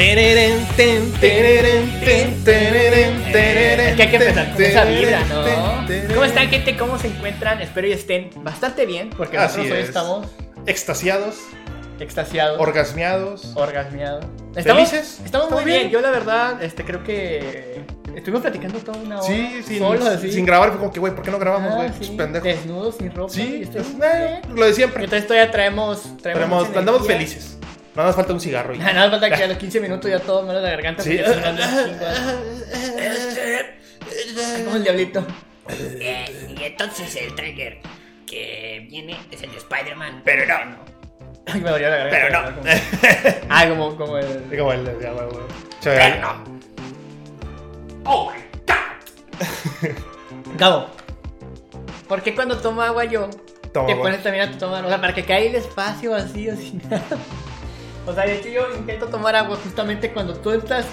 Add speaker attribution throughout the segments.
Speaker 1: Tererén, ten, tererén, ten, tererén, tererén,
Speaker 2: Eh, Es que hay que empezar con esa vibra,
Speaker 1: tererén,
Speaker 2: ¿no?
Speaker 1: ten,
Speaker 2: ¿Cómo están, gente? ¿Cómo se encuentran? Espero que estén bastante bien, porque
Speaker 1: Así
Speaker 2: nosotros hoy
Speaker 1: es.
Speaker 2: estamos
Speaker 1: Extasiados,
Speaker 2: extasiados,
Speaker 1: orgasmeados.
Speaker 2: Oh, orgasmeados. Estamos,
Speaker 1: ¿Felices?
Speaker 2: Estamos muy
Speaker 1: ¿Todo
Speaker 2: bien.
Speaker 1: bien?
Speaker 2: Yo, la verdad, este, creo que estuvimos platicando toda una hora.
Speaker 1: Sí, sin,
Speaker 2: solos, así.
Speaker 1: sin grabar, fue como que, güey, ¿por qué no grabamos,
Speaker 2: Ah,
Speaker 1: güey?
Speaker 2: sí,
Speaker 1: Pues, pendejos.
Speaker 2: Desnudos, sin ropa.
Speaker 1: Sí,
Speaker 2: y estoy-
Speaker 1: pues, eh, lo de siempre.
Speaker 2: Entonces todavía traemos. traemos
Speaker 1: Tenemos-
Speaker 2: mucha
Speaker 1: andamos
Speaker 2: energía.
Speaker 1: felices. Nada más falta un cigarro. y-
Speaker 2: Nada más falta que a los 15 minutos ya todo me la garganta.
Speaker 1: Sí.
Speaker 2: porque ya se me anda un chingo. Como el diablito.
Speaker 3: Eh, y entonces el trailer que viene es el de Spider-Man. Pero no.
Speaker 2: Ay, me dolió la garganta.
Speaker 3: Pero
Speaker 2: ¿verdad? Como- Ah, como, como
Speaker 1: Y
Speaker 2: el.
Speaker 1: como el- ya, güey, güey. Che,
Speaker 3: Pero no. Oh my god.
Speaker 2: Gabo. ¿Por qué cuando tomo agua yo
Speaker 1: toma,
Speaker 2: te
Speaker 1: güey.
Speaker 2: pones también a tomar? O sea, para que caiga el espacio vacío sin nada. O sea, de hecho yo intento tomar agua justamente cuando tú estás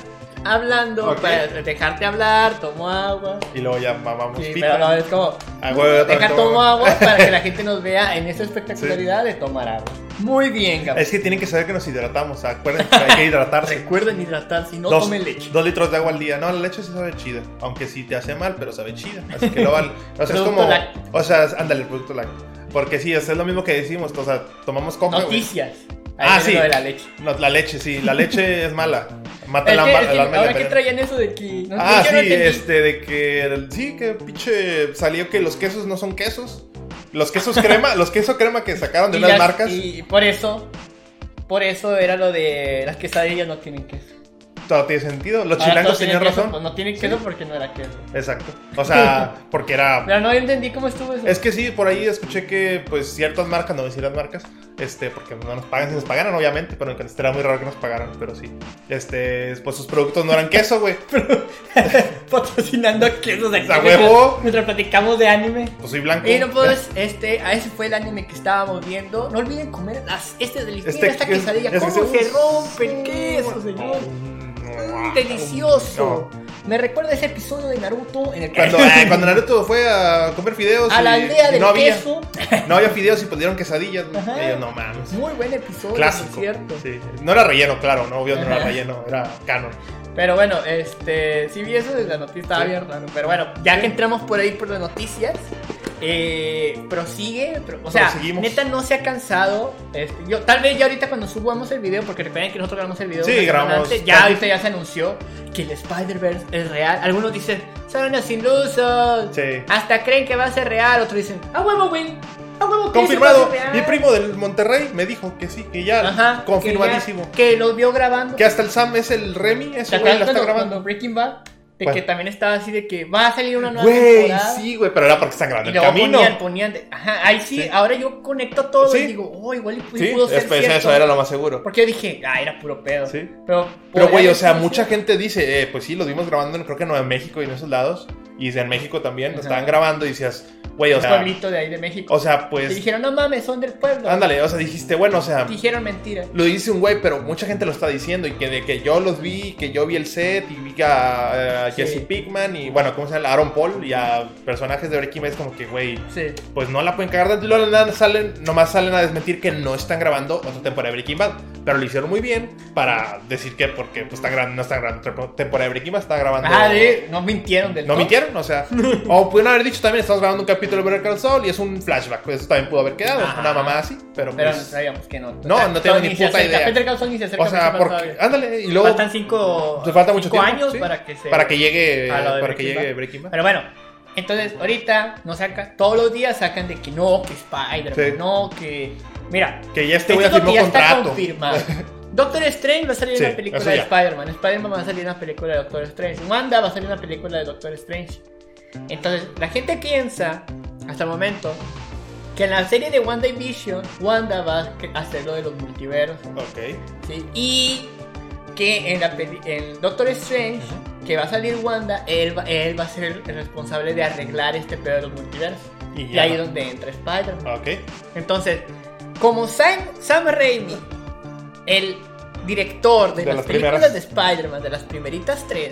Speaker 2: hablando.
Speaker 1: Ok.
Speaker 2: Para dejarte hablar, tomo agua.
Speaker 1: Y luego ya mamamos
Speaker 2: Sí,
Speaker 1: pito.
Speaker 2: pero no, es como.
Speaker 1: Ah, güey, otra vez
Speaker 2: Deja
Speaker 1: tomo
Speaker 2: tomo
Speaker 1: agua.
Speaker 2: agua para que la gente nos vea en esta espectacularidad de tomar agua. Muy bien, Gabo.
Speaker 1: Es que tienen que saber que nos hidratamos. Acuérdense que hay que hidratarse.
Speaker 2: Recuerden hidratar, si no
Speaker 1: dos,
Speaker 2: tomen leche.
Speaker 1: dos litros de agua al día. No, la leche sí sabe chida. Aunque sí te hace mal, pero sabe chida. Así que lo vale. O sea, es
Speaker 2: Producto
Speaker 1: como.
Speaker 2: lácteo.
Speaker 1: O sea, es- ándale, el producto lácteo. Porque sí, o sea, es lo mismo que decimos. O sea, tomamos coca. güey.
Speaker 2: Noticias.
Speaker 1: Ah,
Speaker 2: viene
Speaker 1: sí.
Speaker 2: lo de la leche.
Speaker 1: No, la leche, sí. La leche es mala. Mata
Speaker 2: Es
Speaker 1: el,
Speaker 2: que-
Speaker 1: alma-
Speaker 2: es que
Speaker 1: el alma y la
Speaker 2: ahora que
Speaker 1: pelea.
Speaker 2: traían eso de que. No,
Speaker 1: Ah,
Speaker 2: yo
Speaker 1: sí,
Speaker 2: no entendí.
Speaker 1: este, de que. Sí, que pinche. Salió que los quesos no son quesos. Los quesos crema, los quesos crema que sacaron de
Speaker 2: Y
Speaker 1: unas
Speaker 2: las-
Speaker 1: marcas.
Speaker 2: Y por eso. Por eso era lo de las quesadillas no tienen queso.
Speaker 1: Todo tiene sentido. Los
Speaker 2: Ahora
Speaker 1: chilangos
Speaker 2: todos
Speaker 1: tenían
Speaker 2: tienen Ah, queso,
Speaker 1: razón.
Speaker 2: pues no tienen queso porque no era queso.
Speaker 1: Exacto. O sea, porque era
Speaker 2: Pero no entendí cómo estuvo eso.
Speaker 1: Es que sí, por ahí escuché que pues ciertas marcas, no voy a decir las marcas, este, porque no nos pagan, si nos pagaran obviamente, pero en era muy raro que nos pagaran, pero sí. Este, pues sus productos no eran queso, güey.
Speaker 2: Patrocinando quesos aquí.
Speaker 1: ¡A huevo!
Speaker 2: Mientras, mientras platicamos de anime.
Speaker 1: Pues soy blanco.
Speaker 2: Y no puedo, este, a ese fue el anime que estábamos viendo. No olviden comer las, este de la
Speaker 1: Este-
Speaker 2: esta quesadilla.
Speaker 1: es- es-
Speaker 2: ¿Cómo
Speaker 1: es-
Speaker 2: se rompe el queso, señor? Mm, delicioso. Me recuerda a ese episodio de Naruto en el que
Speaker 1: Cuando, eh, cuando Naruto fue a comer fideos
Speaker 2: a la
Speaker 1: y-
Speaker 2: aldea
Speaker 1: y
Speaker 2: del
Speaker 1: no había,
Speaker 2: queso.
Speaker 1: No había fideos y pidieron quesadillas, güey.
Speaker 2: Ajá.
Speaker 1: Y yo, no mames.
Speaker 2: Muy buen episodio,
Speaker 1: Clásico.
Speaker 2: por cierto.
Speaker 1: Sí. No era relleno, claro, no, obvio no era
Speaker 2: Ajá.
Speaker 1: relleno, era canon.
Speaker 2: Pero bueno, este, sí vi eso de la noticia, estaba
Speaker 1: Sí.
Speaker 2: bien raro. Pero bueno, ya que entramos por ahí por las noticias, eh, prosigue. pro- o sea,
Speaker 1: Proseguimos.
Speaker 2: neta no se ha cansado. este, yo, tal vez ya ahorita cuando subamos el video, porque recuerden que nosotros grabamos el video.
Speaker 1: Sí,
Speaker 2: una semana
Speaker 1: grabamos.
Speaker 2: antes, ya ahorita ya se anunció que el Spider-Verse es real. Algunos dicen, son unos ilusos.
Speaker 1: Sí.
Speaker 2: Hasta creen que va a ser real. Otros dicen, a huevo, Will. A huevo, que sí
Speaker 1: Confirmado.
Speaker 2: va a ser real".
Speaker 1: Mi primo del Monterrey me dijo que sí, que ya
Speaker 2: Ajá, que ya-
Speaker 1: confirmadísimo.
Speaker 2: Que, los vio grabando.
Speaker 1: Que hasta el Sam es el Remy,
Speaker 2: ¿Te
Speaker 1: ese güey
Speaker 2: acuerdas
Speaker 1: la está
Speaker 2: cuando,
Speaker 1: grabando.
Speaker 2: cuando Breaking Bad? De
Speaker 1: ¿Cuál?
Speaker 2: que también estaba así de que va a salir una nueva
Speaker 1: Güey,
Speaker 2: temporada.
Speaker 1: sí, güey, pero era porque están
Speaker 2: Y
Speaker 1: grabando el
Speaker 2: luego
Speaker 1: camino.
Speaker 2: ponían, ponían. de- ajá, ahí sí,
Speaker 1: Sí.
Speaker 2: ahora yo conecto todo
Speaker 1: Sí.
Speaker 2: y digo, oh, igual y pu-
Speaker 1: Sí,
Speaker 2: pudo ser
Speaker 1: es- pues,
Speaker 2: cierto.
Speaker 1: eso era lo más seguro.
Speaker 2: Porque yo dije, ah, era puro pedo.
Speaker 1: Sí.
Speaker 2: Pero,
Speaker 1: Pero, güey,
Speaker 2: podría
Speaker 1: o sea,
Speaker 2: haber sido
Speaker 1: mucha
Speaker 2: cierto.
Speaker 1: gente dice, eh, pues sí, lo vimos grabando, en- creo que en Nueva México y en esos lados. Y en México también, lo
Speaker 2: Ajá.
Speaker 1: estaban grabando y decías, güey, o
Speaker 2: Un
Speaker 1: sea,
Speaker 2: pueblito de ahí de México.
Speaker 1: o sea,
Speaker 2: Y
Speaker 1: pues,
Speaker 2: dijeron, no mames, son del pueblo.
Speaker 1: ándale, o sea, dijiste, bueno, o sea,
Speaker 2: Dijeron mentira.
Speaker 1: lo dice un güey, pero mucha gente lo está diciendo. Y que de que yo los vi, que yo vi el set y vi a, a
Speaker 2: Sí.
Speaker 1: Jesse Pickman y, bueno, ¿cómo se llama? Aaron Paul y a personajes de Breaking Bad, es como que, güey,
Speaker 2: Sí.
Speaker 1: pues no la pueden cagar tanto y luego nada, salen, nomás salen a desmentir que no están grabando otra temporada de Breaking Bad. Pero lo hicieron muy bien para decir que porque pues, están grabando, no están grabando otra temporada de Breaking Bad, están grabando.
Speaker 2: Ah, de, no mintieron del
Speaker 1: No
Speaker 2: todo.
Speaker 1: mintieron, o sea. o pudieron haber dicho también, estamos grabando un capítulo de Breaking al Sol y es un flashback. Pues eso también pudo haber quedado,
Speaker 2: Ajá.
Speaker 1: una mamada así, pero
Speaker 2: Pero no
Speaker 1: pues,
Speaker 2: sabíamos que no.
Speaker 1: No,
Speaker 2: O sea,
Speaker 1: no tengo ni
Speaker 2: se
Speaker 1: puta
Speaker 2: acerca,
Speaker 1: idea.
Speaker 2: Peter Carlson ni se acerca
Speaker 1: o sea,
Speaker 2: mucho más
Speaker 1: porque,
Speaker 2: todavía.
Speaker 1: ándale, y luego
Speaker 2: Faltan cinco,
Speaker 1: te falta mucho
Speaker 2: cinco
Speaker 1: tiempo,
Speaker 2: años
Speaker 1: sí,
Speaker 2: para que se...
Speaker 1: para que llegue,
Speaker 2: a lo de
Speaker 1: para que
Speaker 2: Breaking
Speaker 1: llegue
Speaker 2: Bad.
Speaker 1: Breaking Bad.
Speaker 2: Pero bueno, entonces ahorita nos saca, todos los días sacan de que no, que Spider-Man,
Speaker 1: Sí.
Speaker 2: no, que. Mira,
Speaker 1: Que ya este
Speaker 2: esto
Speaker 1: güey
Speaker 2: es
Speaker 1: ya
Speaker 2: lo que
Speaker 1: firmó
Speaker 2: ya está
Speaker 1: contrato.
Speaker 2: confirmado. Doctor Strange va a salir
Speaker 1: Sí,
Speaker 2: una película
Speaker 1: eso
Speaker 2: de
Speaker 1: ya.
Speaker 2: Spider-Man. Spider-Man va a salir una película de Doctor Strange. Wanda va a salir una película de Doctor Strange. Entonces, la gente piensa, hasta el momento, que en la serie de WandaVision, Wanda va a hacer lo de los multiversos.
Speaker 1: Ok.
Speaker 2: ¿sí? Y que en, la peli- en Doctor Strange, que va a salir Wanda, él va, él va a ser el responsable de arreglar este pedo de los multiversos.
Speaker 1: Y
Speaker 2: Y
Speaker 1: ya.
Speaker 2: ahí es donde entra Spider-Man.
Speaker 1: Ok.
Speaker 2: Entonces, como Sam, Sam Raimi, el director de,
Speaker 1: De
Speaker 2: las
Speaker 1: las
Speaker 2: películas
Speaker 1: primeras.
Speaker 2: de Spider-Man, de las primeritas tres,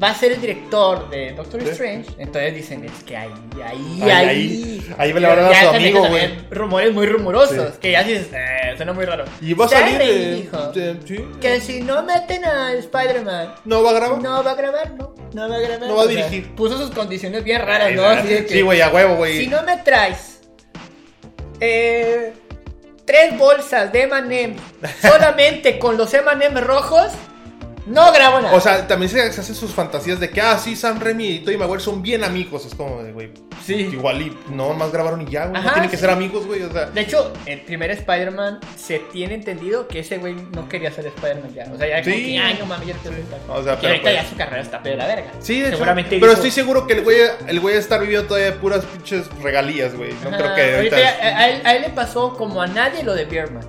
Speaker 2: va a ser el director de Doctor
Speaker 1: Sí.
Speaker 2: Strange, entonces dicen, es que ahí, ahí,
Speaker 1: Ahí,
Speaker 2: ahí.
Speaker 1: ahí. Ahí me le van a dar a
Speaker 2: Ya
Speaker 1: su
Speaker 2: se me
Speaker 1: amigo,
Speaker 2: hacen también Rumores muy rumorosos, que ya dices, eh, Eh, suena muy raro.
Speaker 1: Y va a
Speaker 2: Stanley
Speaker 1: salir. eh,
Speaker 2: dijo
Speaker 1: de- sí.
Speaker 2: que si no meten a Spider-Man,
Speaker 1: No va a grabar.
Speaker 2: no va a grabar, ¿no? No va a grabar.
Speaker 1: No va a
Speaker 2: O sea,
Speaker 1: dirigir.
Speaker 2: puso sus condiciones bien raras, ¿no? Así de que,
Speaker 1: Sí, güey, a huevo, güey.
Speaker 2: Si no me traes eh, tres bolsas de M&M solamente con los M&M rojos, no grabo nada.
Speaker 1: O sea, también se, se hacen sus fantasías de que, ah, sí, Sam Raimi y Tobey Maguire son bien amigos. Es como, de, güey,
Speaker 2: sí.
Speaker 1: igual y no, más grabaron y ya, güey. No
Speaker 2: Ajá,
Speaker 1: tienen que
Speaker 2: sí.
Speaker 1: ser amigos, güey. O sea,
Speaker 2: De hecho, el primer Spider-Man se tiene entendido que ese güey no quería ser Spider-Man ya. O sea, ya como
Speaker 1: Sí.
Speaker 2: que, ay, no mames, yo quiero ser Spider-Man".
Speaker 1: o sea,
Speaker 2: Y
Speaker 1: pero
Speaker 2: ahorita
Speaker 1: pues-
Speaker 2: ya su carrera está peor de la verga.
Speaker 1: Sí, de hecho,
Speaker 2: Seguramente
Speaker 1: pero
Speaker 2: dijo-
Speaker 1: estoy seguro que el güey, el güey está viviendo todavía de puras pinches regalías, güey. No
Speaker 2: Ajá,
Speaker 1: creo que ahorita.
Speaker 2: ahorita ya- a, a él, a él le pasó como a nadie lo de Birdman.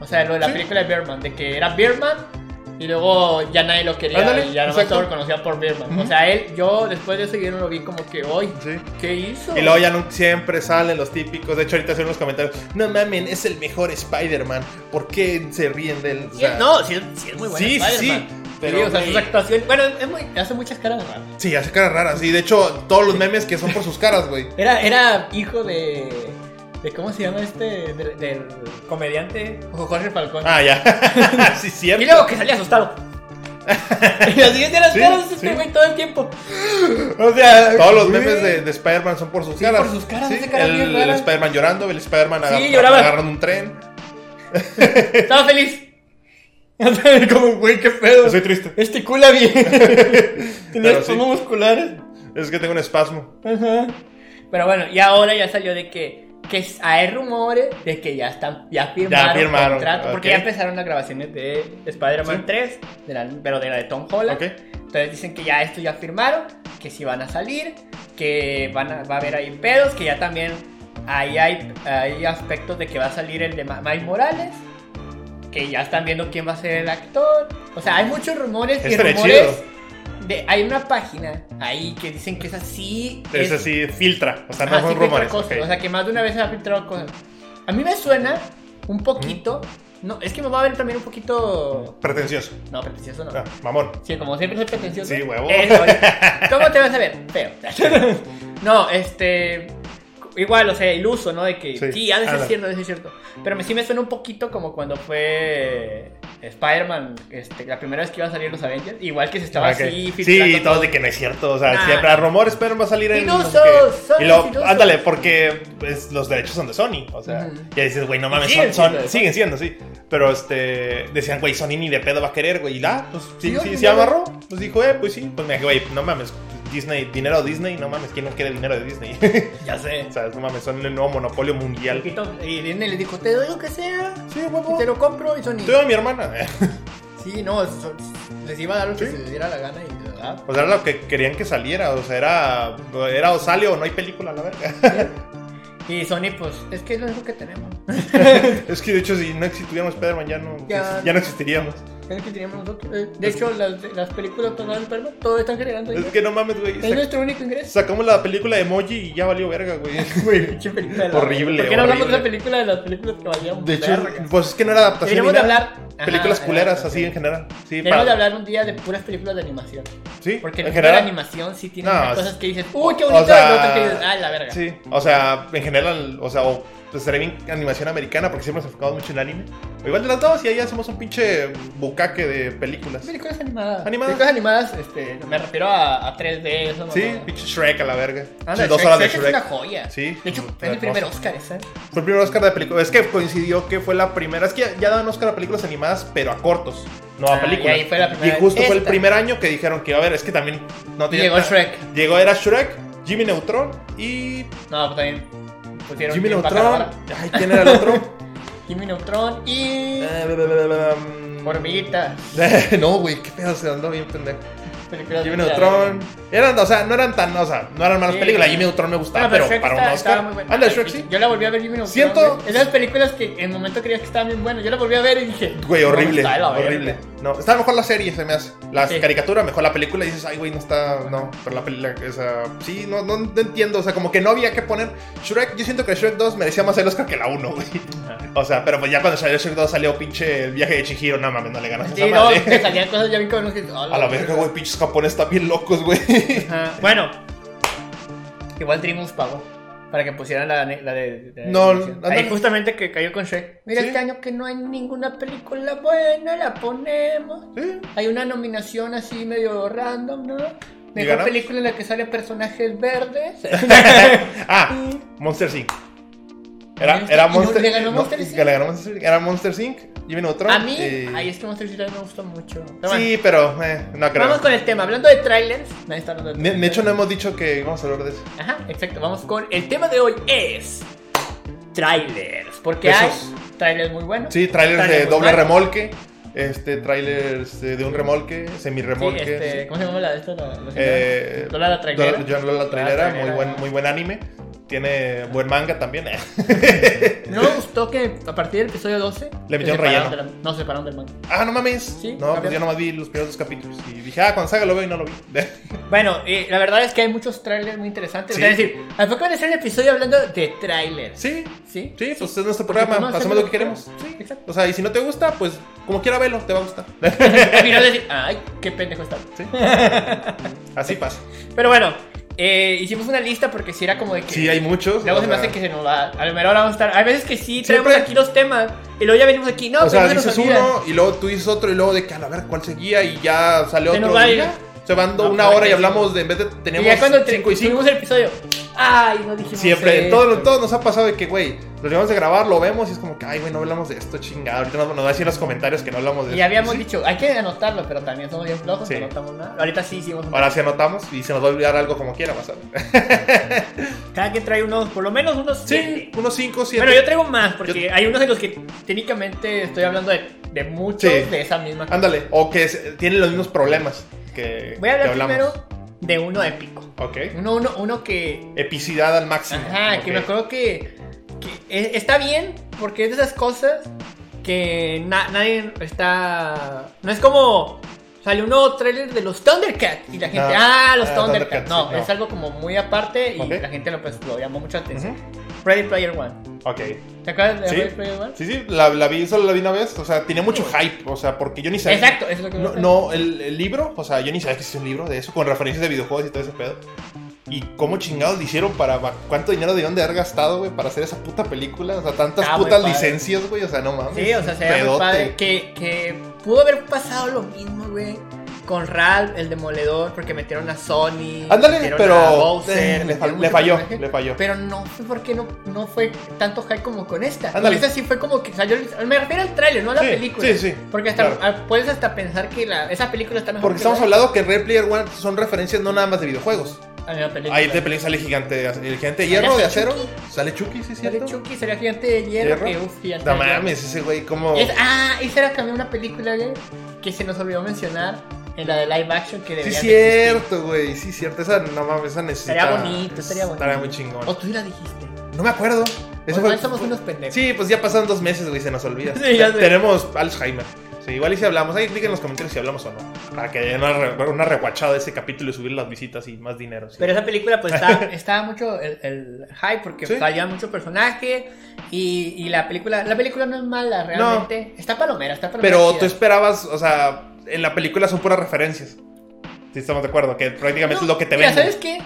Speaker 2: O sea, lo de la
Speaker 1: Sí.
Speaker 2: película de Birdman, de que era Birdman y luego ya nadie lo quería
Speaker 1: Ándale,
Speaker 2: y ya nomás
Speaker 1: exacto.
Speaker 2: todo lo conocía por Birdman. O sea, él, yo después de eso yo no lo vi como que hoy.
Speaker 1: Sí.
Speaker 2: ¿Qué hizo?
Speaker 1: Y luego ya no, siempre salen los típicos. De hecho, ahorita hacen unos comentarios. No mamen, es el mejor Spider-Man. ¿Por qué se ríen de él? O sea,
Speaker 2: no, sí, es- sí es muy bueno.
Speaker 1: Sí,
Speaker 2: Spider-Man.
Speaker 1: sí,
Speaker 2: Sí,
Speaker 1: pero,
Speaker 2: o sea,
Speaker 1: güey.
Speaker 2: sus actuaciones. Bueno, es muy, hace muchas caras raras.
Speaker 1: Sí, hace caras raras. Y de hecho, todos los memes que son por sus caras, güey.
Speaker 2: Era, era hijo de. de ¿Cómo se llama este? Del, del comediante Jorge Falcón.
Speaker 1: Ah, ya. sí, cierto.
Speaker 2: Y luego que salía asustado. y así es de las
Speaker 1: Sí,
Speaker 2: caras
Speaker 1: sí.
Speaker 2: este güey todo el tiempo.
Speaker 1: O sea, todos los memes de, de Spider-Man son por sus
Speaker 2: Sí,
Speaker 1: caras.
Speaker 2: por sus caras, hace caras
Speaker 1: el,
Speaker 2: bien
Speaker 1: el
Speaker 2: raras.
Speaker 1: Spider-Man llorando, el Spider-Man agar-
Speaker 2: lloraba.
Speaker 1: agarrando un tren.
Speaker 2: Estaba feliz. Como, güey, qué pedo.
Speaker 1: Soy triste.
Speaker 2: Este cula bien. Tenía
Speaker 1: Pero sí.
Speaker 2: espasmos musculares.
Speaker 1: Es que tengo un espasmo.
Speaker 2: Ajá. Pero bueno, y ahora ya salió de que, que hay rumores de que ya están ya
Speaker 1: Ya
Speaker 2: firmaron,
Speaker 1: firmaron,
Speaker 2: contrato, porque
Speaker 1: ok.
Speaker 2: ya empezaron las grabaciones de Spider-Man
Speaker 1: Sí.
Speaker 2: 3, de la- pero de la de Tom Holland.
Speaker 1: Ok.
Speaker 2: Entonces dicen que ya esto ya firmaron, que si van a salir, que van a- va a haber ahí pedos, que ya también ahí hay, hay aspectos de que va a salir el de Ma- Miles Morales, que ya están viendo quién va a ser el actor. O sea, hay muchos rumores y
Speaker 1: Estaría
Speaker 2: rumores. De, hay una página ahí que dicen que es así.
Speaker 1: Es así, filtra. O sea, no
Speaker 2: ajá, Ah, sí
Speaker 1: son
Speaker 2: filtra
Speaker 1: rumores.
Speaker 2: cosas,
Speaker 1: ok.
Speaker 2: O sea, que más de una vez se ha filtrado cosas. A mí me suena un poquito. No, es que me va a ver también un poquito.
Speaker 1: Pretencioso.
Speaker 2: No, pretencioso no.
Speaker 1: Ah, mamón.
Speaker 2: Sí, como siempre soy pretencioso.
Speaker 1: Sí, huevo.
Speaker 2: Eso, ¿Cómo te vas a ver? Feo. No, este. Igual, o sea, iluso, ¿no? De que
Speaker 1: Sí.
Speaker 2: sí, ha de ser
Speaker 1: Ala.
Speaker 2: cierto, ha de ser cierto. Pero me, sí me suena un poquito como cuando fue Spider-Man, este, la primera vez que iba a salir los Avengers. Igual que se estaba
Speaker 1: Ah, Ok.
Speaker 2: así filtrando
Speaker 1: sí,
Speaker 2: todo.
Speaker 1: todos de que no es cierto. O sea,
Speaker 2: Nah.
Speaker 1: siempre a rumores, pero va a salir en.
Speaker 2: Ilusos,
Speaker 1: no sé qué.
Speaker 2: son
Speaker 1: Y luego,
Speaker 2: ilusos.
Speaker 1: ándale, porque pues, los derechos son de Sony. O sea,
Speaker 2: Ujú.
Speaker 1: ya dices, güey, no mames,
Speaker 2: Siguen
Speaker 1: son,
Speaker 2: siendo
Speaker 1: son-
Speaker 2: de
Speaker 1: siguen siendo, sí. Pero este. Decían, güey, Sony ni de pedo va a querer, güey. Y la, pues sí,
Speaker 2: Sí,
Speaker 1: sí,
Speaker 2: oye,
Speaker 1: sí
Speaker 2: ya.
Speaker 1: amarró. Pues dijo, eh, pues sí. Pues me dije, güey, no mames, Disney, dinero Disney, no mames, ¿quién no quiere dinero de Disney?
Speaker 2: Ya sé.
Speaker 1: o sea, no mames, son el nuevo monopolio mundial.
Speaker 2: Y Disney le dijo, te doy lo que sea.
Speaker 1: Sí,
Speaker 2: Y
Speaker 1: huevo.
Speaker 2: te lo compro y Sony.
Speaker 1: Estoy a mi hermana.
Speaker 2: Sí, no, eso- les iba a dar lo que
Speaker 1: Sí.
Speaker 2: se les diera la gana y les daba.
Speaker 1: O sea, era lo que querían que saliera. O sea, era. Era o sale o no hay película, la verga.
Speaker 2: Y Sony, pues, es que es lo único que tenemos.
Speaker 1: Es que de hecho, si no existiéramos Spider-Man, ya no,
Speaker 2: Ya.
Speaker 1: ya no existiríamos.
Speaker 2: Es que teníamos nosotros. Eh, De hecho, las, las películas todas las películas, todo están generando
Speaker 1: Es
Speaker 2: dinero.
Speaker 1: que no mames, güey.
Speaker 2: Es
Speaker 1: Sac-
Speaker 2: nuestro único ingreso.
Speaker 1: Sacamos la película de Emoji y ya valió verga, güey.
Speaker 2: Pinche película de la-
Speaker 1: Horrible,
Speaker 2: ¿Por qué no hablamos de
Speaker 1: horrible.
Speaker 2: la película de las películas que valían?
Speaker 1: De hecho,
Speaker 2: verga?
Speaker 1: pues es que no era adaptación.
Speaker 2: deberíamos
Speaker 1: ni
Speaker 2: de
Speaker 1: nada.
Speaker 2: hablar. Ajá,
Speaker 1: Películas
Speaker 2: ajá,
Speaker 1: culeras,
Speaker 2: ajá.
Speaker 1: así en general. Sí,
Speaker 2: Deberíamos de
Speaker 1: para-
Speaker 2: hablar un día de puras películas de animación.
Speaker 1: Sí,
Speaker 2: Porque
Speaker 1: en
Speaker 2: en general, la
Speaker 1: general.
Speaker 2: animación sí tiene
Speaker 1: No,
Speaker 2: unas
Speaker 1: es-
Speaker 2: cosas que dices, uy, qué
Speaker 1: o
Speaker 2: bonito.
Speaker 1: sea,
Speaker 2: y otras que dices, ah, la verga.
Speaker 1: Sí, o sea, en general, o sea, o pues, estaría bien animación americana porque siempre nos enfocamos mucho en anime. O igual de las dos y ahí hacemos un pinche bucaque de películas.
Speaker 2: Películas animadas.
Speaker 1: Animadas.
Speaker 2: Películas animadas, este, me refiero a, a 3D, eso
Speaker 1: Sí,
Speaker 2: mamá.
Speaker 1: pinche Shrek a la verga.
Speaker 2: Anda,
Speaker 1: dos
Speaker 2: Shrek-
Speaker 1: horas de
Speaker 2: Shrek
Speaker 1: Shrek.
Speaker 2: Es una joya.
Speaker 1: Sí.
Speaker 2: De hecho, es el
Speaker 1: Hermoso.
Speaker 2: primer Oscar, esa.
Speaker 1: Fue el primer Oscar de película. Es que coincidió que fue la primera. Es que ya, ya daban Oscar a películas animadas, pero a cortos, no a
Speaker 2: Ah,
Speaker 1: películas.
Speaker 2: y ahí fue la primera
Speaker 1: Y justo fue el
Speaker 2: esta.
Speaker 1: primer año que dijeron que iba a haber. Es que también no tenía.
Speaker 2: Llegó Shrek.
Speaker 1: Llegó, era Shrek, Jimmy Neutron y.
Speaker 2: No, pues también pusieron
Speaker 1: Jimmy
Speaker 2: Jim
Speaker 1: Neutron.
Speaker 2: Bacalora,
Speaker 1: Ay, ¿quién era el otro?
Speaker 2: Jimmy Neutron y
Speaker 1: Eh, bla, bla, bla, bla, bla, mm.
Speaker 2: Hormiguita.
Speaker 1: no, güey, qué pedo se andó bien pendejo.
Speaker 2: películas
Speaker 1: Jimmy
Speaker 2: de-
Speaker 1: Neutron. Eran, o sea, no eran tan, o sea, no eran malas
Speaker 2: Sí.
Speaker 1: películas. Jimmy Neutron me gustaba,
Speaker 2: Bueno,
Speaker 1: pero,
Speaker 2: Shrek
Speaker 1: para un
Speaker 2: estaba- estaba
Speaker 1: Oscar.
Speaker 2: muy buena.
Speaker 1: Anda, Shrek sí.
Speaker 2: Yo la volví a ver Jimmy Neutron.
Speaker 1: Siento-
Speaker 2: güey. Esas películas que en el momento creías que estaban bien buenas. Yo la volví a ver y dije.
Speaker 1: Güey,
Speaker 2: "No,
Speaker 1: horrible.
Speaker 2: está de la verga".
Speaker 1: horrible. No, está mejor la serie, se me hace. Las
Speaker 2: Sí.
Speaker 1: caricaturas, mejor la película. Y dices, ay, güey, no está. No, pero la película. Esa, sí, no, no, no entiendo. O sea, como que no había que poner. Shrek, yo siento que Shrek 2 merecía más el Oscar que la 1, güey. O sea, pero pues ya cuando salió Shrek 2 salió pinche el viaje de Chihiro. No mames, no le ganas a esa
Speaker 2: Sí, no,
Speaker 1: madre.
Speaker 2: que salían cosas ya bien con los que. "Ah,
Speaker 1: A la verga, güey, pinches japoneses están bien locos, güey.
Speaker 2: Ajá. Bueno, igual Dreamworks pagó. para que pusieran la, la de. la de-
Speaker 1: No,
Speaker 2: Ahí
Speaker 1: ándale.
Speaker 2: justamente que cayó con Shrek. Mira,
Speaker 1: Sí.
Speaker 2: este año que no hay ninguna película buena, la ponemos.
Speaker 1: Sí.
Speaker 2: Hay una nominación así medio random, ¿no? Mejor
Speaker 1: ganamos?
Speaker 2: película en la que salen personajes verdes.
Speaker 1: Ah, Monster Inc. Era,
Speaker 2: Monster-
Speaker 1: era
Speaker 2: y no,
Speaker 1: Monster
Speaker 2: le ganó
Speaker 1: no,
Speaker 2: Monster Inc.
Speaker 1: que le ganó Monster Inc. Era Monster Inc. Jimmy Neutron.
Speaker 2: A mí,
Speaker 1: eh,
Speaker 2: ay, es que Monster City me gustó mucho. Pero bueno,
Speaker 1: sí, pero eh, no creo.
Speaker 2: vamos con el tema. Hablando de trailers, nadie está hablando de
Speaker 1: De,
Speaker 2: trailers.
Speaker 1: de hecho, no hemos dicho que vamos a hablar de eso.
Speaker 2: Ajá, exacto. Vamos con el tema de hoy es trailers, porque
Speaker 1: Esos.
Speaker 2: hay trailers muy buenos.
Speaker 1: Sí, trailers de
Speaker 2: Trailers
Speaker 1: doble
Speaker 2: malos.
Speaker 1: remolque. Este, trailers eh, de un remolque,
Speaker 2: Sí,
Speaker 1: semi-remolque.
Speaker 2: este,
Speaker 1: sí.
Speaker 2: ¿cómo se llama la de esta? La, la señora?
Speaker 1: Eh,
Speaker 2: Lola la trailera.
Speaker 1: Lola- John Lola la
Speaker 2: Lola
Speaker 1: trailera,
Speaker 2: la
Speaker 1: muy
Speaker 2: trailera.
Speaker 1: buen, muy buen anime. Tiene buen manga también. eh.
Speaker 2: No me gustó que a partir del episodio 12
Speaker 1: Le
Speaker 2: se
Speaker 1: metieron
Speaker 2: separaron
Speaker 1: relleno.
Speaker 2: de la- no se separaron del manga.
Speaker 1: Ah, no mames.
Speaker 2: Sí,
Speaker 1: no,
Speaker 2: cambiaron.
Speaker 1: pues yo nomás vi los primeros dos capítulos. Y dije, ah, cuando salga lo veo y no lo vi.
Speaker 2: Bueno, eh, la verdad es que hay muchos trailers muy interesantes.
Speaker 1: Sí.
Speaker 2: Es decir, ¿a poco van a hacer el episodio hablando de trailers?
Speaker 1: sí,
Speaker 2: ¿Sí?
Speaker 1: sí, pues es nuestro
Speaker 2: Porque
Speaker 1: programa.
Speaker 2: podemos hacer
Speaker 1: Hacemos lo que queremos.
Speaker 2: Sí, exacto.
Speaker 1: O sea, y si no te gusta, pues como quiera velo, te va a gustar.
Speaker 2: Al final decir, ay, qué pendejo está.
Speaker 1: Sí. Así pasa.
Speaker 2: Pero bueno, eh, hicimos una lista porque si era como de que...
Speaker 1: Sí, hay muchos.
Speaker 2: Luego
Speaker 1: o
Speaker 2: se me
Speaker 1: sea,
Speaker 2: hace que se nos va. A lo mejor ahora vamos a estar. Hay veces que sí traemos
Speaker 1: Siempre-
Speaker 2: aquí los temas y luego ya venimos aquí. No,
Speaker 1: o
Speaker 2: pero
Speaker 1: sea,
Speaker 2: no se nos
Speaker 1: dices
Speaker 2: olvida.
Speaker 1: uno y luego tú dices otro y luego de que a la ver cuál seguía y ya sale
Speaker 2: Se
Speaker 1: otro.
Speaker 2: nos va
Speaker 1: y
Speaker 2: a ir.
Speaker 1: ya. Se van do-
Speaker 2: No,
Speaker 1: una
Speaker 2: claro
Speaker 1: hora y
Speaker 2: que sí.
Speaker 1: hablamos de en vez de
Speaker 2: Y
Speaker 1: tenemos
Speaker 2: ya cuando te-
Speaker 1: 5 y 5.
Speaker 2: tuvimos el episodio. Ay, no dijimos.
Speaker 1: Siempre, en
Speaker 2: esto.
Speaker 1: todo, en todo nos ha pasado de que, güey, lo terminamos de grabar, lo vemos y es como que, ay, güey, no hablamos de esto, chingada. Ahorita nos, nos va a decir en los comentarios que no hablamos de
Speaker 2: Y
Speaker 1: esto.
Speaker 2: habíamos
Speaker 1: Sí.
Speaker 2: dicho, hay que anotarlo, pero también somos bien flojos,
Speaker 1: Sí.
Speaker 2: no anotamos nada. Ahorita sí hicimos un-
Speaker 1: Ahora sí anotamos y se nos va a olvidar algo como quiera, vas a ver.
Speaker 2: Cada quien trae unos, por lo menos unos.
Speaker 1: Sí,
Speaker 2: siete.
Speaker 1: unos 5, 7.
Speaker 2: Bueno, yo traigo más, porque
Speaker 1: Yo-
Speaker 2: hay unos en los que técnicamente estoy hablando de, de muchos
Speaker 1: Sí.
Speaker 2: de esa misma.
Speaker 1: Ándale, o que se- tienen los mismos problemas que,
Speaker 2: Voy a hablar
Speaker 1: que hablamos.
Speaker 2: primero de uno épico.
Speaker 1: Ok.
Speaker 2: Uno, uno, uno que
Speaker 1: Epicidad al máximo.
Speaker 2: Ajá,
Speaker 1: Ok.
Speaker 2: que me acuerdo que, que e- está bien porque es de esas cosas que na- nadie está... No es como salió un nuevo trailer de los Thundercats y la gente,
Speaker 1: No.
Speaker 2: ah, los
Speaker 1: Ah,
Speaker 2: Thundercats.
Speaker 1: Thundercats,
Speaker 2: No,
Speaker 1: sí, no.
Speaker 2: es algo como muy aparte y
Speaker 1: Ok.
Speaker 2: la gente lo, pues, lo llamó mucha atención.
Speaker 1: Ujú,
Speaker 2: Ready Player One.
Speaker 1: Ok.
Speaker 2: ¿Te acuerdas de
Speaker 1: Sí.
Speaker 2: Ready Player One?
Speaker 1: Sí, sí, la, la vi, solo la vi una vez. O sea, tenía mucho hype. O sea, porque yo ni sabía.
Speaker 2: Exacto, es lo que
Speaker 1: No, no el, el libro, o sea, yo ni sabía que existía un libro de eso, con referencias de videojuegos y todo ese pedo. Y cómo chingados le hicieron para. va- ¿Cuánto dinero debieron de haber gastado, güey, para hacer esa puta película? O sea, tantas
Speaker 2: Está Ah, muy
Speaker 1: putas
Speaker 2: padre.
Speaker 1: licencias, güey, o sea, no mames.
Speaker 2: Sí, o sea, se ve muy
Speaker 1: Pedote.
Speaker 2: padre. Que, que pudo haber pasado lo mismo, güey. Con Ralph, el demoledor, porque metieron a Sony.
Speaker 1: Ándale,
Speaker 2: metieron
Speaker 1: pero.
Speaker 2: a Bowser,
Speaker 1: eh, le,
Speaker 2: metieron
Speaker 1: fal- le
Speaker 2: muchos
Speaker 1: falló,
Speaker 2: personajes.
Speaker 1: le falló.
Speaker 2: Pero no sé por qué no, no fue tanto hype como con esta. Con
Speaker 1: Ándale.
Speaker 2: esta sí fue como que salió. el- Me refiero al tráiler, no a la
Speaker 1: Sí,
Speaker 2: película.
Speaker 1: sí, sí,
Speaker 2: Porque hasta,
Speaker 1: claro.
Speaker 2: ah, puedes hasta pensar que la, esa película está mejor.
Speaker 1: Porque
Speaker 2: que
Speaker 1: estamos
Speaker 2: la-
Speaker 1: hablando que en Red Player One son referencias no nada más de videojuegos.
Speaker 2: Ah, la película.
Speaker 1: Ahí de película sale gigante de, el gigante de
Speaker 2: Sale
Speaker 1: hierro,
Speaker 2: hasta
Speaker 1: de acero.
Speaker 2: Chucky.
Speaker 1: Sale Chucky, sí,
Speaker 2: Sale
Speaker 1: cierto.
Speaker 2: Chucky, sería gigante de
Speaker 1: Hierro.
Speaker 2: hierro. Que, uf, gigante
Speaker 1: No
Speaker 2: de hierro.
Speaker 1: mames, ese güey, como.
Speaker 2: Es- ah, esa era también una película güey, que se nos olvidó mencionar en la de live action que
Speaker 1: Sí,
Speaker 2: debería
Speaker 1: cierto, güey. Sí, cierto. Esa, no mames, esa necesita.
Speaker 2: Estaría bonito, estaría bonito.
Speaker 1: Estaría muy chingón.
Speaker 2: O tú sí la dijiste.
Speaker 1: No me acuerdo. Eso
Speaker 2: O
Speaker 1: fue-
Speaker 2: sea, somos unos pendejos.
Speaker 1: Sí, pues ya pasaron dos meses, güey, se nos olvida.
Speaker 2: Sí, ya sé.
Speaker 1: Tenemos Alzheimer. Sí, igual y si hablamos. Ahí expliquen en los comentarios si hablamos o no. Para que den una, re- una reguachada de ese capítulo y subir las visitas y más dinero. sí.
Speaker 2: Pero esa película pues estaba, estaba mucho el, el hype porque
Speaker 1: Sí.
Speaker 2: salían muchos personajes y, y la película, la película no es mala realmente. Está palomera, está palomera.
Speaker 1: Pero
Speaker 2: chida.
Speaker 1: tú esperabas, o sea, en la película son puras referencias. Sí, estamos de acuerdo, que prácticamente es
Speaker 2: No,
Speaker 1: lo que te
Speaker 2: mira,
Speaker 1: venden.
Speaker 2: ¿sabes qué?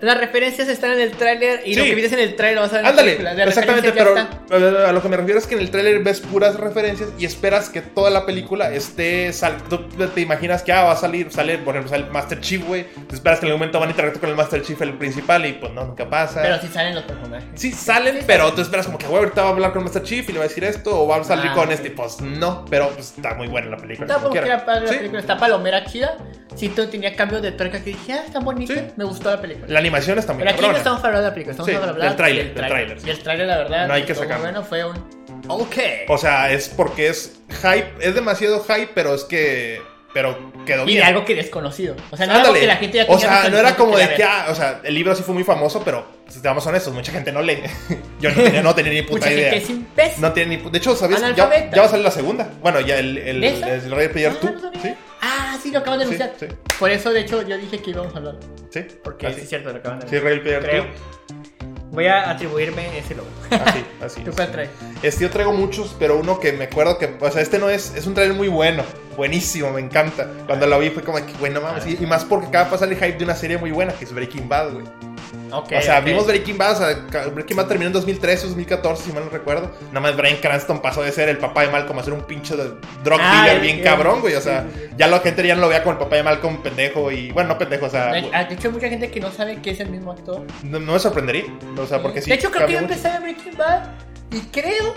Speaker 2: Las referencias están en el tráiler y lo
Speaker 1: Sí.
Speaker 2: que viste en el tráiler lo vas a ver en
Speaker 1: Ándale,
Speaker 2: la película. De
Speaker 1: exactamente, pero
Speaker 2: referencias ya está.
Speaker 1: a lo que me refiero es que en el tráiler ves puras referencias y esperas que toda la película esté, sal- tú te imaginas que ah, va a salir, sale, por ejemplo, sale Master Chief, güey, te esperas que en algún momento van a interactuar con el Master Chief, el principal, y pues no, nunca pasa.
Speaker 2: Pero sí salen los personajes.
Speaker 1: sí salen, pero tú esperas como que, güey, ahorita va a hablar con Master Chief y le va a decir esto, o va a salir
Speaker 2: Ah,
Speaker 1: con
Speaker 2: ok.
Speaker 1: este, pues no, pero pues, está muy buena la película.
Speaker 2: Está
Speaker 1: como
Speaker 2: como que
Speaker 1: quiera.
Speaker 2: era padre la
Speaker 1: Sí.
Speaker 2: película, está palomera chida. Sí, todo tenía cambios de tuerca que dije, ah, está bonito,
Speaker 1: Sí.
Speaker 2: me gustó la película.
Speaker 1: La animación está muy
Speaker 2: Pero aquí no
Speaker 1: cabrona.
Speaker 2: estamos para hablar de la película, estamos
Speaker 1: Sí,
Speaker 2: para hablar
Speaker 1: del tráiler,
Speaker 2: del
Speaker 1: del
Speaker 2: tráiler.
Speaker 1: tráiler.
Speaker 2: Y el tráiler, la verdad,
Speaker 1: No hay que
Speaker 2: estuvo
Speaker 1: sacarlo.
Speaker 2: bueno, fue un... Ok.
Speaker 1: O sea, es porque es hype, es demasiado hype, pero es que, pero quedó
Speaker 2: Y
Speaker 1: bien.
Speaker 2: de algo que desconocido. O sea, no era
Speaker 1: Ándale.
Speaker 2: algo que la gente ya
Speaker 1: o
Speaker 2: tenía
Speaker 1: sea, no era
Speaker 2: conocimiento
Speaker 1: como de que,
Speaker 2: quería ver.
Speaker 1: ah, o sea, el libro sí fue muy famoso, pero si te vamos honestos, mucha gente no lee. Yo no tenía, no tenía ni puta
Speaker 2: Mucha gente es
Speaker 1: idea.
Speaker 2: imbécil.
Speaker 1: No tenía ni pu- De hecho, ¿sabías? Ya,
Speaker 2: Analfabeta.
Speaker 1: ya va a salir la segunda. Bueno, ya el, el,
Speaker 2: ¿De esa?
Speaker 1: el Red Player
Speaker 2: Ah,
Speaker 1: 2.
Speaker 2: no sabía.
Speaker 1: sí,
Speaker 2: Ah, sí, lo acaban de
Speaker 1: sí,
Speaker 2: anunciar.
Speaker 1: sí, Ah,
Speaker 2: Por eso, de hecho, yo dije que íbamos a hablar.
Speaker 1: sí.
Speaker 2: Porque
Speaker 1: así.
Speaker 2: sí es cierto, lo acaban de
Speaker 1: Sí,
Speaker 2: anunciar.
Speaker 1: Red Player
Speaker 2: Creo. Voy a atribuirme ese logo.
Speaker 1: 2. Así, así.
Speaker 2: ¿Tú cuál traes?
Speaker 1: Este yo traigo muchos, pero uno que me acuerdo que, o sea, este no es, es un trailer muy bueno, buenísimo, me
Speaker 2: Ah.
Speaker 1: encanta. Cuando lo vi fue como que, güey, no mames, y, y más porque acaba de pasar el hype de una serie muy buena, que es Breaking Bad, güey.
Speaker 2: Ok,
Speaker 1: o sea,
Speaker 2: ok.
Speaker 1: vimos Breaking Bad, o sea, ca- Breaking Bad terminó en 2013, 2014, si mal no recuerdo. Nada más Brian Cranston pasó de ser el papá de Malcolm a ser un pinche de drug
Speaker 2: Ah,
Speaker 1: dealer
Speaker 2: el-
Speaker 1: bien
Speaker 2: el-
Speaker 1: cabrón, güey. O sea,
Speaker 2: sí, sí, sí.
Speaker 1: ya la gente ya no lo vea como el papá de Malcolm pendejo y, bueno, no pendejo, o sea,
Speaker 2: De,
Speaker 1: güey,
Speaker 2: ah, de hecho, hay mucha gente que no sabe que es el mismo actor.
Speaker 1: no, no me sorprendería. O sea, porque sí.
Speaker 2: de hecho, creo que
Speaker 1: cambia
Speaker 2: yo
Speaker 1: mucho.
Speaker 2: empecé a ver Breaking Bad y creo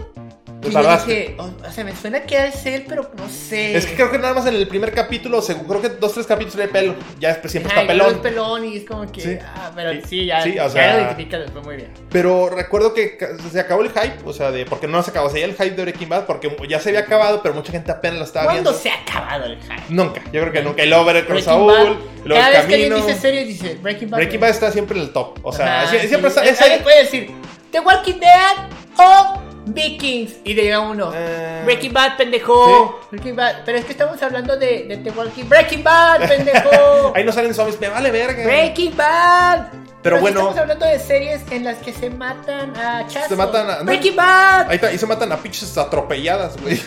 Speaker 2: que yo
Speaker 1: tardaste.
Speaker 2: dije, o, o sea, me suena que ha de ser, pero no sé.
Speaker 1: Es que creo que nada más en el primer capítulo, segu- creo que dos, tres capítulos de pelo. Ya después siempre
Speaker 2: Ajá,
Speaker 1: está
Speaker 2: y luego
Speaker 1: pelón.
Speaker 2: es pelón y es como que.
Speaker 1: Sí.
Speaker 2: Ah, pero
Speaker 1: Sí,
Speaker 2: sí, ya,
Speaker 1: sí, o
Speaker 2: ya
Speaker 1: sea-
Speaker 2: lo identificas después muy bien.
Speaker 1: Pero recuerdo que ca- se acabó el hype, o sea, de porque no se acabó, o sea, ya el hype de Breaking Bad, porque ya se había acabado, pero mucha gente apenas lo estaba
Speaker 2: ¿Cuándo
Speaker 1: viendo.
Speaker 2: se ha acabado el hype?
Speaker 1: Nunca, yo creo que nunca. El Over con
Speaker 2: Breaking
Speaker 1: Saúl,
Speaker 2: Bad,
Speaker 1: luego
Speaker 2: cada
Speaker 1: el
Speaker 2: vez que alguien
Speaker 1: camino.
Speaker 2: dice series dice Breaking Bad.
Speaker 1: Breaking Bad está siempre en el top, o sea,
Speaker 2: Ajá,
Speaker 1: sie-
Speaker 2: sí.
Speaker 1: siempre está.
Speaker 2: Eh,
Speaker 1: es
Speaker 2: Alguien
Speaker 1: el-
Speaker 2: puede decir The Walking Dead o Vikings y te llega uno.
Speaker 1: Eh,
Speaker 2: pues. Breaking Bad, pendejo. Breaking Bad. Pero es que estamos hablando de, de The Walking Breaking Bad, pendejo.
Speaker 1: Ahí no salen zombies, me vale verga.
Speaker 2: Breaking Bad.
Speaker 1: Pero
Speaker 2: sí
Speaker 1: bueno.
Speaker 2: Estamos hablando de series en las que se matan a chazos.
Speaker 1: Se matan a- no.
Speaker 2: Breaking Bad.
Speaker 1: Ahí está, y se matan a pinches atropelladas, güey.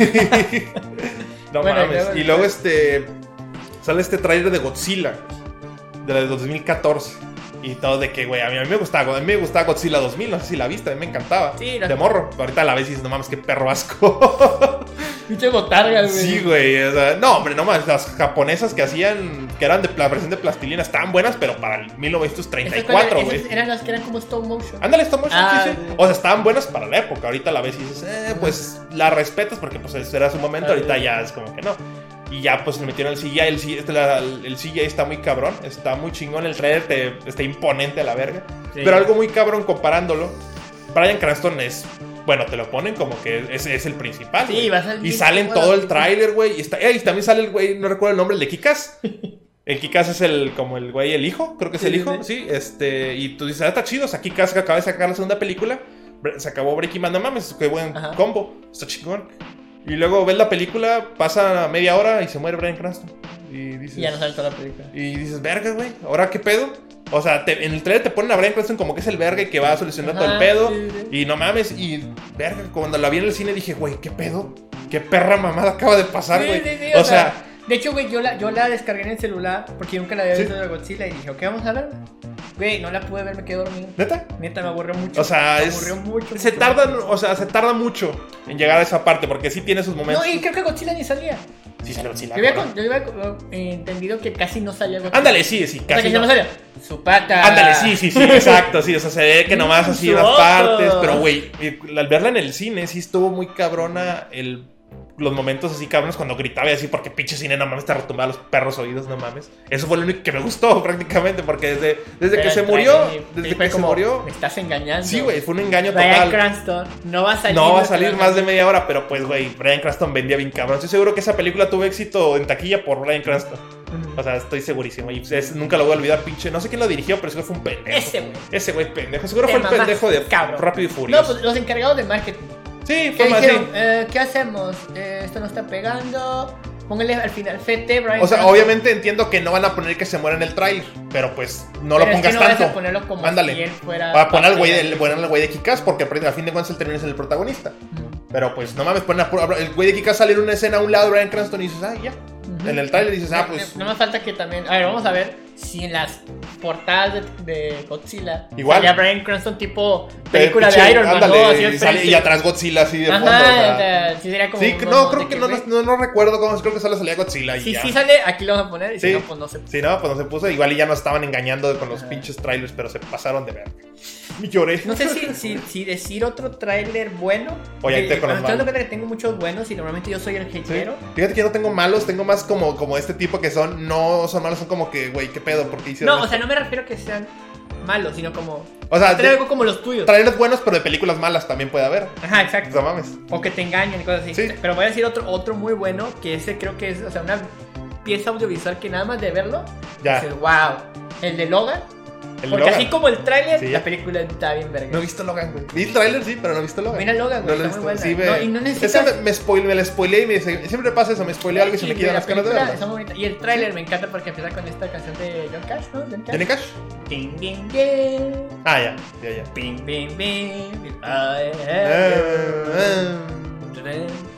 Speaker 1: no
Speaker 2: Bueno,
Speaker 1: mames.
Speaker 2: ya-
Speaker 1: Y luego este. Sale este trailer de Godzilla, de la de 2014. Y todo de que, güey, a mí, a mí me gustaba, a mí me gustaba Godzilla 2000, no sé si la viste, a mí me encantaba.
Speaker 2: Sí, la-
Speaker 1: de morro. Ahorita la ves y dices, no mames, qué perro asco.
Speaker 2: Pinche botargas, güey.
Speaker 1: Sí, güey. o sea, no, hombre, no más. Las japonesas que hacían, que eran de la versión de plastilina, estaban buenas, pero para el
Speaker 2: Esas cuando-
Speaker 1: 1934,
Speaker 2: esas
Speaker 1: güey.
Speaker 2: Eran las que eran como stop motion.
Speaker 1: Ándale, stop motion,
Speaker 2: Ah,
Speaker 1: sí, sí.
Speaker 2: sí.
Speaker 1: O sea, estaban buenas para la época. Ahorita la ves y dices, eh, pues la respetas porque pues eso era su momento.
Speaker 2: Ah,
Speaker 1: Ahorita
Speaker 2: sí.
Speaker 1: ya es como que no. Y ya pues le metieron el CGI. El, CGI este, la- el CGI está muy cabrón. Está muy chingón. El trailer te- está imponente a la verga.
Speaker 2: Sí.
Speaker 1: Pero algo muy cabrón comparándolo. Brian Cranston es. Bueno, te lo ponen como que es, es el principal.
Speaker 2: Sí,
Speaker 1: güey.
Speaker 2: va a salir
Speaker 1: y
Speaker 2: bien
Speaker 1: sale en
Speaker 2: chingón.
Speaker 1: todo el tráiler, güey. Y, está- eh, y también sale el güey, no recuerdo el nombre, el de Kikas. El Kikas es el, como el güey, el hijo, creo que es
Speaker 2: Sí,
Speaker 1: el
Speaker 2: sí,
Speaker 1: hijo, sí. Este, y tú dices, ah, está chido. O sea, Kikas que acaba de sacar la segunda película. Bre- Se acabó Breaking Bad, no mames, qué buen
Speaker 2: Ajá.
Speaker 1: combo. Está chingón. Y luego ves la película, pasa media hora y se muere Brian Cranston. Y dices,
Speaker 2: Y ya no sale toda la película.
Speaker 1: y dices, verga, güey, ¿ahora qué pedo? O sea, te- en el trailer te ponen a Brian Cranston como que es el verga y que va a solucionar todo el
Speaker 2: Ajá,
Speaker 1: pedo.
Speaker 2: Ah, sí, sí.
Speaker 1: Y no mames, y verga, cuando la vi en el cine dije, güey, ¿qué pedo? ¿Qué perra mamada acaba de pasar,
Speaker 2: Sí,
Speaker 1: güey?
Speaker 2: sí, sí,
Speaker 1: o, sea,
Speaker 2: de hecho, güey, yo la, yo la descargué en el celular porque nunca la había
Speaker 1: Sí.
Speaker 2: visto de Godzilla y dije, ok, vamos a verla. Güey, no la pude ver, me quedé dormido.
Speaker 1: neta.
Speaker 2: Neta, me aburrió mucho.
Speaker 1: O sea,
Speaker 2: me
Speaker 1: es-
Speaker 2: aburrió mucho.
Speaker 1: Se
Speaker 2: mucho.
Speaker 1: tardan, o sea, se tarda mucho en llegar a esa parte porque sí tiene sus momentos.
Speaker 2: No, y creo que Godzilla ni salía.
Speaker 1: Sí, salió Godzilla,
Speaker 2: Yo había,
Speaker 1: cabrón.
Speaker 2: con- yo había eh, entendido que casi no salía Godzilla.
Speaker 1: Ándale, sí, sí,
Speaker 2: O sea,
Speaker 1: casi.
Speaker 2: que se
Speaker 1: no.
Speaker 2: me salía. Su pata.
Speaker 1: Ándale, sí, sí, sí, exacto, sí, o sea, se ve que nomás así
Speaker 2: Ah. Su
Speaker 1: las
Speaker 2: ojo.
Speaker 1: partes, pero güey, y al verla en el cine sí estuvo muy cabrona el, los momentos así cabrones cuando gritaba y así, porque pinche cine, no mames, te retumbaba los perros oídos, no mames. Eso fue lo único que me gustó prácticamente, porque desde, desde
Speaker 2: Pero
Speaker 1: que se
Speaker 2: el
Speaker 1: murió,
Speaker 2: trailer, sí,
Speaker 1: desde
Speaker 2: fue
Speaker 1: que se
Speaker 2: como,
Speaker 1: murió,
Speaker 2: Me estás engañando.
Speaker 1: sí, güey, fue un engaño
Speaker 2: Brian
Speaker 1: total.
Speaker 2: Cranston no va a salir.
Speaker 1: No va a salir más de media hora, pero pues, güey, Brian Cranston vendía bien cabrón. Estoy seguro que esa película tuvo éxito en taquilla por Brian Cranston.
Speaker 2: Mm.
Speaker 1: O sea, estoy segurísimo. Y pues, es- nunca lo voy a olvidar, pinche. No sé quién lo dirigió, pero seguro fue un pendejo.
Speaker 2: Ese, güey.
Speaker 1: Ese güey pendejo. Seguro
Speaker 2: Te
Speaker 1: fue el
Speaker 2: mamaste,
Speaker 1: pendejo de
Speaker 2: cabrón.
Speaker 1: Rápido y
Speaker 2: No,
Speaker 1: Furioso.
Speaker 2: pues los encargados de marketing.
Speaker 1: sí,
Speaker 2: ¿Qué
Speaker 1: fue más
Speaker 2: dijeron?
Speaker 1: sí.
Speaker 2: Eh, ¿Qué hacemos? Eh, esto no está pegando. Póngale al final Fete, Brian.
Speaker 1: O sea,
Speaker 2: Cranston.
Speaker 1: obviamente entiendo que no van a poner que se muera en el trailer, pero pues no
Speaker 2: Pero
Speaker 1: lo
Speaker 2: es
Speaker 1: pongas
Speaker 2: que no
Speaker 1: tanto.
Speaker 2: Vas a ponerlo como
Speaker 1: Ándale.
Speaker 2: si él fuera.
Speaker 1: Va a poner al güey del, poner al güey de Kikas porque a fin de cuentas él termina siendo el protagonista.
Speaker 2: Ujú.
Speaker 1: Pero pues no mames, ponen a puro- el güey de Kikas sale en una escena a un lado, Brian Cranston y dices, ah, ya.
Speaker 2: Ujú.
Speaker 1: En el trailer dices, ah, pues
Speaker 2: No, no me falta que también. A ver, vamos a ver si en las portadas de, de Godzilla.
Speaker 1: Igual.
Speaker 2: Salía Brian Cranston, tipo película
Speaker 1: pinche,
Speaker 2: de Iron Man.
Speaker 1: ándale,
Speaker 2: ¿no? Así
Speaker 1: y,
Speaker 2: al
Speaker 1: sale- y
Speaker 2: frente.
Speaker 1: atrás Godzilla así de
Speaker 2: Ajá,
Speaker 1: fondo. o sea.
Speaker 2: o sea, sí sería como.
Speaker 1: sí,
Speaker 2: un
Speaker 1: no,
Speaker 2: montón
Speaker 1: creo
Speaker 2: de
Speaker 1: que no,
Speaker 2: ve.
Speaker 1: no, no recuerdo cómo es, creo que solo salía Godzilla y
Speaker 2: Si
Speaker 1: ya.
Speaker 2: sí sale, aquí lo vamos a poner. Y
Speaker 1: Sí.
Speaker 2: si no, pues no se.
Speaker 1: Sí, no, pues no se puso. Igual y ya nos estaban engañando con los
Speaker 2: Ajá.
Speaker 1: pinches trailers, pero se pasaron de verga. Y lloré.
Speaker 2: No sé si, si, si decir otro tráiler bueno.
Speaker 1: Oye, ahí
Speaker 2: Eh,
Speaker 1: te con los
Speaker 2: me estoy
Speaker 1: malos.
Speaker 2: dando cuenta que tengo muchos buenos y normalmente yo soy el
Speaker 1: Sí.
Speaker 2: hatero.
Speaker 1: Fíjate que yo no tengo malos, tengo más como, como este tipo que son, no son malos, son como que, güey, qué pedo, porque hicieron.
Speaker 2: No, o
Speaker 1: esto?
Speaker 2: sea, no me refiero a que sean malos, sino como.
Speaker 1: o sea,
Speaker 2: Traer
Speaker 1: Ah, de-
Speaker 2: algo como los tuyos.
Speaker 1: trailers buenos, pero de películas malas también puede haber.
Speaker 2: Ajá, exacto.
Speaker 1: No mames.
Speaker 2: O que te engañen y cosas así.
Speaker 1: Sí.
Speaker 2: Pero voy a decir otro, otro muy bueno, que ese creo que es, o sea, una pieza audiovisual que nada más de verlo,
Speaker 1: Ya,
Speaker 2: dices, wow. El de Logan.
Speaker 1: el
Speaker 2: porque
Speaker 1: Logan.
Speaker 2: así como el tráiler,
Speaker 1: Sí.
Speaker 2: la película está bien verga.
Speaker 1: No he visto Logan, güey. Vi el trailer, sí, pero no he visto Logan.
Speaker 2: Mira Logan,
Speaker 1: No
Speaker 2: güey,
Speaker 1: lo he
Speaker 2: está muy
Speaker 1: visto.
Speaker 2: buena.
Speaker 1: Sí,
Speaker 2: No,
Speaker 1: ve-
Speaker 2: y no
Speaker 1: Ese
Speaker 2: necesitas...
Speaker 1: me, me spoile- me la spoileé y me dice- siempre pasa eso, me spoilea algo y se me
Speaker 2: Sí,
Speaker 1: quitan
Speaker 2: la
Speaker 1: las ganas de
Speaker 2: película
Speaker 1: verlo.
Speaker 2: Está muy bonita. Y el tráiler me encanta porque empieza con esta canción de John Cash, ¿no? John Cash.
Speaker 1: ¿Tiene cash?
Speaker 2: Ding, ding, ding.
Speaker 1: Ah, ya, ya, ya.
Speaker 2: Bing, bing, bing. I am
Speaker 1: Eh,
Speaker 2: you.
Speaker 1: eh.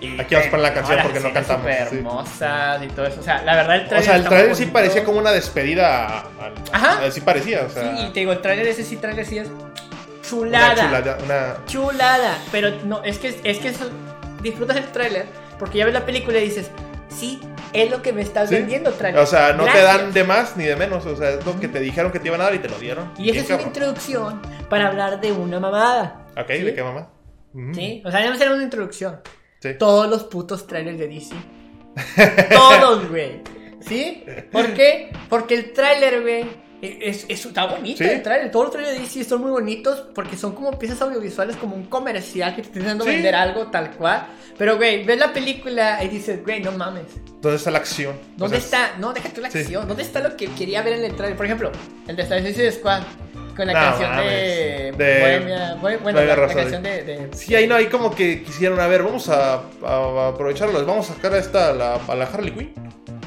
Speaker 2: Y,
Speaker 1: Aquí vamos a poner la
Speaker 2: eh,
Speaker 1: canción
Speaker 2: ahora
Speaker 1: porque no
Speaker 2: sí, eran
Speaker 1: cantamos,
Speaker 2: súper
Speaker 1: sí.
Speaker 2: hermosas y todo eso. O sea, la verdad, el
Speaker 1: O
Speaker 2: trailer.
Speaker 1: sea, el
Speaker 2: está muy
Speaker 1: trailer sí
Speaker 2: bonito.
Speaker 1: parecía como una despedida. a- a-
Speaker 2: Ajá.
Speaker 1: Así parecía, o sea.
Speaker 2: Sí, y te digo, el trailer ese sí, trailer sí es
Speaker 1: una
Speaker 2: chulada.
Speaker 1: chulada. Una...
Speaker 2: chulada. Pero no, es que es que eso- disfrutas el tráiler porque ya ves la película y dices, sí, es lo que me estás
Speaker 1: Sí.
Speaker 2: vendiendo, tráiler.
Speaker 1: O sea, no te
Speaker 2: Gracias.
Speaker 1: dan de más ni de menos. O sea, es lo que te dijeron que te iban a dar y te lo dieron.
Speaker 2: Y esa
Speaker 1: Bien
Speaker 2: es una
Speaker 1: cabrón.
Speaker 2: introducción para hablar de una mamada.
Speaker 1: Ok,
Speaker 2: ¿sí?
Speaker 1: ¿de qué mamá? Ujú.
Speaker 2: Sí, o sea, debe ser una introducción.
Speaker 1: Mm. Sí.
Speaker 2: Todos los putos trailers de DC. Todos, güey. ¿Sí? ¿Por qué? Porque el trailer, güey. e-, Es, es- está bonito
Speaker 1: Sí.
Speaker 2: el trailer. Todos los trailers de DC son muy bonitos porque son como piezas audiovisuales, como un comercial que te está intentando
Speaker 1: Sí.
Speaker 2: vender algo tal cual. Pero, güey, ves la película y dices, güey, no mames.
Speaker 1: ¿Dónde está la acción? O
Speaker 2: ¿Dónde
Speaker 1: sea,
Speaker 2: está? No, deja tú la
Speaker 1: sí.
Speaker 2: acción. ¿Dónde está lo que quería ver en el trailer? Por ejemplo, el de Suicide Squad. Con la
Speaker 1: No
Speaker 2: canción
Speaker 1: mames.
Speaker 2: de.
Speaker 1: De-
Speaker 2: Bohemia- Bohe- bueno,
Speaker 1: Bohemia
Speaker 2: la, la
Speaker 1: Rhapsody.
Speaker 2: canción de. de-
Speaker 1: Sí, ahí no, ahí como que quisieron, a ver, vamos a, a- a aprovecharlos, vamos a sacar a esta, a la, a la Harley Quinn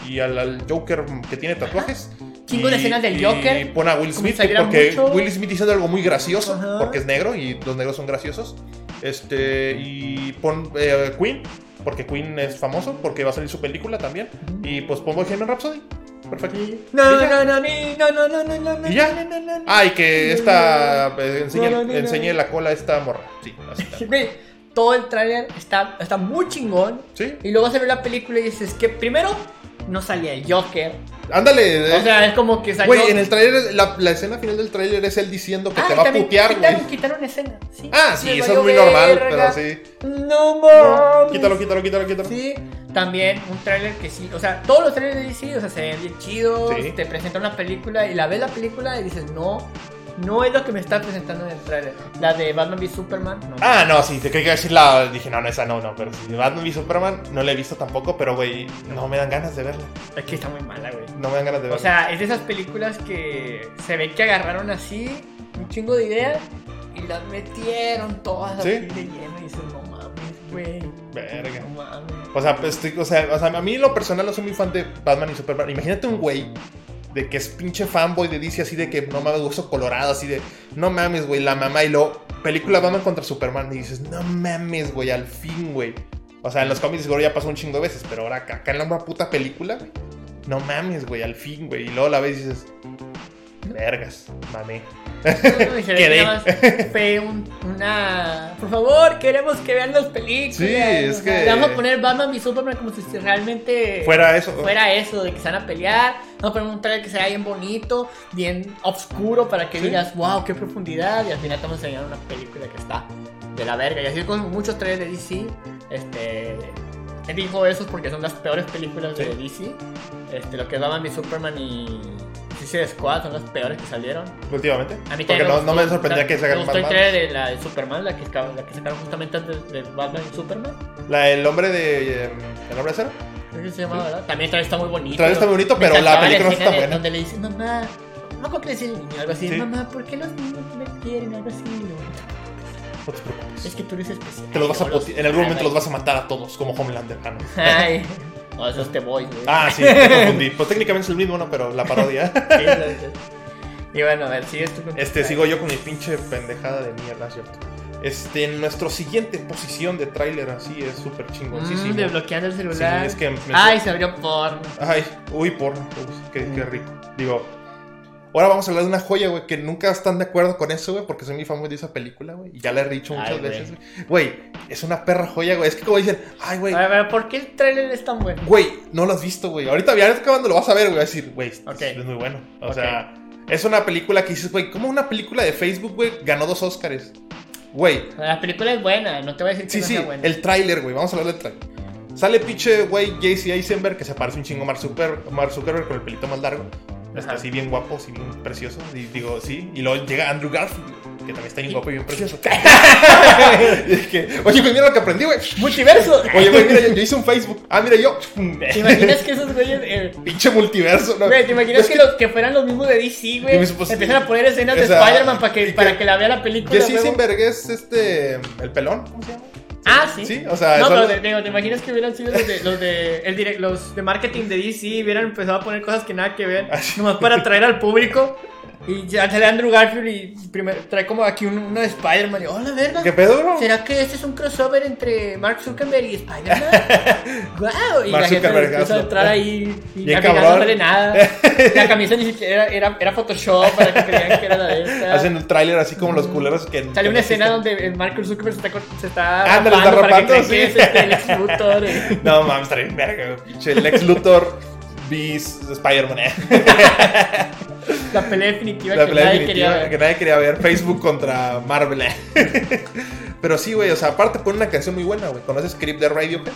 Speaker 1: y al, al Joker que tiene tatuajes.
Speaker 2: Chingo de
Speaker 1: Y-
Speaker 2: escenas del
Speaker 1: y
Speaker 2: Joker,
Speaker 1: pone a Will
Speaker 2: como
Speaker 1: Smith,
Speaker 2: si saliera
Speaker 1: porque
Speaker 2: mucho.
Speaker 1: Will Smith hizo algo muy gracioso,
Speaker 2: Ajá.
Speaker 1: porque es negro y los negros son graciosos. Este, y pon eh, Queen, porque Queen es famoso, porque va a salir su película también. Y pues pon Bohemian Rhapsody. Perfecto.
Speaker 2: No,
Speaker 1: Y ya.
Speaker 2: no, no, ni- no, no, no, no, no, no,
Speaker 1: Y ya.
Speaker 2: no, no, no, no.
Speaker 1: Ah, y que esta eh, enseñe,
Speaker 2: No, no, no, no.
Speaker 1: enseñe la cola a esta morra. Sí, así está.
Speaker 2: Güey, Todo el trailer está, está muy chingón.
Speaker 1: Sí,
Speaker 2: Y luego se ve la película y dices que primero no salía el Joker.
Speaker 1: ándale.
Speaker 2: O
Speaker 1: eh.
Speaker 2: sea, es como que salió.
Speaker 1: Güey, en el tráiler, la, la escena final del tráiler es él diciendo que
Speaker 2: Ah,
Speaker 1: te
Speaker 2: y
Speaker 1: va a
Speaker 2: también
Speaker 1: putear,
Speaker 2: quitaron,
Speaker 1: güey.
Speaker 2: quitaron escena. Sí,
Speaker 1: Ah, sí,
Speaker 2: Me
Speaker 1: eso es
Speaker 2: valió
Speaker 1: muy normal, pero
Speaker 2: verga.
Speaker 1: sí.
Speaker 2: No
Speaker 1: No,
Speaker 2: mames.
Speaker 1: quítalo, quítalo, quítalo, quítalo.
Speaker 2: Sí, también un tráiler que sí, o sea, todos los trailers de DC, o sea, se ven bien chidos,
Speaker 1: Sí.
Speaker 2: te presentan una película y la ves la película y dices, no, no es lo que me está presentando en el tráiler. La de Batman v Superman, no.
Speaker 1: Ah, no, sí, te quería decir la. Dije, no, no, esa no, no, pero sí. Batman y Superman no la he visto tampoco, pero güey, no me dan ganas de verla.
Speaker 2: es que está muy mala, güey.
Speaker 1: No me dan ganas de verla.
Speaker 2: O sea, es de esas películas que se ve que agarraron así un chingo de ideas y las metieron todas
Speaker 1: Sí.
Speaker 2: así de lleno y dices, no mames, güey,
Speaker 1: Verga.
Speaker 2: no mames.
Speaker 1: O sea, pues, estoy- o sea, o sea, a mí en lo personal no soy muy fan de Batman y Superman. Imagínate un güey de que es pinche fanboy de DC así de que no mames, hueso colorado, así de no mames, güey, la mamá y luego película Batman contra Superman y dices, no mames, güey, al fin, güey. O sea, en los cómics güey, ya pasó un chingo de veces, pero ahora acá, acá en la misma puta película, güey, no mames, güey, al fin, güey. Y luego la ves y dices, vergas, mamé.
Speaker 2: No, y se ve que
Speaker 1: Quedé.
Speaker 2: nada más Fue un- una. Por favor, queremos que vean las películas.
Speaker 1: Sí, es
Speaker 2: O sea,
Speaker 1: que-
Speaker 2: le Vamos a poner Batman y Superman como si realmente.
Speaker 1: Fuera eso.
Speaker 2: fuera eso, de que se van a pelear. Vamos a poner un trailer que sea bien bonito, bien oscuro, para que
Speaker 1: Sí.
Speaker 2: digas, wow, qué profundidad. Y al final te vamos a enseñar una película que está de la verga. Y así con muchos trailers de DC. Este. Él dijo esos porque son las peores películas de DC. Este, lo que es Batman y Superman y. Suicide Squad son las peores que salieron.
Speaker 1: Últimamente.
Speaker 2: A
Speaker 1: Porque
Speaker 2: mí también
Speaker 1: no, no me
Speaker 2: gustó,
Speaker 1: sorprendía
Speaker 2: o sea,
Speaker 1: que sacaran
Speaker 2: Me gustó el
Speaker 1: Batman.
Speaker 2: trailer de la de Superman, la que, sacaron- la que sacaron justamente antes de Batman y Superman.
Speaker 1: La, el hombre de. eh, el hombre de acero.
Speaker 2: Creo que se llama, ¿verdad? También el trailer está muy bonito.
Speaker 1: El trailer está muy bonito,
Speaker 2: Me
Speaker 1: pero la
Speaker 2: encantaba
Speaker 1: película no
Speaker 2: escena
Speaker 1: está
Speaker 2: de-
Speaker 1: buena.
Speaker 2: Donde le dice, mamá, no creo que le dice el niño, algo así.
Speaker 1: Sí.
Speaker 2: Mamá, ¿por qué los niños no me quieren? Algo así. Y yo,
Speaker 1: No te preocupes.
Speaker 2: Es que tú eres especial.
Speaker 1: Te los vas a
Speaker 2: No los-
Speaker 1: puti- en algún momento los vas a matar a todos, como Homelander. Ah, no.
Speaker 2: Ay, no, esos te voy, güey.
Speaker 1: Ah, sí, me confundí. Pues técnicamente es el mismo, ¿no? Pero la parodia.
Speaker 2: Sí, sí, sí. Y bueno, a ver, sigues tú con tu
Speaker 1: Este,
Speaker 2: trailer.
Speaker 1: sigo yo con mi pinche pendejada de mierda, ¿cierto? Este, en nuestra siguiente posición de tráiler así es súper
Speaker 2: Mm,
Speaker 1: chingoncísimo.
Speaker 2: desbloqueando el celular. Ah,
Speaker 1: Sí, es que me-
Speaker 2: Ay, se abrió porno.
Speaker 1: Ay, uy, por. qué, qué rico. Digo, ahora vamos a hablar de una joya, güey, que nunca están de acuerdo con eso, güey, porque soy mi famoso de esa película, güey. Y ya la he dicho muchas
Speaker 2: Ay, güey.
Speaker 1: veces, güey. Güey, es una perra joya, güey. Es que como dicen, ay, güey,
Speaker 2: A ver, a ver, ¿por qué el trailer es tan bueno?
Speaker 1: Güey, no lo has visto, güey. Ahorita ya cuando lo vas a ver, güey, vas a decir, güey, esto
Speaker 2: Ok.
Speaker 1: es muy bueno. O
Speaker 2: Ok.
Speaker 1: sea, es una película que dices, güey, ¿cómo una película de Facebook, güey, ganó dos Oscars? Güey,
Speaker 2: La película es buena, no te voy a decir que
Speaker 1: sí,
Speaker 2: no
Speaker 1: sí,
Speaker 2: sea buena.
Speaker 1: el tráiler, güey, vamos a hablar del tráiler. Sale pinche, güey, JC Eisenberg, que se parece un chingo a Mark, Zucker- Mark Zuckerberg con el pelito más largo. Está
Speaker 2: Ajá.
Speaker 1: así bien guapo, así bien precioso. Y digo, sí. Y luego llega Andrew Garfield, que también está bien guapo y bien precioso. y dije, oye, güey, mira lo que aprendí, güey.
Speaker 2: ¡Multiverso!
Speaker 1: Oye, güey, mira, yo, yo hice un Facebook. Ah, mira, yo.
Speaker 2: ¿Te imaginas que esos güeyes. eh,
Speaker 1: Pinche multiverso, ¿no?
Speaker 2: güey, ¿te imaginas
Speaker 1: Es
Speaker 2: que, los, que fueran los mismos de DC, güey?
Speaker 1: Yo me supuse-
Speaker 2: Empiezan a poner escenas de
Speaker 1: o sea,
Speaker 2: Spider-Man para
Speaker 1: y
Speaker 2: que,
Speaker 1: que-
Speaker 2: para que la vea la película.
Speaker 1: Jesse
Speaker 2: huevo?
Speaker 1: Eisenberg es este. El pelón, ¿cómo se llama?
Speaker 2: Ah, sí.
Speaker 1: Sí, o sea,
Speaker 2: No,
Speaker 1: son-
Speaker 2: pero te, digo, ¿te imaginas que hubieran sido los de, los, de, el direct- Ah, los de marketing de DC? Hubieran empezado a poner cosas que nada que ver, nomás para atraer al público. Y ya sale Andrew Garfield y primero trae como aquí un- uno de Spider-Man. Y, ¡Oh, la verga!
Speaker 1: ¿Qué pedo, bro?
Speaker 2: ¿Será que este es un crossover entre Mark Zuckerberg y Spider-Man? ¡Wow! Y
Speaker 1: Mark
Speaker 2: la gente
Speaker 1: Zuckerberg,
Speaker 2: empezó a
Speaker 1: hazlo.
Speaker 2: entrar ahí y
Speaker 1: Bien
Speaker 2: al final no
Speaker 1: cabrón.
Speaker 2: sale nada. La camisa ni siquiera era, era, era Photoshop para que crean que era la de esta.
Speaker 1: Hacen el tráiler así como los culeros que.
Speaker 2: Sale
Speaker 1: que
Speaker 2: Mm. una
Speaker 1: no
Speaker 2: escena
Speaker 1: existen.
Speaker 2: donde el Mark Zuckerberg se está, co- se está
Speaker 1: Ándale, está
Speaker 2: para que
Speaker 1: rapando,
Speaker 2: crean
Speaker 1: sí.
Speaker 2: que es este, el ex Luthor. eh.
Speaker 1: No mames, estaría bien verga, güey. Pinche Lex Luthor, Beast, Spider-Man. eh.
Speaker 2: La pelea definitiva
Speaker 1: La
Speaker 2: que
Speaker 1: pelea
Speaker 2: nadie
Speaker 1: definitiva
Speaker 2: quería ver.
Speaker 1: que nadie quería ver. Facebook contra Marvel. eh. Pero sí, güey, o sea, aparte ponen una canción muy buena, güey. ¿Conoces Creep de Radiohead?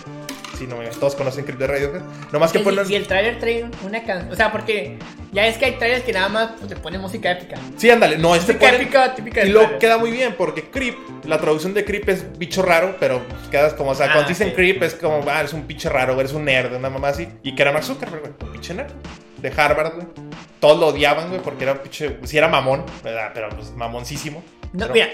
Speaker 1: Sí, no, güey, todos conocen Creep de Radiohead. Nomás que
Speaker 2: Y-
Speaker 1: ponen.
Speaker 2: Y el trailer trae una canción. O sea, porque ya es que hay trailers que nada más pues, te ponen música épica.
Speaker 1: Sí, ándale, no, este
Speaker 2: Música
Speaker 1: ponen.
Speaker 2: épica típica
Speaker 1: Y
Speaker 2: del
Speaker 1: luego
Speaker 2: trailer.
Speaker 1: queda muy bien porque creep, la traducción de creep es bicho raro, pero quedas como, o sea,
Speaker 2: Ah,
Speaker 1: cuando dicen
Speaker 2: sí.
Speaker 1: creep es como, ah, eres un pinche raro, eres un nerd, una mamá así. Y que era Mark Zuckerberg, güey, un pinche nerd de Harvard, güey. Todos lo odiaban, güey, porque era un pinche, si era mamón, ¿verdad? Pero pues mamoncísimo.
Speaker 2: No,
Speaker 1: Pero-
Speaker 2: mira,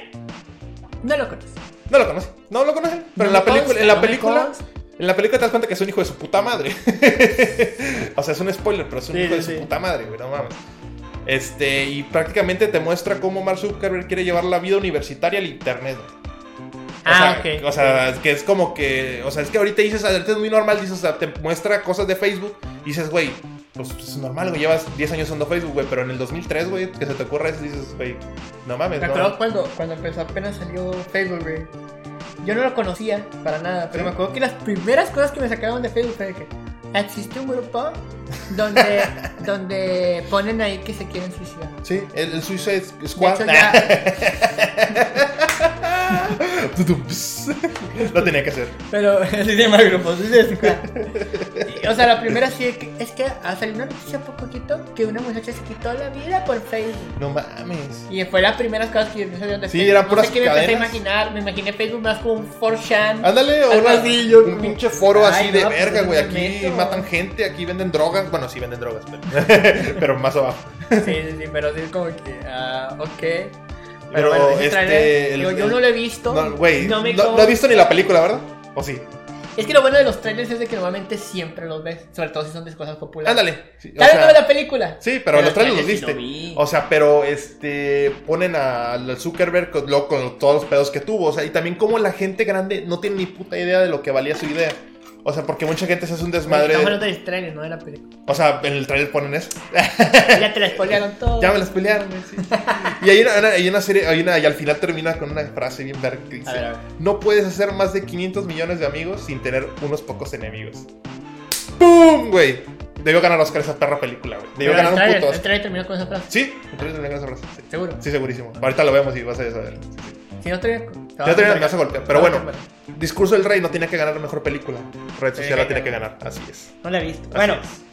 Speaker 2: no lo conoces.
Speaker 1: No lo conoce, no lo conoce. Pero
Speaker 2: No
Speaker 1: en
Speaker 2: me
Speaker 1: la película,
Speaker 2: consta,
Speaker 1: en la
Speaker 2: no me
Speaker 1: película,
Speaker 2: consta.
Speaker 1: en la película te das cuenta que es un hijo de su puta madre. o sea, es un spoiler, pero es un
Speaker 2: Sí,
Speaker 1: hijo
Speaker 2: sí,
Speaker 1: de su
Speaker 2: sí.
Speaker 1: puta madre, güey, no mames. Este, y prácticamente te muestra cómo Mark Zuckerberg quiere llevar la vida universitaria al internet, güey. O
Speaker 2: Ah,
Speaker 1: sea,
Speaker 2: ok.
Speaker 1: O sea, es que es como que. O sea, es que ahorita dices, ahorita es muy normal, dices, o sea, te muestra cosas de Facebook y dices, güey, pues es normal, güey, llevas 10 años usando Facebook, güey, pero en el 2003, güey, que se te ocurra eso, dices, güey, no mames,
Speaker 2: ¿Te
Speaker 1: no.
Speaker 2: acuerdas cuando, cuando empezó apenas salió Facebook, güey? Yo no lo conocía para nada, pero
Speaker 1: Sí.
Speaker 2: me acuerdo que las primeras cosas que me sacaron de Facebook fue de que existe un grupo donde, donde ponen ahí que se quieren suicidar.
Speaker 1: Sí, el, el Suicide
Speaker 2: De
Speaker 1: Squad.
Speaker 2: hecho, ya,
Speaker 1: Tutum, ps. Lo tenía que hacer.
Speaker 2: pero así se llama el grupo, así se llama. Y, O sea, la primera sí es que, es que ha salido una noticia hace poquito que una muchacha se quitó la vida por Facebook.
Speaker 1: No mames.
Speaker 2: Y fue las primeras cosas que yo no sabía dónde
Speaker 1: Sí, eran
Speaker 2: no
Speaker 1: puras
Speaker 2: sé qué me empecé a
Speaker 1: cadenas.
Speaker 2: imaginar. Me imaginé Facebook más como un 4chan.
Speaker 1: Ándale, o
Speaker 2: Algo
Speaker 1: una-
Speaker 2: así, yo
Speaker 1: un
Speaker 2: como-
Speaker 1: pinche foro
Speaker 2: Ay,
Speaker 1: así de
Speaker 2: no, pues,
Speaker 1: verga,
Speaker 2: no
Speaker 1: güey.
Speaker 2: me
Speaker 1: Aquí
Speaker 2: meto.
Speaker 1: matan gente, aquí venden drogas. Bueno, sí venden drogas, pero, pero más abajo.
Speaker 2: Sí, sí, sí, pero sí es como que, ah, ok. Pero,
Speaker 1: Pero,
Speaker 2: bueno, ese
Speaker 1: este,
Speaker 2: trailer,
Speaker 1: el-
Speaker 2: digo, yo
Speaker 1: el-
Speaker 2: no lo he visto.
Speaker 1: No, güey, no,
Speaker 2: no me
Speaker 1: no
Speaker 2: consta.
Speaker 1: has visto ni la película, ¿verdad? ¿O sí?
Speaker 2: Es que lo bueno de los trailers es de que normalmente siempre los ves, sobre todo si son de cosas populares.
Speaker 1: Ándale. Sí, o
Speaker 2: Claro,
Speaker 1: sea-
Speaker 2: no ve la película.
Speaker 1: Sí, pero
Speaker 3: Pero
Speaker 1: los trailers los
Speaker 3: trailers sí
Speaker 1: viste.
Speaker 3: lo vi.
Speaker 1: o sea, pero este ponen a- al Zuckerberg con, lo- con todos los pedos que tuvo. O sea, y también como la gente grande no tiene ni puta idea de lo que valía su idea. O sea, porque mucha gente se hace un desmadre.
Speaker 2: Estamos hablando del trailer, no de la película.
Speaker 1: O sea, en el trailer ponen eso.
Speaker 2: Ya te la spoilearon todo.
Speaker 1: Ya me las pelearon, güey, sí. Y hay una, una- hay una serie, hay una, y al final termina con una frase bien verga que dice,
Speaker 2: A ver, a ver.
Speaker 1: No puedes hacer más de 500 millones de amigos sin tener unos pocos enemigos. ¡Pum, güey! Debió ganar Oscar esa perra película, güey. Debió
Speaker 2: Pero
Speaker 1: ganar
Speaker 2: el,
Speaker 1: un
Speaker 2: trailer,
Speaker 1: puto
Speaker 2: el
Speaker 1: Oscar.
Speaker 2: trailer terminó con esa frase,
Speaker 1: Sí, el trailer termina con esa frase, sí.
Speaker 2: seguro.
Speaker 1: Sí, segurísimo. Ahorita lo vemos y vas a saber. Sí, sí.
Speaker 2: Si no trailer.
Speaker 1: Ya te me vas a golpear. Pero bueno, Discurso del Rey no tenía que ganar la mejor película. Red Social la tiene que ganar. Así es.
Speaker 2: No la he visto.
Speaker 1: Así
Speaker 2: Bueno,
Speaker 1: es.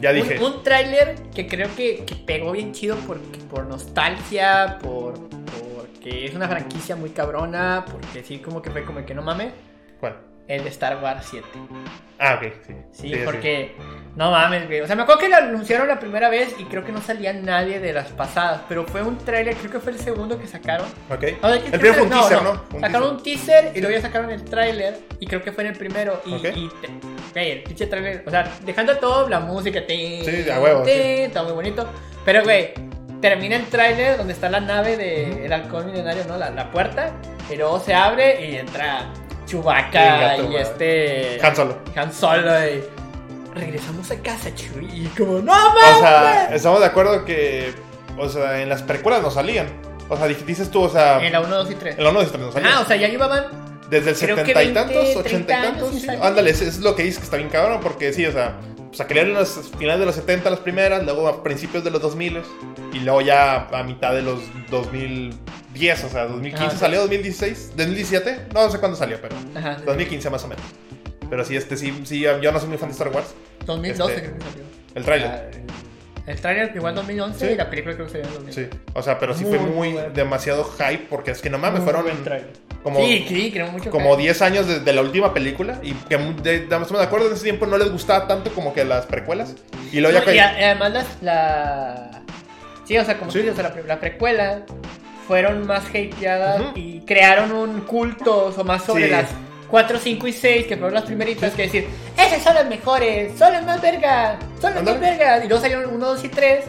Speaker 1: Ya
Speaker 2: Un-
Speaker 1: dije.
Speaker 2: Un, tráiler que creo que, que pegó bien chido porque, por nostalgia, por, porque es una franquicia muy cabrona, porque sí, como que fue como que no mames,
Speaker 1: ¿Cuál?
Speaker 2: el de Star Wars 7.
Speaker 1: Ah, ok. Sí,
Speaker 2: Sí,
Speaker 1: Sí, sí.
Speaker 2: porque no mames, güey. O sea, me acuerdo que lo anunciaron la primera vez y creo que no salía nadie de las pasadas, pero fue un tráiler, creo que fue el segundo que sacaron.
Speaker 1: Ok.
Speaker 2: No, de que-
Speaker 1: El primero fue un
Speaker 2: no,
Speaker 1: teaser,
Speaker 2: no.
Speaker 1: ¿no? Un
Speaker 2: sacaron
Speaker 1: teaser.
Speaker 2: un teaser y luego ya sacaron el tráiler y creo que fue en el primero y,
Speaker 1: Ok.
Speaker 2: y te- güey, el pinche tráiler, o sea, dejando todo la música, tin,
Speaker 1: Sí, a huevo,
Speaker 2: tin,
Speaker 1: sí.
Speaker 2: está muy bonito, pero güey, termina el tráiler donde está la nave del el halcón milenario, ¿no? La, la puerta y luego se abre y entra
Speaker 1: Venga,
Speaker 2: Chewbacca
Speaker 1: tu
Speaker 2: y
Speaker 1: madre.
Speaker 2: este
Speaker 1: Han Solo.
Speaker 2: Han Solo y regresamos a casa, Chewie y como no mames.
Speaker 1: O sea, estamos de acuerdo que. O sea, en las precuelas no salían. O sea, dij- dices tú, o sea.
Speaker 2: en
Speaker 1: En
Speaker 2: la 1, 2 y 3.
Speaker 1: la 1 no salían.
Speaker 2: Ah, o sea, ya llevaban
Speaker 1: Desde el
Speaker 2: creo que
Speaker 1: setenta y
Speaker 2: 20,
Speaker 1: tantos, ochenta y
Speaker 2: 30 años
Speaker 1: tantos.
Speaker 2: sin
Speaker 1: sí.
Speaker 2: salir.
Speaker 1: Ándale, es, es lo que dices que está bien cabrón. Porque sí, o sea. Pues a crear en los finales de los 70 las primeras, luego a principios de los 2000 y luego ya a mitad de los 2010, o sea, 2015
Speaker 2: Ajá, Ah, sí.
Speaker 1: salió, 2016, 2017, no sé cuándo salió, pero
Speaker 2: Ajá,
Speaker 1: 2015 más o menos. Pero sí, este sí, sí, yo no soy muy fan de Star Wars,
Speaker 2: 2012
Speaker 1: Este,
Speaker 2: creo que salió.
Speaker 1: el trailer.
Speaker 2: Ah, El trailer igual 2011
Speaker 1: Sí.
Speaker 2: y la película creo que salió en 2011.
Speaker 1: Sí, o sea, pero sí
Speaker 2: Muy
Speaker 1: fue muy
Speaker 2: bueno.
Speaker 1: demasiado hype porque es que no mames,
Speaker 2: Muy
Speaker 1: fueron
Speaker 2: buen tráiler.
Speaker 1: como,
Speaker 2: sí, sí, creo mucho.
Speaker 1: como
Speaker 2: que-
Speaker 1: 10 años desde la última película y que mu- de, de- estamos de acuerdo en ese tiempo no les gustaba tanto como que las precuelas y luego ya
Speaker 2: No,
Speaker 1: que-
Speaker 2: y, a- y además las- la... Sí, o sea, como
Speaker 1: Sí.
Speaker 2: tú dices, la, pre- la precuela fueron más hateadas
Speaker 1: Ujú.
Speaker 2: y crearon un culto o más sobre
Speaker 1: Sí.
Speaker 2: las 4, 5 y 6 que fueron las primeritas que decir, esas son las mejores, son las más vergas, son las más
Speaker 1: Ándale.
Speaker 2: vergas. Y luego salieron 1, 2 y 3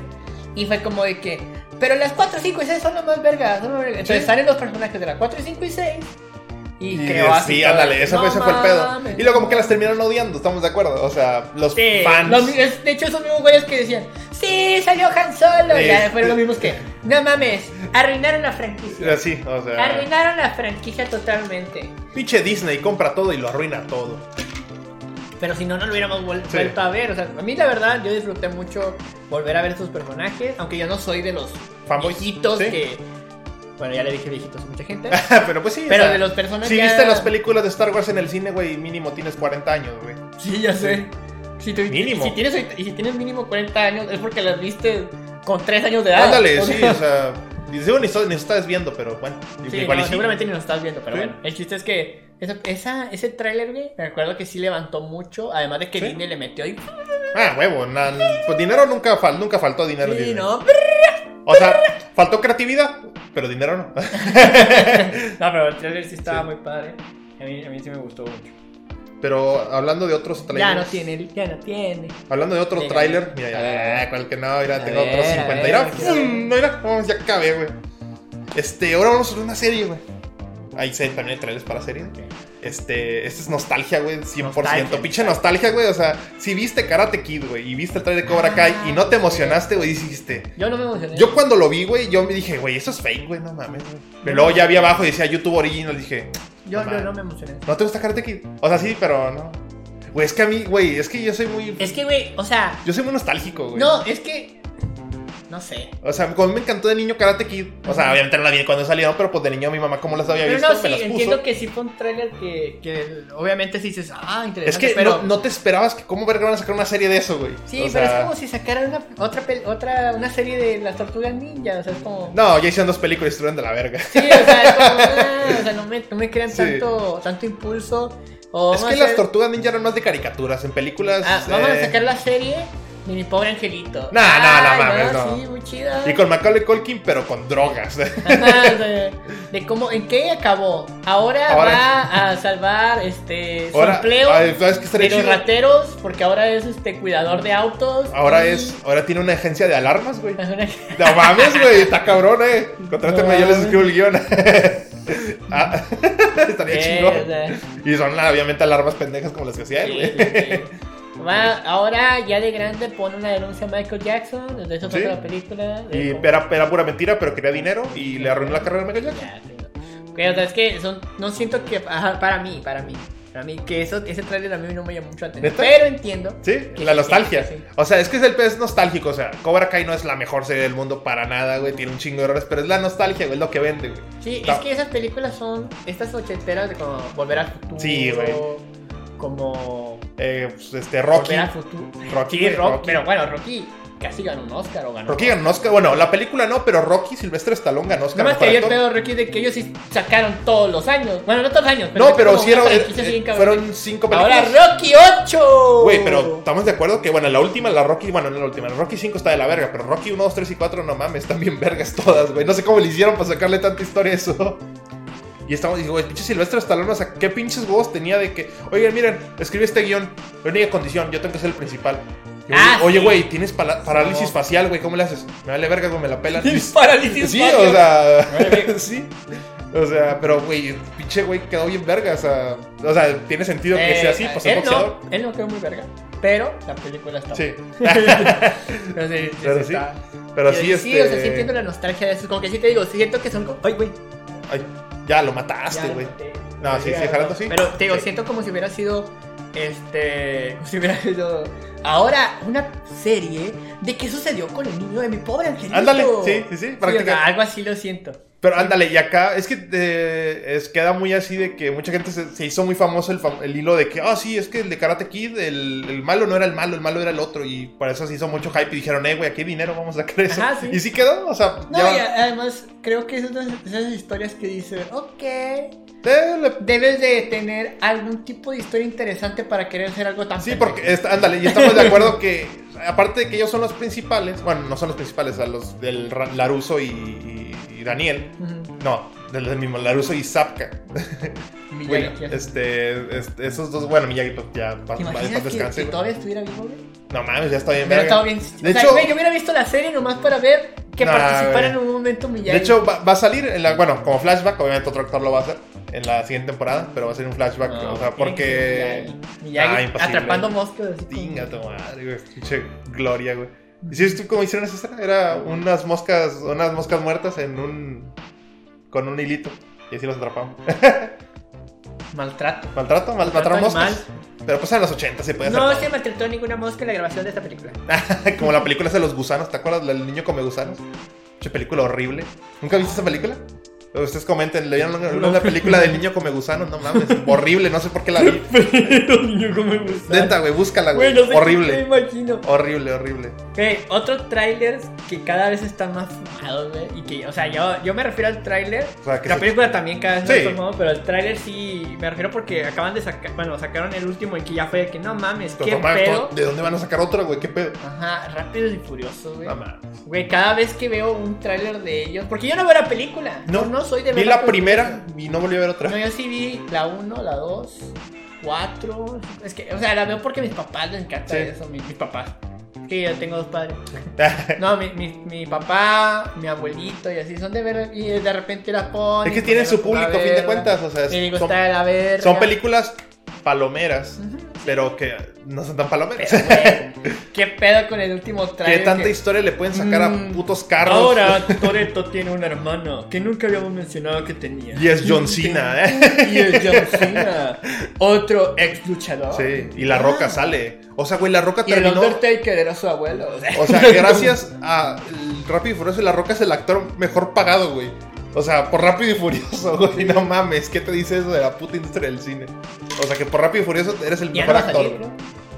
Speaker 2: y fue como de que... Pero las 4, 5 y 6 son las más vergas. son las más vergas. Entonces
Speaker 1: Sí.
Speaker 2: salen los personajes de las 4, 5 y 6. Y,
Speaker 1: Y
Speaker 2: creo así.
Speaker 1: sí,
Speaker 2: todas.
Speaker 1: ándale, ese,
Speaker 2: No
Speaker 1: fue- ese fue el pedo.
Speaker 2: mames.
Speaker 1: Y luego como que las terminaron odiando, estamos de acuerdo. O sea, los
Speaker 2: Sí,
Speaker 1: fans.
Speaker 2: los- es- de hecho, esos mismos güeyes que decían, sí, salió Han Solo.
Speaker 1: Sí.
Speaker 2: Ya fueron los mismos que, no mames, arruinaron la franquicia.
Speaker 1: Así, eh, o sea.
Speaker 2: Arruinaron la franquicia totalmente.
Speaker 1: Pinche Disney compra todo y lo arruina todo.
Speaker 2: Pero si no, no lo hubiéramos vuel-
Speaker 1: Sí.
Speaker 2: vuelto a ver. O sea, a mí la verdad, yo disfruté mucho volver a ver estos personajes. Aunque yo no soy de los
Speaker 1: Fanboys.
Speaker 2: viejitos
Speaker 1: Sí.
Speaker 2: que. Bueno, ya le dije viejitos a mucha gente.
Speaker 1: Pero pues sí. o
Speaker 2: Pero
Speaker 1: sea,
Speaker 2: de los personajes.
Speaker 1: Si viste las películas de Star Wars en el cine, güey, mínimo tienes 40 años, güey.
Speaker 2: Sí, ya sé. Si tu-
Speaker 1: Mínimo.
Speaker 2: Si tienes, y si tienes mínimo 40 años, es porque las viste con 3 años de edad.
Speaker 1: Ándale,
Speaker 2: O
Speaker 1: sí,
Speaker 2: sea,
Speaker 1: o sea. Y según ni so- ni estás viendo, pero bueno.
Speaker 2: Sí,
Speaker 1: igual
Speaker 2: no,
Speaker 1: y sí.
Speaker 2: seguramente ni lo estás viendo, pero
Speaker 1: Sí.
Speaker 2: bueno. El chiste es que esa, esa- ese tráiler, güey, me acuerdo que sí levantó mucho. Además de que
Speaker 1: Sí.
Speaker 2: Disney le metió ahí.
Speaker 1: Ah, huevo, na- pues dinero nunca, fal- nunca faltó dinero.
Speaker 2: Sí,
Speaker 1: Disney.
Speaker 2: no.
Speaker 1: O sea, faltó creatividad, pero dinero no.
Speaker 2: No, pero el trailer sí estaba
Speaker 1: Sí.
Speaker 2: muy padre. A mí, a mí sí me gustó mucho.
Speaker 1: Pero hablando de otros trailers.
Speaker 2: Ya no tiene, ya no tiene.
Speaker 1: Hablando de otro
Speaker 2: Mira.
Speaker 1: tráiler, mira,
Speaker 2: A ver, a
Speaker 1: ya,
Speaker 2: ver.
Speaker 1: cual que no, mira,
Speaker 2: A
Speaker 1: tengo
Speaker 2: ver,
Speaker 1: otros
Speaker 2: a
Speaker 1: 50.
Speaker 2: ver,
Speaker 1: Mira,
Speaker 2: a ver.
Speaker 1: ¡fum! no, Mm, mira, vamos, ya acabé, güey. Este, ahora vamos a ver una serie, güey. Ahí se también hay trailers para series. Este, esta es nostalgia, güey, 100%.
Speaker 2: Nostalgia.
Speaker 1: Pinche nostalgia, güey. O sea, si viste Karate Kid, güey, y viste el trailer de Cobra Kai y no
Speaker 2: Ah,
Speaker 1: te emocionaste, güey, dijiste,
Speaker 2: Yo no me emocioné.
Speaker 1: Yo cuando lo vi, güey, yo me dije, güey, eso es fake, güey, no mames, güey. Pero luego ya vi abajo y decía YouTube Original, dije,
Speaker 2: yo,
Speaker 1: no
Speaker 2: yo
Speaker 1: mames.
Speaker 2: no me emocioné.
Speaker 1: ¿no te gusta Karate Kid? O sea, sí, pero no. Güey, es que a mí, güey, es que yo soy muy.
Speaker 2: Es que, güey, o sea,
Speaker 1: Yo soy muy nostálgico, güey.
Speaker 2: no, es que. No sé.
Speaker 1: O sea, como me encantó de niño Karate Kid. O sea, obviamente no la vi cuando salió, pero pues de niño mi mamá, como las había
Speaker 2: Pero
Speaker 1: visto,
Speaker 2: no,
Speaker 1: me
Speaker 2: sí,
Speaker 1: las
Speaker 2: entiendo
Speaker 1: puso.
Speaker 2: que sí fue un trailer que, que obviamente sí dices, ah, interesante.
Speaker 1: Es que
Speaker 2: pero,
Speaker 1: no, no te esperabas que cómo verga van a sacar una serie de eso, güey.
Speaker 2: Sí,
Speaker 1: O
Speaker 2: pero
Speaker 1: sea,
Speaker 2: es como si sacaran una, otra, pel- otra una serie de las tortugas ninja, o sea, es como...
Speaker 1: No, ya hicieron dos películas y estuvieron de la verga.
Speaker 2: Sí, o sea, es como, ah, o sea, no me, no me crean
Speaker 1: Sí.
Speaker 2: tanto, tanto impulso. O
Speaker 1: es
Speaker 2: vamos
Speaker 1: que
Speaker 2: a
Speaker 1: las
Speaker 2: hacer-
Speaker 1: tortugas ninja eran más de caricaturas, en películas.
Speaker 2: ah, Vamos a
Speaker 1: eh,
Speaker 2: sacar la serie de mi pobre angelito.
Speaker 1: no, no,
Speaker 2: Ay,
Speaker 1: mames, no.
Speaker 2: Sí, muy chida.
Speaker 1: Y con Macaulay Culkin, pero con drogas.
Speaker 2: Ajá, de, de cómo, en qué acabó. Ahora,
Speaker 1: Ahora-
Speaker 2: va a salvar este, su
Speaker 1: Ahora,
Speaker 2: empleo
Speaker 1: ay, ¿sabes qué estaría
Speaker 2: de los
Speaker 1: chido?
Speaker 2: rateros, porque ahora es este cuidador de autos.
Speaker 1: Ahora
Speaker 2: y-
Speaker 1: es, ahora tiene una agencia de alarmas, güey.
Speaker 2: Ahora-
Speaker 1: No mames, güey, está cabrón, eh. Contrátenme,
Speaker 2: No
Speaker 1: yo les
Speaker 2: mames. Eh,
Speaker 1: escribo el guión. Ah, estaría
Speaker 2: Sí,
Speaker 1: chido.
Speaker 2: o sea.
Speaker 1: Y son obviamente alarmas pendejas como las que hacía él,
Speaker 2: Sí,
Speaker 1: Eh, güey.
Speaker 2: sí, sí. Va, ahora ya de grande pone una denuncia a Michael Jackson, desde eso fue
Speaker 1: Sí.
Speaker 2: la película. de
Speaker 1: Y
Speaker 2: cómo-
Speaker 1: era, era pura mentira, pero quería dinero y le arruinó la carrera a Michael Jackson.
Speaker 2: Ya, sí, no. Pero o sea, es que son, no siento que ajá, para mí, para mí, para mí que eso, ese trailer a mí no me llamó mucho la atención.
Speaker 1: ¿Neta?
Speaker 2: Pero entiendo.
Speaker 1: Sí,
Speaker 2: Que
Speaker 1: la
Speaker 2: sí,
Speaker 1: nostalgia.
Speaker 2: sí, sí.
Speaker 1: O sea, es que es el pez nostálgico. O sea, Cobra Kai no es la mejor serie del mundo para nada, güey. Tiene un chingo de errores, pero es la nostalgia, güey. Es lo que vende, güey.
Speaker 2: Sí,
Speaker 1: No.
Speaker 2: es que esas películas son estas ochenteras de como Volver al Futuro.
Speaker 1: Sí, güey.
Speaker 2: Como
Speaker 1: Eh, pues, este, Rocky.
Speaker 2: Volver al Futuro.
Speaker 1: Rocky,
Speaker 2: Sí,
Speaker 1: güey,
Speaker 2: Rocky,
Speaker 1: Rocky.
Speaker 2: Pero bueno, Rocky casi ganó un Oscar o ganó.
Speaker 1: Rocky ganó un Oscar. Bueno, la película no, pero Rocky Silvestre Stallone ganó Oscar.
Speaker 2: No más que
Speaker 1: mejor
Speaker 2: ayer
Speaker 1: actor.
Speaker 2: pedo Rocky de que ellos sí sacaron todos los años. Bueno, no todos los años.
Speaker 1: No,
Speaker 2: fue
Speaker 1: pero
Speaker 2: como
Speaker 1: sí
Speaker 2: una
Speaker 1: era-
Speaker 2: franquicia
Speaker 1: eh,
Speaker 2: bien cabrona.
Speaker 1: fueron cinco
Speaker 2: Ahora
Speaker 1: películas.
Speaker 2: Rocky 8.
Speaker 1: Güey, pero estamos de acuerdo que, bueno, la última, la Rocky, bueno, no la última, la Rocky 5 está de la verga, pero Rocky 1, 2, 3 y 4, no mames, están bien vergas todas, güey. No sé cómo le hicieron para sacarle tanta historia a eso. Y estamos, digo, güey, pinche Silvestre Stallone, o sea, qué pinches huevos tenía de que, oigan, miren, escribí este guión, la única condición, yo tengo que ser el principal. Y,
Speaker 2: Ah,
Speaker 1: oye,
Speaker 2: sí.
Speaker 1: güey, tienes pala- parálisis
Speaker 2: No.
Speaker 1: facial, güey, ¿cómo le haces? Me vale verga, güey, me la pelan.
Speaker 2: Tienes parálisis
Speaker 1: Sí,
Speaker 2: facial.
Speaker 1: o sea.
Speaker 2: Vale, verga.
Speaker 1: sí. O sea, pero güey, pinche güey quedó bien verga. O sea, o sea, tiene sentido que sea así, pues es
Speaker 2: Eh, él
Speaker 1: boxeador.
Speaker 2: no, él no quedó muy verga. Pero la película está
Speaker 1: Sí.
Speaker 2: buena. Pero sí, sí,
Speaker 1: Pero
Speaker 2: sí
Speaker 1: sí.
Speaker 2: está-
Speaker 1: Pero
Speaker 2: sí,
Speaker 1: sí, este.
Speaker 2: o sea, sí entiendo la nostalgia de eso. Como que sí te digo, siento que son. como- Ay, güey.
Speaker 1: Ay, ya lo
Speaker 2: ya,
Speaker 1: mataste, güey.
Speaker 2: te-
Speaker 1: No,
Speaker 2: te
Speaker 1: sí,
Speaker 2: digo,
Speaker 1: sí, jalando, sí.
Speaker 2: Pero te digo,
Speaker 1: Sí.
Speaker 2: siento como si hubiera sido. Este. Como si hubiera sido. Ahora, una serie de qué sucedió con el niño de mi pobre angelito.
Speaker 1: Ándale, sí, sí, sí,
Speaker 2: o sea,
Speaker 1: práctica.
Speaker 2: algo así lo siento.
Speaker 1: Pero ándale, y acá es que eh, es, queda muy así de que mucha gente se, se hizo muy famoso el, fam- el hilo de que, ah, sí, es que el de Karate Kid, el, el malo no era el malo, el malo era el otro. Y por eso se hizo mucho hype y dijeron, eh, güey, ¿a qué dinero vamos a sacar eso?
Speaker 2: Ajá, sí.
Speaker 1: Y sí quedó, o sea,
Speaker 2: No,
Speaker 1: ya-
Speaker 2: y a- además creo que es una de esas historias que dice, ok,
Speaker 1: eh, le-
Speaker 2: debes de tener algún tipo de historia interesante para querer hacer algo tan
Speaker 1: Sí,
Speaker 2: pendejo".
Speaker 1: porque, está- ándale, y estamos de acuerdo que, aparte de que ellos son los principales, bueno, no son los principales, a los del Ra- Laruso y, y- y Daniel,
Speaker 2: Ujú.
Speaker 1: no, del, del mismo Laruso y Zapka.
Speaker 2: Mi
Speaker 1: Bueno,
Speaker 2: Yankee.
Speaker 1: este, este, esos dos, bueno, Miyagi, pues ya, pa-
Speaker 2: ¿Te
Speaker 1: pa-
Speaker 2: imaginas
Speaker 1: paz
Speaker 2: que,
Speaker 1: descanse,
Speaker 2: que
Speaker 1: güey.
Speaker 2: todavía estuviera vivo, güey?
Speaker 1: No mames, ya está bien,
Speaker 2: Hubiera
Speaker 1: verga.
Speaker 2: estado bien.
Speaker 1: De
Speaker 2: o sea,
Speaker 1: hecho-
Speaker 2: güey, yo hubiera visto la serie nomás para ver que
Speaker 1: Nah,
Speaker 2: participara
Speaker 1: güey.
Speaker 2: en un momento
Speaker 1: De
Speaker 2: humillante.
Speaker 1: hecho, va, va a salir, en la, bueno, como flashback, obviamente otro actor lo va a hacer en la siguiente temporada, pero va a ser un flashback,
Speaker 2: No,
Speaker 1: o sea,
Speaker 2: tiene
Speaker 1: porque...
Speaker 2: que ser Miyagi. Miyagi
Speaker 1: Ah, imposible.
Speaker 2: atrapando moscas. así como-
Speaker 1: Tinga tu madre, güey. Pinche gloria, güey. ¿Y si tú cómo hicieron esa escena? Era unas moscas, unas moscas muertas en un. con un hilito. Y así los atrapamos.
Speaker 2: Maltrato.
Speaker 1: Maltrato, mal, mataron
Speaker 2: Maltrato
Speaker 1: moscas. Pero pues en los 80 se podía hacer.
Speaker 2: No
Speaker 1: todo.
Speaker 2: se maltrató ninguna mosca en la grabación de esta película.
Speaker 1: Como la película esa de los gusanos, ¿te acuerdas? El niño come gusanos. Che película horrible. ¿Nunca viste esa película? Ustedes comenten, ¿le vieron alguna vez la película del niño come gusanos? No mames, horrible, no sé por qué la vi.
Speaker 2: Pero niño, cómo me gusta.
Speaker 1: Neta, güey, búscala, güey.
Speaker 2: Güey, no sé Me
Speaker 1: horrible.
Speaker 2: imagino.
Speaker 1: Horrible, horrible.
Speaker 2: Güey, otro tráiler que cada vez están más fumados, güey. Y que, o sea, yo, yo me refiero al tráiler.
Speaker 1: O sea, que
Speaker 2: La
Speaker 1: se-
Speaker 2: película también cada vez más
Speaker 1: Sí.
Speaker 2: fumado, pero el tráiler sí. Me refiero porque acaban de sacar. Bueno, sacaron el último y que ya fue de que no mames,
Speaker 1: Pero
Speaker 2: qué
Speaker 1: no mames,
Speaker 2: pedo.
Speaker 1: ¿De dónde van a sacar otra, güey? ¿Qué pedo?
Speaker 2: Ajá, rápido y furioso, güey.
Speaker 1: No mames.
Speaker 2: Güey, cada vez que veo un tráiler de ellos. Porque yo no veo la película. No,
Speaker 1: No,
Speaker 2: no soy de
Speaker 1: Vi
Speaker 2: ver
Speaker 1: la
Speaker 2: película.
Speaker 1: primera y no volví a ver
Speaker 2: No,
Speaker 1: otra.
Speaker 2: yo sí vi la 1, la 2, 4. Es que, o sea, la veo porque mis papás les encanta
Speaker 1: Sí.
Speaker 2: eso, mis, mis papás. Que yo tengo dos padres. No, mi, mi, mi papá, mi abuelito y así son de ver. Y de repente la ponen.
Speaker 1: es que tienen su público, a fin de cuentas. O sea,
Speaker 2: Y digo,
Speaker 1: son,
Speaker 2: está de la verga.
Speaker 1: son películas palomeras,
Speaker 2: Ujú.
Speaker 1: pero que no son tan palomeras.
Speaker 2: Pero, güey, ¿Qué pedo con el último
Speaker 1: ¿Qué
Speaker 2: trailer?
Speaker 1: tanta historia le pueden sacar
Speaker 2: Mm.
Speaker 1: a putos carros?
Speaker 2: Toreto tiene un hermano que nunca habíamos mencionado que tenía.
Speaker 1: Y es John Cena, ¿eh?
Speaker 2: Y es John Cena, otro ex luchador.
Speaker 1: Sí, y La Roca sale. O sea, güey, La Roca
Speaker 2: Y el
Speaker 1: terminó...
Speaker 2: Undertaker era su abuelo. O sea,
Speaker 1: O sea, gracias a el Rápido y Furioso, La Roca es el actor mejor pagado, güey. O sea, por Rápido y Furioso, güey. No mames, ¿qué te dice eso de la puta industria del cine? O sea, que por Rápido y Furioso eres el
Speaker 2: ya
Speaker 1: mejor
Speaker 2: no va a
Speaker 1: actor.
Speaker 2: salir,
Speaker 1: güey.
Speaker 2: ¿no?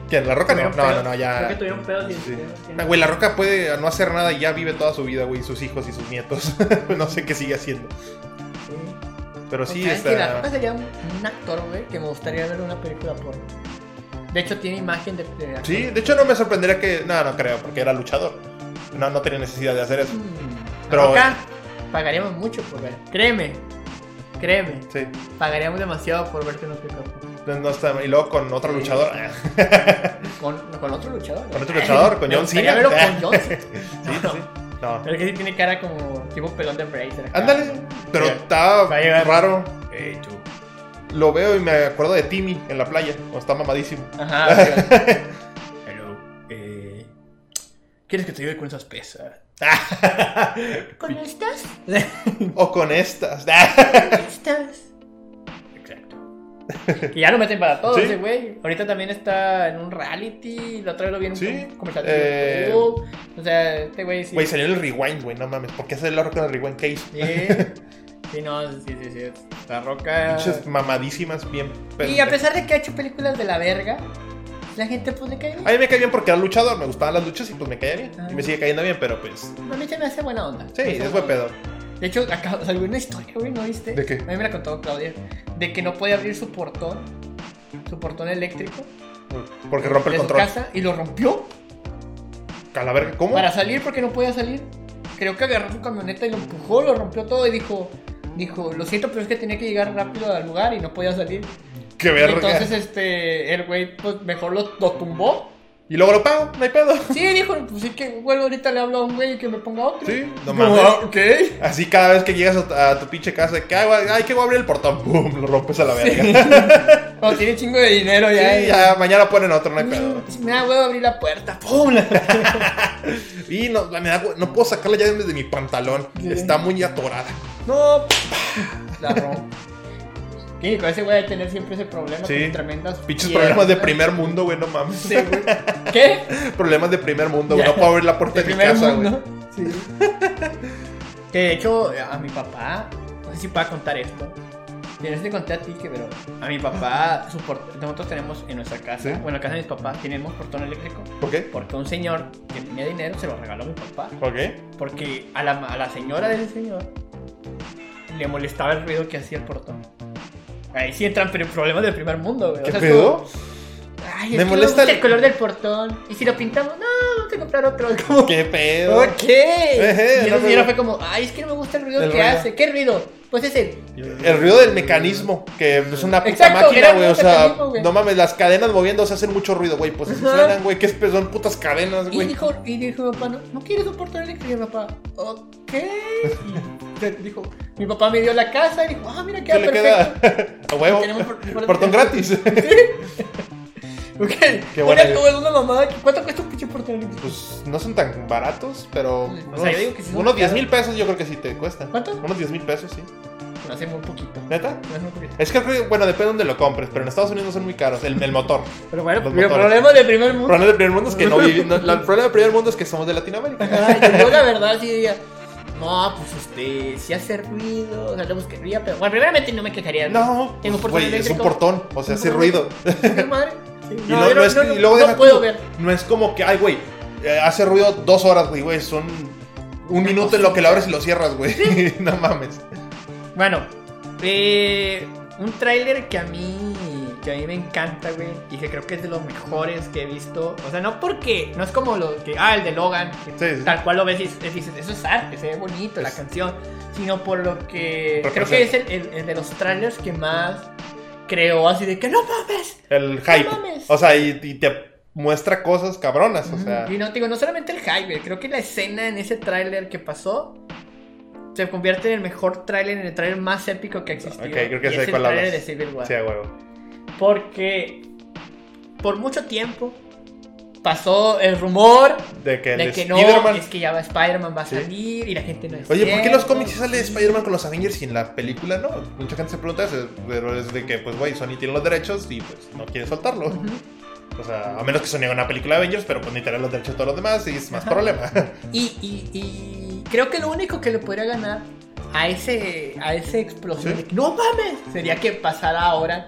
Speaker 1: ¿Quién? ¿La Roca? No,
Speaker 2: Tuvieron
Speaker 1: no, no,
Speaker 2: pedos.
Speaker 1: no,
Speaker 2: Creo que
Speaker 1: ya...
Speaker 2: tuvieron pedos y-
Speaker 1: Sí.
Speaker 2: y-
Speaker 1: Ah, Güey, la roca puede no hacer nada y ya vive toda su vida, güey, sus hijos y sus nietos. no sé qué sigue haciendo.
Speaker 2: Sí.
Speaker 1: Pero
Speaker 2: O
Speaker 1: sí,
Speaker 2: sea, es que la
Speaker 1: está.
Speaker 2: Roca sería un, un actor, güey, que me gustaría ver en una película porno. De hecho, tiene imagen de. de actor.
Speaker 1: Sí, de hecho no me sorprendería que. No, no creo, porque era luchador. No, no tenía necesidad de hacer eso.
Speaker 2: Mm.
Speaker 1: Pero-
Speaker 2: La Roca, pagaríamos mucho por ver. Créeme. Créeme.
Speaker 1: Sí,
Speaker 2: Pagaríamos demasiado por verte en una película porno.
Speaker 1: no está. Y luego con otro luchador.
Speaker 2: Con, con otro luchador. güey.
Speaker 1: Con otro luchador, con
Speaker 2: Me
Speaker 1: John
Speaker 2: gustaría
Speaker 1: Cena.
Speaker 2: verlo con John Cena.
Speaker 1: Sí, sí. No.
Speaker 2: Pero que sí tiene cara como tipo pelón de Bracer. acá.
Speaker 1: Ándale. Pero
Speaker 2: Mira,
Speaker 1: está
Speaker 2: va a llegar.
Speaker 1: raro.
Speaker 3: Hey, tú.
Speaker 1: Lo veo y me acuerdo de Timmy en la playa. O está mamadísimo.
Speaker 2: Ajá, pero-
Speaker 3: Hello. Eh, ¿Quieres que te ayude con esas pesas?
Speaker 2: ¿Con estas?
Speaker 1: O con estas.
Speaker 2: estas?
Speaker 3: Exacto.
Speaker 2: Que ya lo meten para todos,
Speaker 1: Sí.
Speaker 2: ese güey. Ahorita también está en un reality. La otra vez lo vi en un
Speaker 1: Sí,
Speaker 2: com- comercial de
Speaker 1: eh,
Speaker 2: YouTube. O sea, este güey sí.
Speaker 1: Güey, salió en el rewind, güey. No mames. ¿Por qué hacer la roca en el rewind? ¿Qué hizo?
Speaker 2: Sí. Sí, no, sí, sí, sí. La roca.
Speaker 1: Pinches mamadísimas, bien.
Speaker 2: Y a pesar de que ha hecho películas de la verga, la gente pues le cae bien.
Speaker 1: A mí me cae bien porque era luchador, me gustaban las luchas y pues me caía bien.
Speaker 2: Ah. Pues
Speaker 1: Y me sigue cayendo bien, pero pues.
Speaker 2: A mí se me hace buena onda.
Speaker 1: Sí,
Speaker 2: Me hace
Speaker 1: es buen pedo.
Speaker 2: De hecho, acá salió una historia, güey, ¿no viste?
Speaker 1: ¿De qué?
Speaker 2: A mí me la contó Claudia. De que no puede abrir su portón, su portón eléctrico
Speaker 1: Porque rompe
Speaker 2: de
Speaker 1: el
Speaker 2: su
Speaker 1: control.
Speaker 2: casa y lo rompió
Speaker 1: Calaverga, ¿cómo?
Speaker 2: para salir porque no podía salir. Creo que agarró su camioneta y lo empujó, lo rompió todo y dijo, dijo, lo siento, pero es que tenía que llegar rápido al lugar y no podía salir.
Speaker 1: Que
Speaker 2: Y
Speaker 1: verga.
Speaker 2: entonces, este, el güey, pues mejor lo, lo tumbó.
Speaker 1: Y luego lo pago, no hay pedo.
Speaker 2: Sí, dijo, pues sí que, güey, ahorita le hablo a un güey y que me ponga otro.
Speaker 1: Sí, no
Speaker 2: Yo,
Speaker 1: mames.
Speaker 2: "Ah, ok.
Speaker 1: Así cada vez que llegas a, tu- a tu pinche casa, de que ay, güey, ay, que voy a abrir el portón, ¡pum! Lo rompes a la verga. Sí,
Speaker 2: Cuando tiene chingo de dinero ya.
Speaker 1: ya,
Speaker 2: y-
Speaker 1: mañana ponen otro, no hay pedo.
Speaker 2: Pues, Me da huevo abrir la puerta. ¡Pum!
Speaker 1: Y no, la- me da hue- no puedo sacarla ya desde mi pantalón.
Speaker 2: Sí.
Speaker 1: Está muy atorada.
Speaker 2: No. La rompo. Y con ese güey de tener siempre ese problema
Speaker 1: Sí.
Speaker 2: con tremendas.
Speaker 1: Pinches
Speaker 2: piedras.
Speaker 1: problemas de primer mundo, güey, no mames.
Speaker 2: Sí, güey. ¿Qué?
Speaker 1: Problemas de primer mundo, güey.
Speaker 2: Ya.
Speaker 1: No puedo abrir la puerta
Speaker 2: De
Speaker 1: de, mi
Speaker 2: primer
Speaker 1: casa, güey.
Speaker 2: mundo. Sí. Que de hecho, a mi papá, no sé si pueda contar esto. Tienes que contar a ti que, pero a mi papá, su port- nosotros tenemos en nuestra casa,
Speaker 1: Sí.
Speaker 2: bueno, en la casa de mis papás, tenemos portón eléctrico.
Speaker 1: ¿Por qué?
Speaker 2: Porque un señor que tenía dinero se lo regaló a mi papá.
Speaker 1: ¿Por qué?
Speaker 2: Porque a la, a la señora del señor le molestaba el ruido que hacía el portón. Ahí sí entran pri- problemas del primer mundo, güey. O
Speaker 1: ¿Qué
Speaker 2: sea, es
Speaker 1: pedo?
Speaker 2: como, Ay, es
Speaker 1: Me
Speaker 2: que
Speaker 1: molesta
Speaker 2: gusta
Speaker 1: el-
Speaker 2: el... color del portón. Y si lo pintamos, no, vamos a comprar otro. Como,
Speaker 1: ¿Qué pedo?
Speaker 2: Ok.
Speaker 1: Ejé,
Speaker 2: y
Speaker 1: no
Speaker 2: el
Speaker 1: me
Speaker 2: señor
Speaker 1: gu-
Speaker 2: fue como, ay, es que no me gusta el ruido
Speaker 1: El
Speaker 2: que
Speaker 1: ruido.
Speaker 2: hace. ¿Qué ruido? Pues ese.
Speaker 1: El ruido del mecanismo, que es una puta
Speaker 2: Exacto,
Speaker 1: máquina,
Speaker 2: era
Speaker 1: güey.
Speaker 2: un
Speaker 1: O sea,
Speaker 2: mecanismo, güey.
Speaker 1: no mames, las cadenas moviéndose hacen mucho ruido, güey. Pues así
Speaker 2: Ajá.
Speaker 1: suenan, güey. ¿Qué es- son putas cadenas,
Speaker 2: Y
Speaker 1: güey?
Speaker 2: dijo, y dijo mi papá, no, no quieres un portón eléctrico, papá. Ok. Y te- dijo, mi papá me dio la casa y dijo, ah, mira,
Speaker 1: ¿Qué
Speaker 2: queda
Speaker 1: le
Speaker 2: perfecto.
Speaker 1: queda? A huevo.
Speaker 2: Tenemos por- por-
Speaker 1: Portón gratis.
Speaker 2: Ok.
Speaker 1: Qué buena
Speaker 2: Era
Speaker 1: idea.
Speaker 2: como de una mamada. que- ¿Cuánto cuesta un pinche portón eléctrico?
Speaker 1: Pues no son tan baratos, pero.
Speaker 2: O sea,
Speaker 1: unos,
Speaker 2: yo digo que sí son
Speaker 1: unos 10
Speaker 2: caros.
Speaker 1: mil pesos yo creo que sí te cuesta.
Speaker 2: ¿Cuánto?
Speaker 1: Unos 10 mil pesos, sí.
Speaker 2: Lo hace muy poquito.
Speaker 1: ¿Neta?
Speaker 2: Lo hace muy poquito.
Speaker 1: Es que, creo que, bueno, depende de dónde lo compres, pero en Estados Unidos son muy caros. El, el motor.
Speaker 2: Pero bueno,
Speaker 1: Los
Speaker 2: el
Speaker 1: motores.
Speaker 2: problema del primer
Speaker 1: El
Speaker 2: mundo.
Speaker 1: problema del primer mundo es que no vivimos. El problema del primer mundo es que somos de Latinoamérica.
Speaker 2: Ajá, yo la verdad sí diría, no, pues este, si hace ruido, o sea, le buscaría, pero bueno, primeramente no me quejaría.
Speaker 1: No, pues,
Speaker 2: Tengo un portón
Speaker 1: güey, es un
Speaker 2: eléctrico.
Speaker 1: portón, o sea, hace ruido.
Speaker 2: ¿Qué madre? Sí,
Speaker 1: Y
Speaker 2: no,
Speaker 1: luego
Speaker 2: yo
Speaker 1: no es-
Speaker 2: no-
Speaker 1: y luego
Speaker 2: no
Speaker 1: deja
Speaker 2: puedo
Speaker 1: tú,
Speaker 2: ver.
Speaker 1: No es como que, ay, güey, eh, hace ruido dos horas, güey, güey, son un minuto en lo que lo abres y lo cierras, güey. no mames.
Speaker 2: Bueno, eh, un tráiler que a mí que a mí me encanta, güey, y que creo que es de los mejores que he visto. O sea, no porque no es como lo que ah, el de Logan, que
Speaker 1: Sí, sí.
Speaker 2: tal cual lo ves y y dices, eso es arte, se ve bonito la
Speaker 1: Sí.
Speaker 2: canción, sino por lo que creo
Speaker 1: Representa.
Speaker 2: que es el, el- el de los trailers que más creó así de que no mames.
Speaker 1: El hype.
Speaker 2: mames.
Speaker 1: o sea, y, y te muestra cosas cabronas, o sea.
Speaker 2: Y no te digo, no solamente el hype, güey, creo que la escena en ese tráiler que pasó se convierte en el mejor tráiler, en el tráiler más épico que ha existido.
Speaker 1: Ok, creo que
Speaker 2: Y
Speaker 1: sé
Speaker 2: es el
Speaker 1: cuál
Speaker 2: tráiler de
Speaker 1: hablas.
Speaker 2: Civil War.
Speaker 1: Sí, a huevo.
Speaker 2: Porque por mucho tiempo pasó el rumor
Speaker 1: De que, el
Speaker 2: de que no,
Speaker 1: Spider-Man-
Speaker 2: es que ya va Spider-Man va a
Speaker 1: Sí.
Speaker 2: salir y la gente no es
Speaker 1: Oye, ¿por qué en los
Speaker 2: cierto?
Speaker 1: cómics sí sale Spider-Man con los Avengers y en la película no? Mucha gente se pregunta eso, pero es de que, pues, güey, Sony tiene los derechos y, pues, no quiere soltarlo.
Speaker 2: Ujú.
Speaker 1: O sea, a menos que Sony haga una película de Avengers, pero, pues, ni tener los derechos de todos los demás y es más
Speaker 2: Ajá.
Speaker 1: problema.
Speaker 2: Y, y- y creo que lo único que le podría ganar a ese a esa explosión
Speaker 1: Sí.
Speaker 2: de que, no mames sería que pasara ahora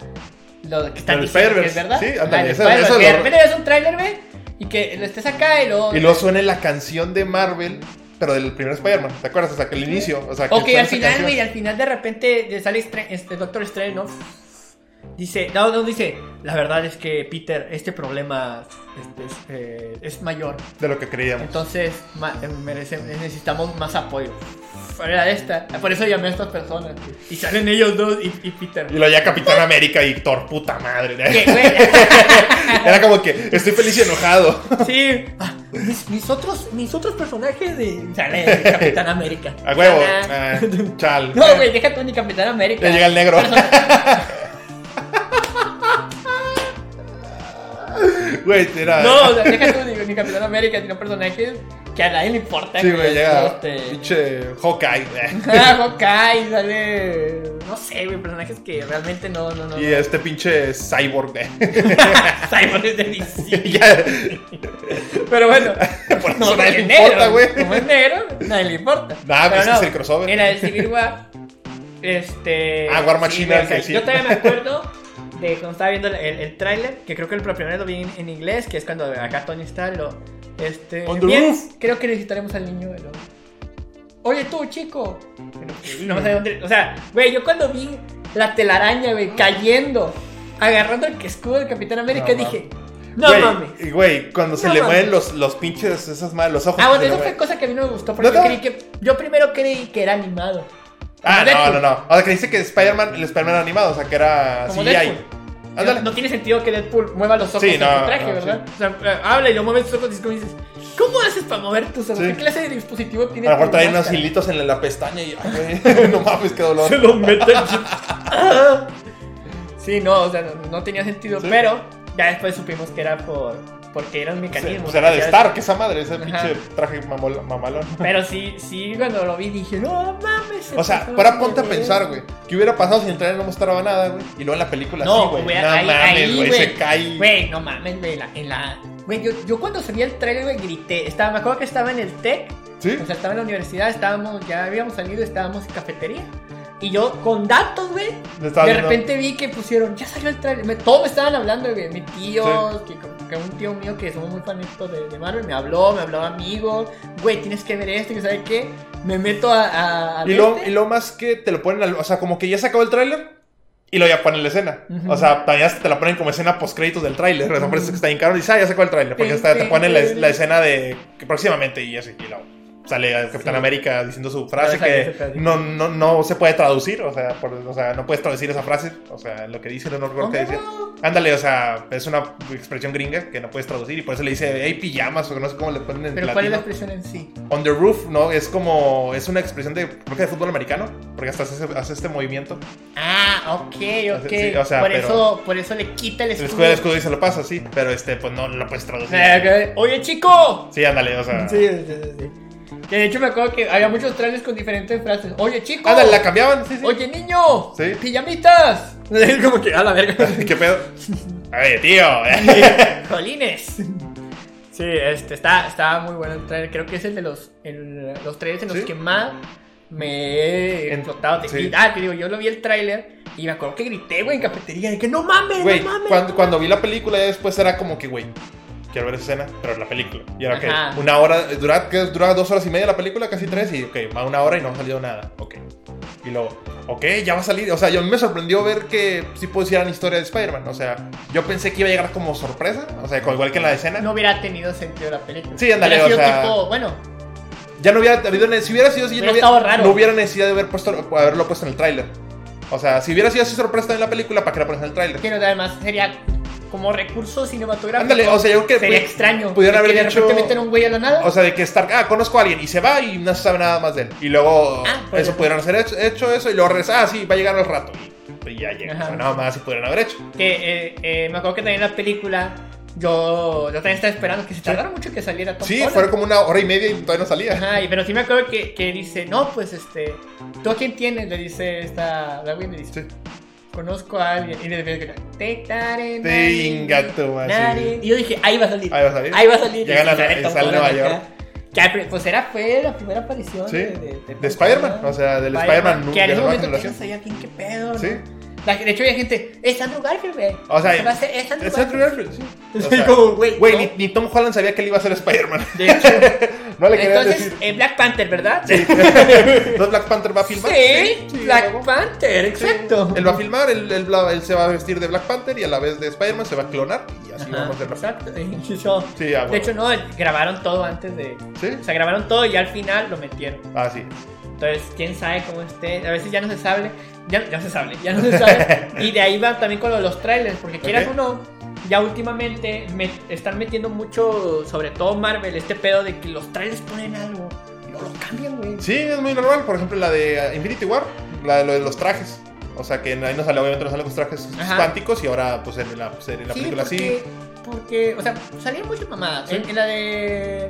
Speaker 2: lo que están
Speaker 1: Del
Speaker 2: diciendo que es
Speaker 1: Spider-Verse.
Speaker 2: verdad.
Speaker 1: Sí,
Speaker 2: Ah,
Speaker 1: ándale,
Speaker 2: del
Speaker 1: eso-
Speaker 2: Spider-Verse,
Speaker 1: eso
Speaker 2: que de
Speaker 1: lo-
Speaker 2: repente ves un tráiler, ve, y que lo estés acá y luego...
Speaker 1: Y luego suena la canción de Marvel, pero del primer Spider-Man, ¿te acuerdas? O sea, que el inicio, o sea, que
Speaker 2: Ok,
Speaker 1: suena
Speaker 2: al
Speaker 1: esa
Speaker 2: final,
Speaker 1: canción.
Speaker 2: güey, al final de repente le sale Stra- este Doctor Strange, ¿no? Dice, no, no, dice, la verdad es que Peter, este problema este, es, eh, es mayor.
Speaker 1: De lo que creíamos.
Speaker 2: Entonces ma- eh, merece- necesitamos más apoyo. Era esta. Por eso llamé a estas personas. Y salen ellos dos y, y Peter.
Speaker 1: Y lo ya Capitán América y Thor, puta madre.
Speaker 2: Que, güey,
Speaker 1: Era como que estoy feliz y enojado.
Speaker 2: sí. Ah, mis, mis otros, mis otros personajes de. Sale de Capitán América.
Speaker 1: A huevo. Ah,
Speaker 2: Tana.
Speaker 1: chal.
Speaker 2: No, güey, deja tú ni Capitán América.
Speaker 1: Le llega el negro. Güey, era.
Speaker 2: No, o sea, deja tú ni, ni Capitán América, sino personajes que a nadie le importa.
Speaker 1: sí, güey, llega.
Speaker 2: Este,
Speaker 1: Pinche Hawkeye.
Speaker 2: Ah, Hawkeye, sale. No sé, güey, personajes que realmente no, no, no.
Speaker 1: Y este pinche cyborg.
Speaker 2: Cyborg es de DC.
Speaker 1: Ya,
Speaker 2: Pero bueno,
Speaker 1: Por eso
Speaker 2: no,
Speaker 1: nadie le
Speaker 2: es negro,
Speaker 1: importa, güey.
Speaker 2: Como es negro, nadie le importa.
Speaker 1: Nah,
Speaker 2: Pero
Speaker 1: pues es el crossover.
Speaker 2: Era el Civil War. Este.
Speaker 1: Ah, War Machine,
Speaker 2: güey, o sea,
Speaker 1: que sí.
Speaker 2: Yo todavía me acuerdo de cuando estaba viendo el, el, tráiler, que creo que el primero lo vi en, en inglés, que es cuando acá Tony está lo. Este.
Speaker 1: On the
Speaker 2: bien,
Speaker 1: roof.
Speaker 2: Creo que necesitaremos al niño de los. Oye tú, chico.
Speaker 1: Mm.
Speaker 2: No sé dónde. O sea, güey, yo cuando vi la telaraña, güey, cayendo, agarrando el escudo del Capitán América,
Speaker 1: No,
Speaker 2: dije. No
Speaker 1: Güey,
Speaker 2: mames.
Speaker 1: y Güey, cuando se
Speaker 2: No
Speaker 1: le
Speaker 2: mames.
Speaker 1: mueven los, los pinches, esas madres, los ojos.
Speaker 2: Ah,
Speaker 1: que
Speaker 2: bueno,
Speaker 1: se le
Speaker 2: eso
Speaker 1: mueven.
Speaker 2: fue cosa que a mí no me gustó porque
Speaker 1: ¿No te-
Speaker 2: creí que. Yo primero creí que era animado.
Speaker 1: Ah,
Speaker 2: Como
Speaker 1: no, no,
Speaker 2: Deadpool.
Speaker 1: no. O sea, que dice que Spider-Man, el Spider-Man animado, o sea, que era
Speaker 2: Como
Speaker 1: CGI.
Speaker 2: Deadpool.
Speaker 1: Ándale.
Speaker 2: No tiene sentido que Deadpool mueva los ojos
Speaker 1: Sí,
Speaker 2: en
Speaker 1: no,
Speaker 2: su traje,
Speaker 1: no,
Speaker 2: ¿verdad? O sea, eh, habla y lo mueve sus ojos y es como dices, ¿cómo haces para mover tus ojos?
Speaker 1: Sí.
Speaker 2: ¿Qué clase de dispositivo tiene?
Speaker 1: A lo mejor
Speaker 2: tu
Speaker 1: trae unos
Speaker 2: máscara?
Speaker 1: hilitos en la pestaña y. Ay, güey. no mames, qué dolor.
Speaker 2: Se lo mete el chip. Ah. Sí, no, o sea, no, no tenía sentido,
Speaker 1: Sí.
Speaker 2: pero ya después supimos que era por. Porque era un mecanismo.
Speaker 1: pues era de
Speaker 2: Ya-
Speaker 1: Stark esa madre, ese
Speaker 2: Ajá.
Speaker 1: pinche traje mamol- mamalón.
Speaker 2: Pero sí, sí, cuando lo vi dije, no mames. se
Speaker 1: O sea,
Speaker 2: pasó
Speaker 1: ahora
Speaker 2: de
Speaker 1: ponte a
Speaker 2: verga".
Speaker 1: pensar, güey. ¿Qué hubiera pasado si en el trailer no mostraba nada, güey? Y luego en la película
Speaker 2: No,
Speaker 1: sí, güey.
Speaker 2: güey,
Speaker 1: no
Speaker 2: ahí- ahí,
Speaker 1: mames, güey. Se
Speaker 2: güey.
Speaker 1: cae.
Speaker 2: Güey, no mames, güey, la- en la... Güey, yo, yo cuando salí el trailer, güey, grité. Estaba, me acuerdo que estaba en el TEC,
Speaker 1: ¿Sí?
Speaker 2: o sea, estaba en la universidad, estábamos, ya habíamos salido, estábamos en cafetería. Y yo, con datos, güey,
Speaker 1: Le estaba
Speaker 2: de
Speaker 1: viendo-
Speaker 2: repente vi que pusieron, ya salió el trailer. Me- todos me estaban hablando, güey, mi tío, que, que un tío mío que somos muy fanáticos de, de Marvel, me habló, me hablaba amigo. Güey, tienes que ver esto, que sabe qué. Me meto a... a- a
Speaker 1: Y lo,
Speaker 2: verte.
Speaker 1: y lo más que te lo ponen al. O sea, como que ya se acabó el trailer. Y luego ya ponen la escena.
Speaker 2: Ujú.
Speaker 1: O sea, también hasta te la ponen como escena post créditos del tráiler. O sea, Por eso es que está bien caro. Y dices, ah, ya sacó el tráiler. Porque
Speaker 2: Tin,
Speaker 1: hasta te
Speaker 2: tin,
Speaker 1: ponen la,
Speaker 2: tin.
Speaker 1: la escena de que próximamente y así. Y luego sale el Capitán
Speaker 2: Sí.
Speaker 1: América diciendo su frase
Speaker 2: esa que se
Speaker 1: que
Speaker 2: traduce.
Speaker 1: no, no, no se puede traducir. O sea, por- o sea, no puedes traducir esa frase. O sea, lo que dice, no recuerdo qué dice. Ándale, o sea, es una expresión gringa que no puedes traducir. Y por eso le dice, hey, pijamas. O no sé cómo le ponen en
Speaker 2: Pero ¿cuál es la
Speaker 1: latino.
Speaker 2: expresión en sí?
Speaker 1: On the roof, ¿no? Es como, es una expresión de, creo que de fútbol americano. Porque hasta hace, hace este movimiento.
Speaker 2: Ah, ok, ok.
Speaker 1: Sí, o sea,
Speaker 2: por,
Speaker 1: pero-
Speaker 2: eso, por eso le quita el
Speaker 1: El
Speaker 2: escudo.
Speaker 1: escudo, el escudo y se lo pasa, sí. Pero este, pues no lo puedes traducir.
Speaker 2: Eh, ok. Oye, chico.
Speaker 1: Sí, ándale, o sea.
Speaker 2: Sí, sí, sí, sí. Que de hecho me acuerdo que había muchos trailers con diferentes frases. Oye, chico.
Speaker 1: Ándale, la cambiaban, sí, sí.
Speaker 2: Oye, niño.
Speaker 1: Sí.
Speaker 2: Pijamitas. Es como que a la verga.
Speaker 1: ¿Qué pedo? A ver, tío. eh.
Speaker 2: Jolines. Sí, este, está, está muy bueno el trailer. Creo que es el de los, el- los trailers en los
Speaker 1: Sí.
Speaker 2: que más me he
Speaker 1: En-
Speaker 2: explotado. Te-
Speaker 1: sí.
Speaker 2: Ah, te digo, yo lo vi el trailer y me acuerdo que grité, güey, en cafetería. De que no mames,
Speaker 1: Güey,
Speaker 2: no mames.
Speaker 1: cuando, cuando vi la película ya después era como que, güey, quiero ver esa escena, pero la película. Y era, ok,
Speaker 2: Ajá.
Speaker 1: una hora, eh, dura, ¿qué? dura dos horas y media la película, casi tres, y ok, va una hora y no ha salido nada, ok. Y luego, ok, ya va a salir. O sea, yo a mí me sorprendió ver que sí pusieran historia de Spider-Man. O sea, yo pensé que iba a llegar como sorpresa, o sea, como igual que en la escena.
Speaker 2: No hubiera tenido sentido la película.
Speaker 1: Sí, ándale,
Speaker 2: Hubiera
Speaker 1: o
Speaker 2: sido
Speaker 1: sea-
Speaker 2: tipo, bueno,
Speaker 1: Ya no hubiera habido ne- si hubiera sido así,
Speaker 2: Hubiera
Speaker 1: no hubiera,
Speaker 2: estado raro.
Speaker 1: no hubiera necesidad de haber puesto, haberlo puesto en el tráiler. O sea, si hubiera sido así sorpresa en la película, ¿para qué la pones en el tráiler?
Speaker 2: quiero dar más. Sería como recurso cinematográfico.
Speaker 1: Ándale, o sea, yo creo que
Speaker 2: sería
Speaker 1: pu-
Speaker 2: extraño.
Speaker 1: pudieron
Speaker 2: de que
Speaker 1: haber
Speaker 2: de
Speaker 1: dicho-
Speaker 2: repente meten a un güey a la nada.
Speaker 1: O sea, de que Stark, ah, conozco a alguien y se va y no se sabe nada más de él. Y luego,
Speaker 2: Ah, pues
Speaker 1: eso
Speaker 2: ya.
Speaker 1: pudieron haber hecho, hecho eso y luego regresa, ah, sí, va a llegar al rato. Y, y ya llega,
Speaker 2: Ajá.
Speaker 1: o sea, nada más y pudieron haber hecho.
Speaker 2: Que eh, eh, me acuerdo que también la película, yo, yo también estaba esperando que se tardara mucho que saliera Tom
Speaker 1: Sí,
Speaker 2: Holland.
Speaker 1: fueron como una hora y media y todavía no salía.
Speaker 2: Ajá, y- pero sí me acuerdo que, que dice, no, pues este, ¿tú a quién tienes? Le dice esta Black Widow, le dice,
Speaker 1: Sí.
Speaker 2: conozco a alguien. Y le dice, te daré.
Speaker 1: Tinga tu madre.
Speaker 2: nadie". Y yo dije, ahí va a salir.
Speaker 1: Ahí va a salir.
Speaker 2: Ahí va a salir.
Speaker 1: Llegan
Speaker 2: Y
Speaker 1: a-
Speaker 2: sale Tom
Speaker 1: sale
Speaker 2: Holland
Speaker 1: Nueva
Speaker 2: acá. Que al pri- pues era, fue la primera aparición
Speaker 1: Sí,
Speaker 2: de, de- de
Speaker 1: De Spider-Man, o sea, del Spider-Man
Speaker 2: Que en
Speaker 1: de la
Speaker 2: ese
Speaker 1: nueva
Speaker 2: momento que no
Speaker 1: generación.
Speaker 2: sabía quién qué pedo.
Speaker 1: Sí.
Speaker 2: ¿no? La- de hecho, había gente, es Andrew Garfield, güey.
Speaker 1: O sea,
Speaker 2: Se va a hacer- es Andrew
Speaker 1: Es Andrew
Speaker 2: Garfield.
Speaker 1: Garfield, sí. O
Speaker 2: Es
Speaker 1: sea,
Speaker 2: como, güey,
Speaker 1: Güey,
Speaker 2: no.
Speaker 1: ni, ni Tom Holland sabía que él iba a ser Spider-Man.
Speaker 2: De hecho,
Speaker 1: No le querían
Speaker 2: entonces,
Speaker 1: decir.
Speaker 2: eh, Black Panther, ¿verdad? Sí,
Speaker 1: ¿No Black Panther va a filmar?
Speaker 2: Black
Speaker 1: luego.
Speaker 2: Panther, exacto.
Speaker 1: Él va a filmar, él, él va- él se va a vestir de Black Panther y a la vez de Spider-Man se va a clonar y así
Speaker 2: Ajá,
Speaker 1: vamos a hacer la-
Speaker 2: Exacto. Y yo-
Speaker 1: Sí, ah,
Speaker 2: de
Speaker 1: bueno.
Speaker 2: hecho, no, grabaron todo antes de.
Speaker 1: ¿Sí?
Speaker 2: O sea, grabaron todo y al final lo metieron.
Speaker 1: Ah, sí.
Speaker 2: Entonces, quién sabe cómo esté. A veces ya no se sabe. Ya, ya se sabe, ya no se sabe. y de ahí van también con lo de los trailers, porque quieras
Speaker 1: Ok.
Speaker 2: o no, ya últimamente me están metiendo mucho, sobre todo Marvel, este pedo de que los trailers ponen algo y luego lo cambian, güey.
Speaker 1: Sí, es muy normal. Por ejemplo, la de ah, Infinity War, la de, lo de los trajes. O sea, que ahí no sale, obviamente no salen los trajes
Speaker 2: Ajá.
Speaker 1: cuánticos y ahora, pues en la, serie, en la
Speaker 2: sí,
Speaker 1: película
Speaker 2: porque,
Speaker 1: sí.
Speaker 2: porque, o sea, salieron muchas mamadas.
Speaker 1: Sí.
Speaker 2: ¿eh? En, en la de.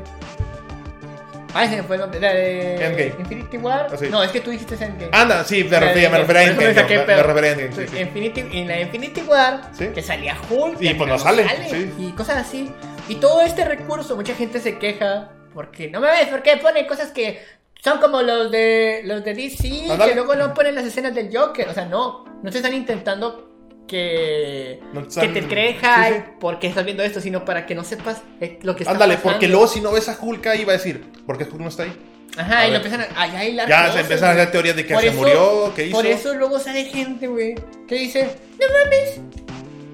Speaker 2: Ay, se me fue el nombre. La de.
Speaker 1: Endgame.
Speaker 2: Infinity War.
Speaker 1: Ah, sí.
Speaker 2: No, es que tú dijiste Endgame.
Speaker 1: Anda, sí, me
Speaker 2: La de-
Speaker 1: refería, me refería a
Speaker 2: por eso me
Speaker 1: Endgame.
Speaker 2: saqué
Speaker 1: yo, Me,
Speaker 2: pedo.
Speaker 1: me refería a Endgame, sí, sí.
Speaker 2: Infinity, en la de Infinity War,
Speaker 1: Sí.
Speaker 2: que salía Hulk.
Speaker 1: Y
Speaker 2: que
Speaker 1: pues no
Speaker 2: acá
Speaker 1: sale, sí.
Speaker 2: Y cosas así. Y todo este recurso, mucha gente se queja. Porque, no me ves, porque pone cosas que son como los de los de DC,
Speaker 1: Ándale.
Speaker 2: que luego no ponen las escenas del Joker. O sea, no, no te están intentando que,
Speaker 1: No te
Speaker 2: que
Speaker 1: están-
Speaker 2: te crees
Speaker 1: sí, sí.
Speaker 2: hype porque estás viendo esto, sino para que no sepas eh, lo que está
Speaker 1: Ándale,
Speaker 2: pasando.
Speaker 1: porque luego si no ves a Hulk ahí va a decir, ¿por qué Hulk no está ahí?
Speaker 2: Ajá,
Speaker 1: A
Speaker 2: y lo
Speaker 1: ver.
Speaker 2: empiezan a... ay, ay, las
Speaker 1: Ya
Speaker 2: cosas,
Speaker 1: se empiezan a
Speaker 2: güey.
Speaker 1: hacer teorías de que
Speaker 2: Por
Speaker 1: se
Speaker 2: eso-
Speaker 1: murió, que hizo.
Speaker 2: Por eso luego sale gente, güey, que dice, no mames,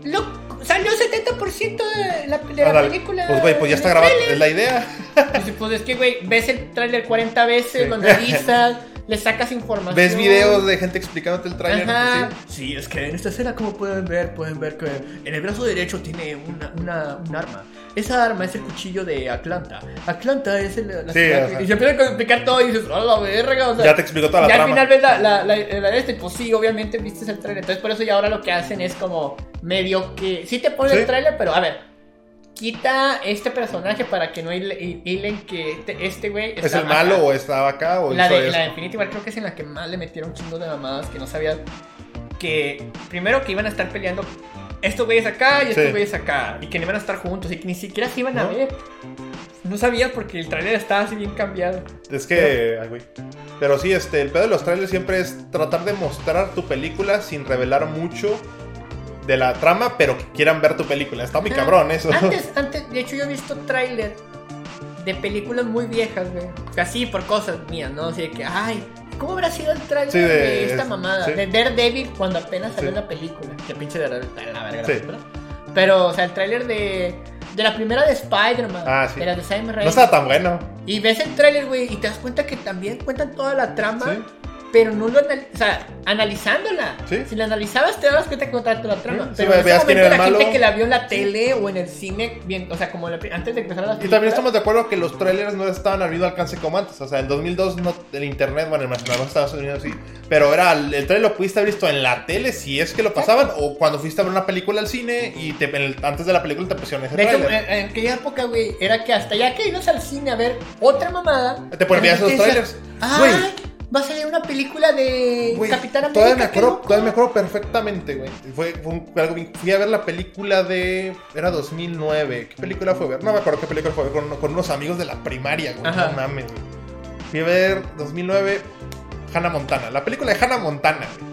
Speaker 2: lo, salió 70% de la, de la
Speaker 1: Ándale.
Speaker 2: película.
Speaker 1: Pues güey, pues ya
Speaker 2: en
Speaker 1: está
Speaker 2: el
Speaker 1: grabado,
Speaker 2: tráiler".
Speaker 1: es la idea.
Speaker 2: Dice, pues es que, güey, ves el tráiler 40 veces,
Speaker 1: Sí.
Speaker 2: lo analizas, le sacas información.
Speaker 1: Ves videos de gente explicándote el tráiler.
Speaker 2: Ajá.
Speaker 1: sí.
Speaker 2: Sí, es que en esta escena, como pueden ver, pueden ver que en el brazo derecho tiene una, una- un arma. Esa arma es el cuchillo de Atlanta. Atlanta es el, la
Speaker 1: Sí,
Speaker 2: ciudad
Speaker 1: o
Speaker 2: que-
Speaker 1: sea.
Speaker 2: Y se empiezan a explicar todo y dices, ¡ah, la verga! O sea,
Speaker 1: Ya te explico toda la
Speaker 2: ya
Speaker 1: trama.
Speaker 2: al final ves la, la, la, la de este, pues sí, obviamente viste el trailer. Entonces por eso ya ahora lo que hacen es como medio que... Sí te ponen
Speaker 1: Sí.
Speaker 2: el trailer, pero a ver, quita este personaje para que no hile- hi- hilen que este- este güey...
Speaker 1: ¿Es
Speaker 2: está
Speaker 1: el malo
Speaker 2: acá.
Speaker 1: o estaba acá o
Speaker 2: La
Speaker 1: hizo
Speaker 2: de,
Speaker 1: esto?
Speaker 2: la de Infinity War creo que es en la que más le metieron chingos de mamadas que no sabías que primero que iban a estar peleando estos güeyes acá y estos
Speaker 1: Sí.
Speaker 2: güeyes acá y que no iban a estar juntos y que ni siquiera se iban a
Speaker 1: ¿No?
Speaker 2: ver. No sabías porque el trailer estaba así bien cambiado.
Speaker 1: Es que. ay, güey. Pero sí, este, el pedo de los trailers siempre es tratar de mostrar tu película sin revelar mucho de la trama, pero que quieran ver tu película. Está muy
Speaker 2: Ah,
Speaker 1: cabrón eso.
Speaker 2: Antes, antes, de hecho yo he visto tráiler de películas muy viejas, güey. Así por cosas mías, ¿no? Así de que, ay, ¿Cómo habrá sido el trailer
Speaker 1: Sí,
Speaker 2: de,
Speaker 1: de-
Speaker 2: esta mamada?
Speaker 1: sí.
Speaker 2: De Daredevil cuando apenas salió
Speaker 1: Sí.
Speaker 2: la película. Que pinche Daredevil está en la verga. la
Speaker 1: Sí.
Speaker 2: película. Pero, o sea, el trailer de, de la primera de Spider-Man.
Speaker 1: Ah, sí.
Speaker 2: De la de Sam Raimi.
Speaker 1: No estaba tan bueno.
Speaker 2: Y ves el trailer, güey, y te das cuenta que también cuentan toda la trama.
Speaker 1: Sí.
Speaker 2: Pero no lo anal- o sea, analizándola.
Speaker 1: Sí.
Speaker 2: Si la analizabas, te dabas cuenta que contaba toda la trama.
Speaker 1: Sí, sí,
Speaker 2: pero en ese
Speaker 1: veas quién
Speaker 2: momento
Speaker 1: era
Speaker 2: la
Speaker 1: el malo.
Speaker 2: gente que la vio en la tele o en el cine, bien, o sea, como la pri- antes de empezar las
Speaker 1: Y también
Speaker 2: películas,
Speaker 1: estamos de acuerdo que los trailers no estaban al mismo alcance como antes. O sea, en 2002 no, el internet, bueno, en los Estados Unidos sí. Pero era, el el trailer lo pudiste haber visto en la tele si es que lo pasaban. O cuando fuiste a ver una película al cine y te- en el- antes de la película te pusieron ese
Speaker 2: De hecho,
Speaker 1: trailer.
Speaker 2: en, en aquella época, güey, era que hasta ya que ibas al cine a ver otra mamada.
Speaker 1: Te ponían esos
Speaker 2: decías,
Speaker 1: trailers.
Speaker 2: Ah,
Speaker 1: Güey.
Speaker 2: va a salir una película de
Speaker 1: Güey,
Speaker 2: Capitán América.
Speaker 1: todavía me
Speaker 2: qué
Speaker 1: acuerdo,
Speaker 2: loco".
Speaker 1: todavía me acuerdo perfectamente, güey. Fue, fue un- algo bien- Fui a ver la película de. Era 2009. ¿Qué película fue a ver? No me acuerdo qué película fue a ver con, con unos amigos de la primaria, güey.
Speaker 2: Ajá.
Speaker 1: No mames, güey. Fui a ver 2009 Hannah Montana. La película de Hannah Montana, güey.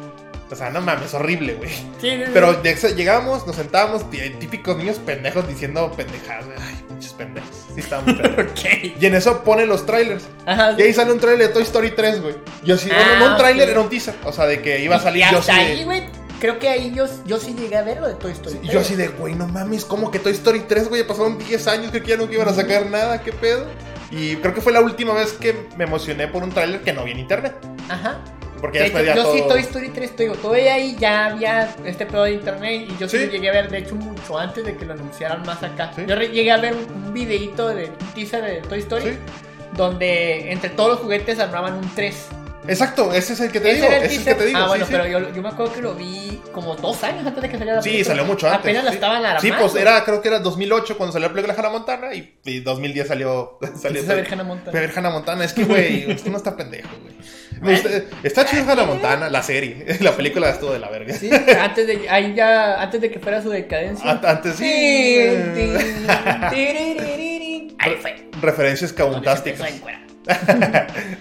Speaker 1: O sea, no mames, horrible, güey.
Speaker 2: Sí, sí, sí.
Speaker 1: Pero de eso llegamos, nos sentábamos, tí- típicos niños pendejos diciendo pendejadas. güey. Ay, pinches pendejos. Sí, estábamos pendejos.
Speaker 2: Ok.
Speaker 1: Y en eso pone los trailers.
Speaker 2: Ajá,
Speaker 1: Y ahí sale un trailer de Toy Story 3, güey. Yo así,
Speaker 2: Ah,
Speaker 1: no, no un trailer,
Speaker 2: ok.
Speaker 1: era un teaser. O sea, de que iba a salir
Speaker 2: Y
Speaker 1: yo
Speaker 2: hasta
Speaker 1: así.
Speaker 2: ahí,
Speaker 1: de-
Speaker 2: güey. Creo que ahí yo, yo sí llegué a ver lo de Toy Story.
Speaker 1: Y yo así de, güey, no mames, ¿cómo que Toy Story 3, güey? Ya pasaron 10 años, creo que ya nunca iban a sacar nada, qué pedo. Y creo que fue la última vez que me emocioné por un trailer que no vi en internet.
Speaker 2: Ajá.
Speaker 1: Porque ya
Speaker 2: De hecho,
Speaker 1: después ya
Speaker 2: yo
Speaker 1: todo...
Speaker 2: sí, Toy Story 3, te digo, todavía ahí ya había este pedo de internet y yo sí,
Speaker 1: Sí.
Speaker 2: lo llegué a ver, de hecho, mucho antes de que lo anunciaran más acá.
Speaker 1: Sí.
Speaker 2: Yo re- llegué a ver un, un videíto de un teaser de Toy Story
Speaker 1: Sí.
Speaker 2: donde entre todos los juguetes armaban un 3.
Speaker 1: Exacto, ese es el que te
Speaker 2: ¿Ese
Speaker 1: digo,
Speaker 2: era el
Speaker 1: ese es el que
Speaker 2: teaser?
Speaker 1: te digo.
Speaker 2: Ah,
Speaker 1: sí,
Speaker 2: bueno,
Speaker 1: sí.
Speaker 2: pero yo, yo me acuerdo que lo vi como dos años antes de que saliera la
Speaker 1: Sí,
Speaker 2: película.
Speaker 1: salió mucho antes.
Speaker 2: Apenas la
Speaker 1: sí.
Speaker 2: estaban armando.
Speaker 1: Sí, pues era, creo que era 2008 cuando salió la película de Hannah Montana y, y 2010 salió... salió
Speaker 2: Entonces, a ver Hannah Montana.
Speaker 1: Ver Hannah Montana, es que, güey, esto no está pendejo, güey. Me gusta- está chido Hannah Montana, la serie. La película estuvo de la verga.
Speaker 2: Sí, antes de, ahí ya, antes de que fuera su decadencia.
Speaker 1: A- Antes sí.
Speaker 2: Tin, tin, tiririririri.
Speaker 3: Ahí fue.
Speaker 1: Referencias
Speaker 3: Empezó en
Speaker 1: cabuntásticas.
Speaker 3: cuera.